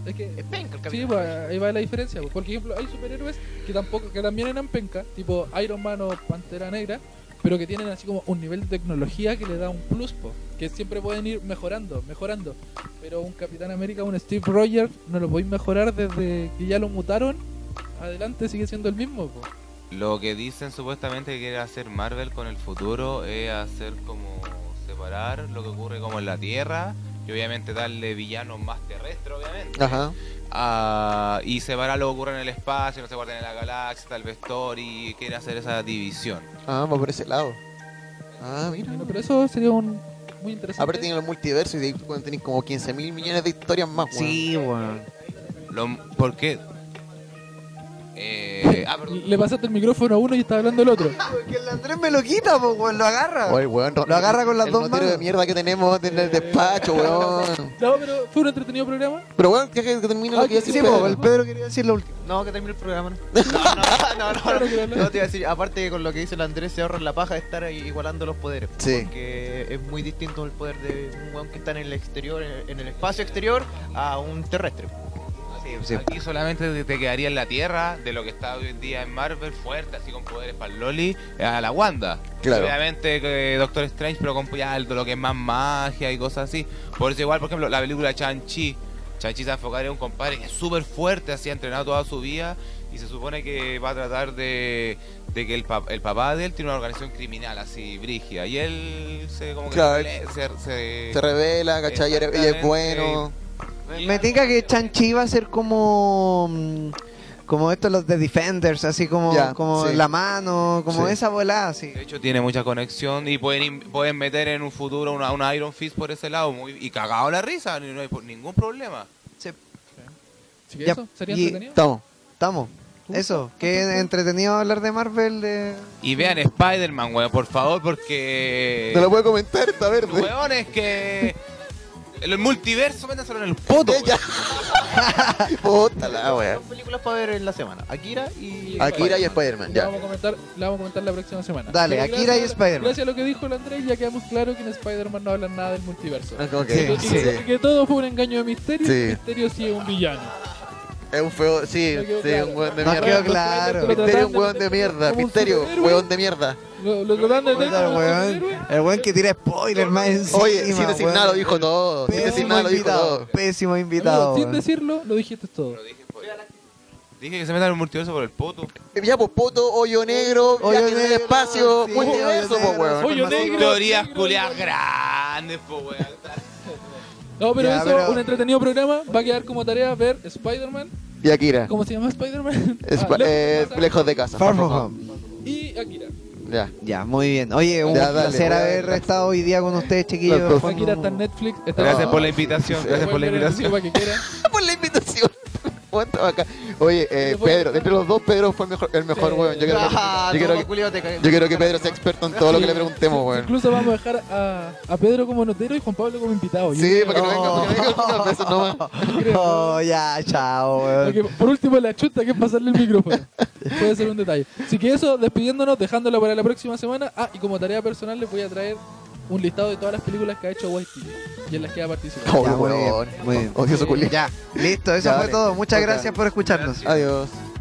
Speaker 5: Es que
Speaker 7: es penca el
Speaker 5: Sí,
Speaker 7: Capitán.
Speaker 5: pues, ahí va la diferencia. pues. Por ejemplo, hay superhéroes que tampoco que también eran penca, tipo Iron Man o Pantera Negra, pero que tienen así como un nivel de tecnología que le da un plus, po, que siempre pueden ir mejorando, mejorando. Pero un Capitán América, un Steve Rogers, no lo podéis mejorar desde que ya lo mutaron. Adelante sigue siendo el mismo. po.
Speaker 6: Lo que dicen supuestamente que quiere hacer Marvel con el futuro es hacer como separar lo que ocurre como en la Tierra y obviamente darle villanos más terrestres, obviamente.
Speaker 4: Ajá.
Speaker 6: Ah, y separar lo que ocurre en el espacio, no se guardan en la galaxia, tal vez Tori, quiere hacer esa división.
Speaker 4: Ah, va por ese lado. Ah, mira. Ah,
Speaker 5: Bueno, pero eso sería un muy
Speaker 4: Aparte
Speaker 5: interesante.
Speaker 4: tienen el multiverso y de ahí cuando tenéis como 15 mil millones de historias más, weón.
Speaker 7: Sí, weón.
Speaker 6: Lo- ¿Por qué? Eh, ah, perdón.
Speaker 5: Le pasaste el micrófono a uno y está hablando el otro.
Speaker 3: Que el Andrés me lo quita, po, weón. Lo agarra.
Speaker 4: Oye, weón, ro-
Speaker 3: Lo agarra con las
Speaker 4: el
Speaker 3: dos
Speaker 4: notero
Speaker 3: manos.
Speaker 4: de mierda que tenemos en el despacho, weón.
Speaker 5: No, pero fue un entretenido programa.
Speaker 4: Pero weón, ya que termina lo que ya
Speaker 3: Sí, po, el Pedro quería decir lo último.
Speaker 7: No, que termine el programa. ¿no?
Speaker 8: No, no,
Speaker 5: Claro que
Speaker 8: no te iba a decir, aparte que con lo que dice el Andrés se ahorra la paja de estar ahí igualando los poderes.
Speaker 4: Sí.
Speaker 8: Que es muy distinto el poder de un weón que está en el exterior, en en el espacio exterior, a un terrestre.
Speaker 6: Aquí solamente te- te quedaría en la Tierra de lo que está hoy en día en Marvel, fuerte, así con poderes para el Loli, eh, a la Wanda.
Speaker 4: Claro.
Speaker 6: Obviamente que Doctor Strange, pero con ya lo que es más magia y cosas así. Por eso igual, por ejemplo, la película Chan-Chi. Chan-Chi se va a enfocar en un compadre que es súper fuerte, así ha entrenado toda su vida y se supone que va a tratar de, de que el, pa- el papá de él tiene una organización criminal así, brígida. Y él se como que
Speaker 4: Claro.
Speaker 6: se- se-
Speaker 4: Se revela, ¿cachai? Y es- Y es
Speaker 6: Exactamente.
Speaker 4: bueno.
Speaker 3: Me tinca que Chanchi va a ser como. mm, Como estos los de Defenders, así como,
Speaker 4: Ya,
Speaker 3: como
Speaker 4: sí.
Speaker 3: la mano, como
Speaker 4: Sí.
Speaker 3: esa volada, así.
Speaker 6: De hecho, tiene mucha conexión y pueden, in- pueden meter en un futuro una, una Iron Fist por ese lado muy, y cagado la risa, ni- no hay por- ningún problema.
Speaker 5: Así que
Speaker 3: Ya,
Speaker 5: eso sería
Speaker 3: y-
Speaker 5: entretenido.
Speaker 4: Estamos.
Speaker 3: Estamos. Eso, que entretenido hablar de Marvel. De...
Speaker 6: Y vean Spider-Man, weón, por favor, porque.
Speaker 4: Eh, No lo puedo comentar, está verde.
Speaker 6: Weón, es que. El multiverso, métanselo en el poto.
Speaker 4: Ya, ya. Bótala, weón.
Speaker 8: Dos películas para ver en la semana, Akira y...
Speaker 4: Akira y Spider-Man,
Speaker 5: La
Speaker 4: ya.
Speaker 5: vamos, a comentar, la vamos a comentar la próxima semana.
Speaker 3: Dale,
Speaker 5: Pero
Speaker 3: Akira y
Speaker 5: gracias-
Speaker 3: Spider-Man.
Speaker 5: Gracias a lo que dijo el Andrés, ya quedamos claro que en Spider-Man no hablan nada del multiverso.
Speaker 4: Ok,
Speaker 5: Que-
Speaker 4: Ah, sí.
Speaker 5: que, que todo fue un engaño de Misterio y
Speaker 4: Sí.
Speaker 5: Misterio sí es un villano.
Speaker 4: Es un feo, sí,
Speaker 5: Me
Speaker 4: sí,
Speaker 5: quedó
Speaker 4: un
Speaker 5: claro.
Speaker 4: weón de
Speaker 3: No
Speaker 5: Ahora
Speaker 3: quedó
Speaker 5: los
Speaker 4: mierda.
Speaker 3: claro.
Speaker 5: Spider-Man lo
Speaker 4: Misterio,
Speaker 5: tratan
Speaker 4: un
Speaker 5: de
Speaker 4: weón de
Speaker 5: meter
Speaker 4: mierda.
Speaker 5: como un
Speaker 4: Misterio,
Speaker 5: superhéroe.
Speaker 4: weón de mierda.
Speaker 5: Lo, lo tratan de meter
Speaker 3: Puta,
Speaker 5: como un
Speaker 3: weón.
Speaker 5: superhéroe.
Speaker 3: El weón que tira spoiler más encima.
Speaker 4: Oye, sin decir
Speaker 3: weón.
Speaker 4: nada lo dijo todo. Sin decir
Speaker 3: Pésimo
Speaker 4: nada lo dijo
Speaker 3: invitado.
Speaker 4: todo.
Speaker 3: Pésimo
Speaker 5: Amigo,
Speaker 3: invitado.
Speaker 5: sin
Speaker 3: weón.
Speaker 5: decirlo, lo dijiste todo.
Speaker 6: Dije que se metan en el multiverso por el poto.
Speaker 4: Ya, pues, poto, hoyo negro,
Speaker 3: Hoyo
Speaker 4: ya que en el
Speaker 3: negro,
Speaker 4: espacio,
Speaker 3: sí,
Speaker 4: multiverso,
Speaker 3: hoyo
Speaker 4: pues,
Speaker 3: negro,
Speaker 4: weón.
Speaker 5: Hoyo
Speaker 3: Información.
Speaker 5: negro.
Speaker 6: Teorías
Speaker 5: negro,
Speaker 6: culiadas
Speaker 5: negro.
Speaker 6: grandes, po, weón.
Speaker 5: No, pero
Speaker 3: Ya,
Speaker 5: eso,
Speaker 3: pero-
Speaker 5: un entretenido programa. Va a quedar como tarea ver Spider-Man.
Speaker 4: Y Akira.
Speaker 5: ¿Cómo se llama Spider-Man? Ah,
Speaker 4: Espa- eh,
Speaker 5: Lejos de
Speaker 4: lejos de casa.
Speaker 3: Far from home.
Speaker 5: casa. Y Akira.
Speaker 4: Ya.
Speaker 3: Ya, muy bien. Oye, un
Speaker 4: Ya, dale,
Speaker 3: placer
Speaker 4: dale.
Speaker 3: haber estado hoy día con ustedes, chiquillos.
Speaker 4: Los dos.
Speaker 5: Akira está en Netflix. Está
Speaker 6: Gracias
Speaker 4: Ah,
Speaker 6: por la invitación, gracias por la
Speaker 5: Pueden ver el
Speaker 6: invitación.
Speaker 5: para que quieran.
Speaker 4: por la invitación. Cuánto bacán. Oye, eh, Pedro, de entre los dos, Pedro fue el mejor, el mejor
Speaker 5: Sí.
Speaker 4: weón. Yo quiero,
Speaker 8: Ah,
Speaker 4: yo,
Speaker 8: no,
Speaker 4: quiero que,
Speaker 8: culiao, te cagué.
Speaker 4: yo quiero que Pedro sea experto en todo lo que
Speaker 5: Sí.
Speaker 4: le preguntemos,
Speaker 5: Sí,
Speaker 4: weón.
Speaker 5: Incluso vamos a dejar a, a Pedro como notero y Juan Pablo como invitado. Yo
Speaker 4: Sí,
Speaker 5: creo.
Speaker 4: para que no venga, para que no venga algunas veces nomás.
Speaker 5: creo.
Speaker 3: Oh, ya, chao, weón.
Speaker 5: Porque, por último, la chuta que es pasarle el micrófono. Puede ser un detalle. Así que eso, despidiéndonos, dejándolo para la próxima semana. Ah, y como tarea personal les voy a traer un listado de todas las películas que ha hecho Waititi y en las que ha participado.
Speaker 4: Oh,
Speaker 3: muy bien,
Speaker 4: weón.
Speaker 3: muy bien.
Speaker 4: Odioso culiao.
Speaker 3: Ya, listo, eso
Speaker 4: Ya,
Speaker 3: fue
Speaker 4: dale.
Speaker 3: todo. Muchas
Speaker 4: Ok.
Speaker 3: gracias por escucharnos.
Speaker 4: Adiós.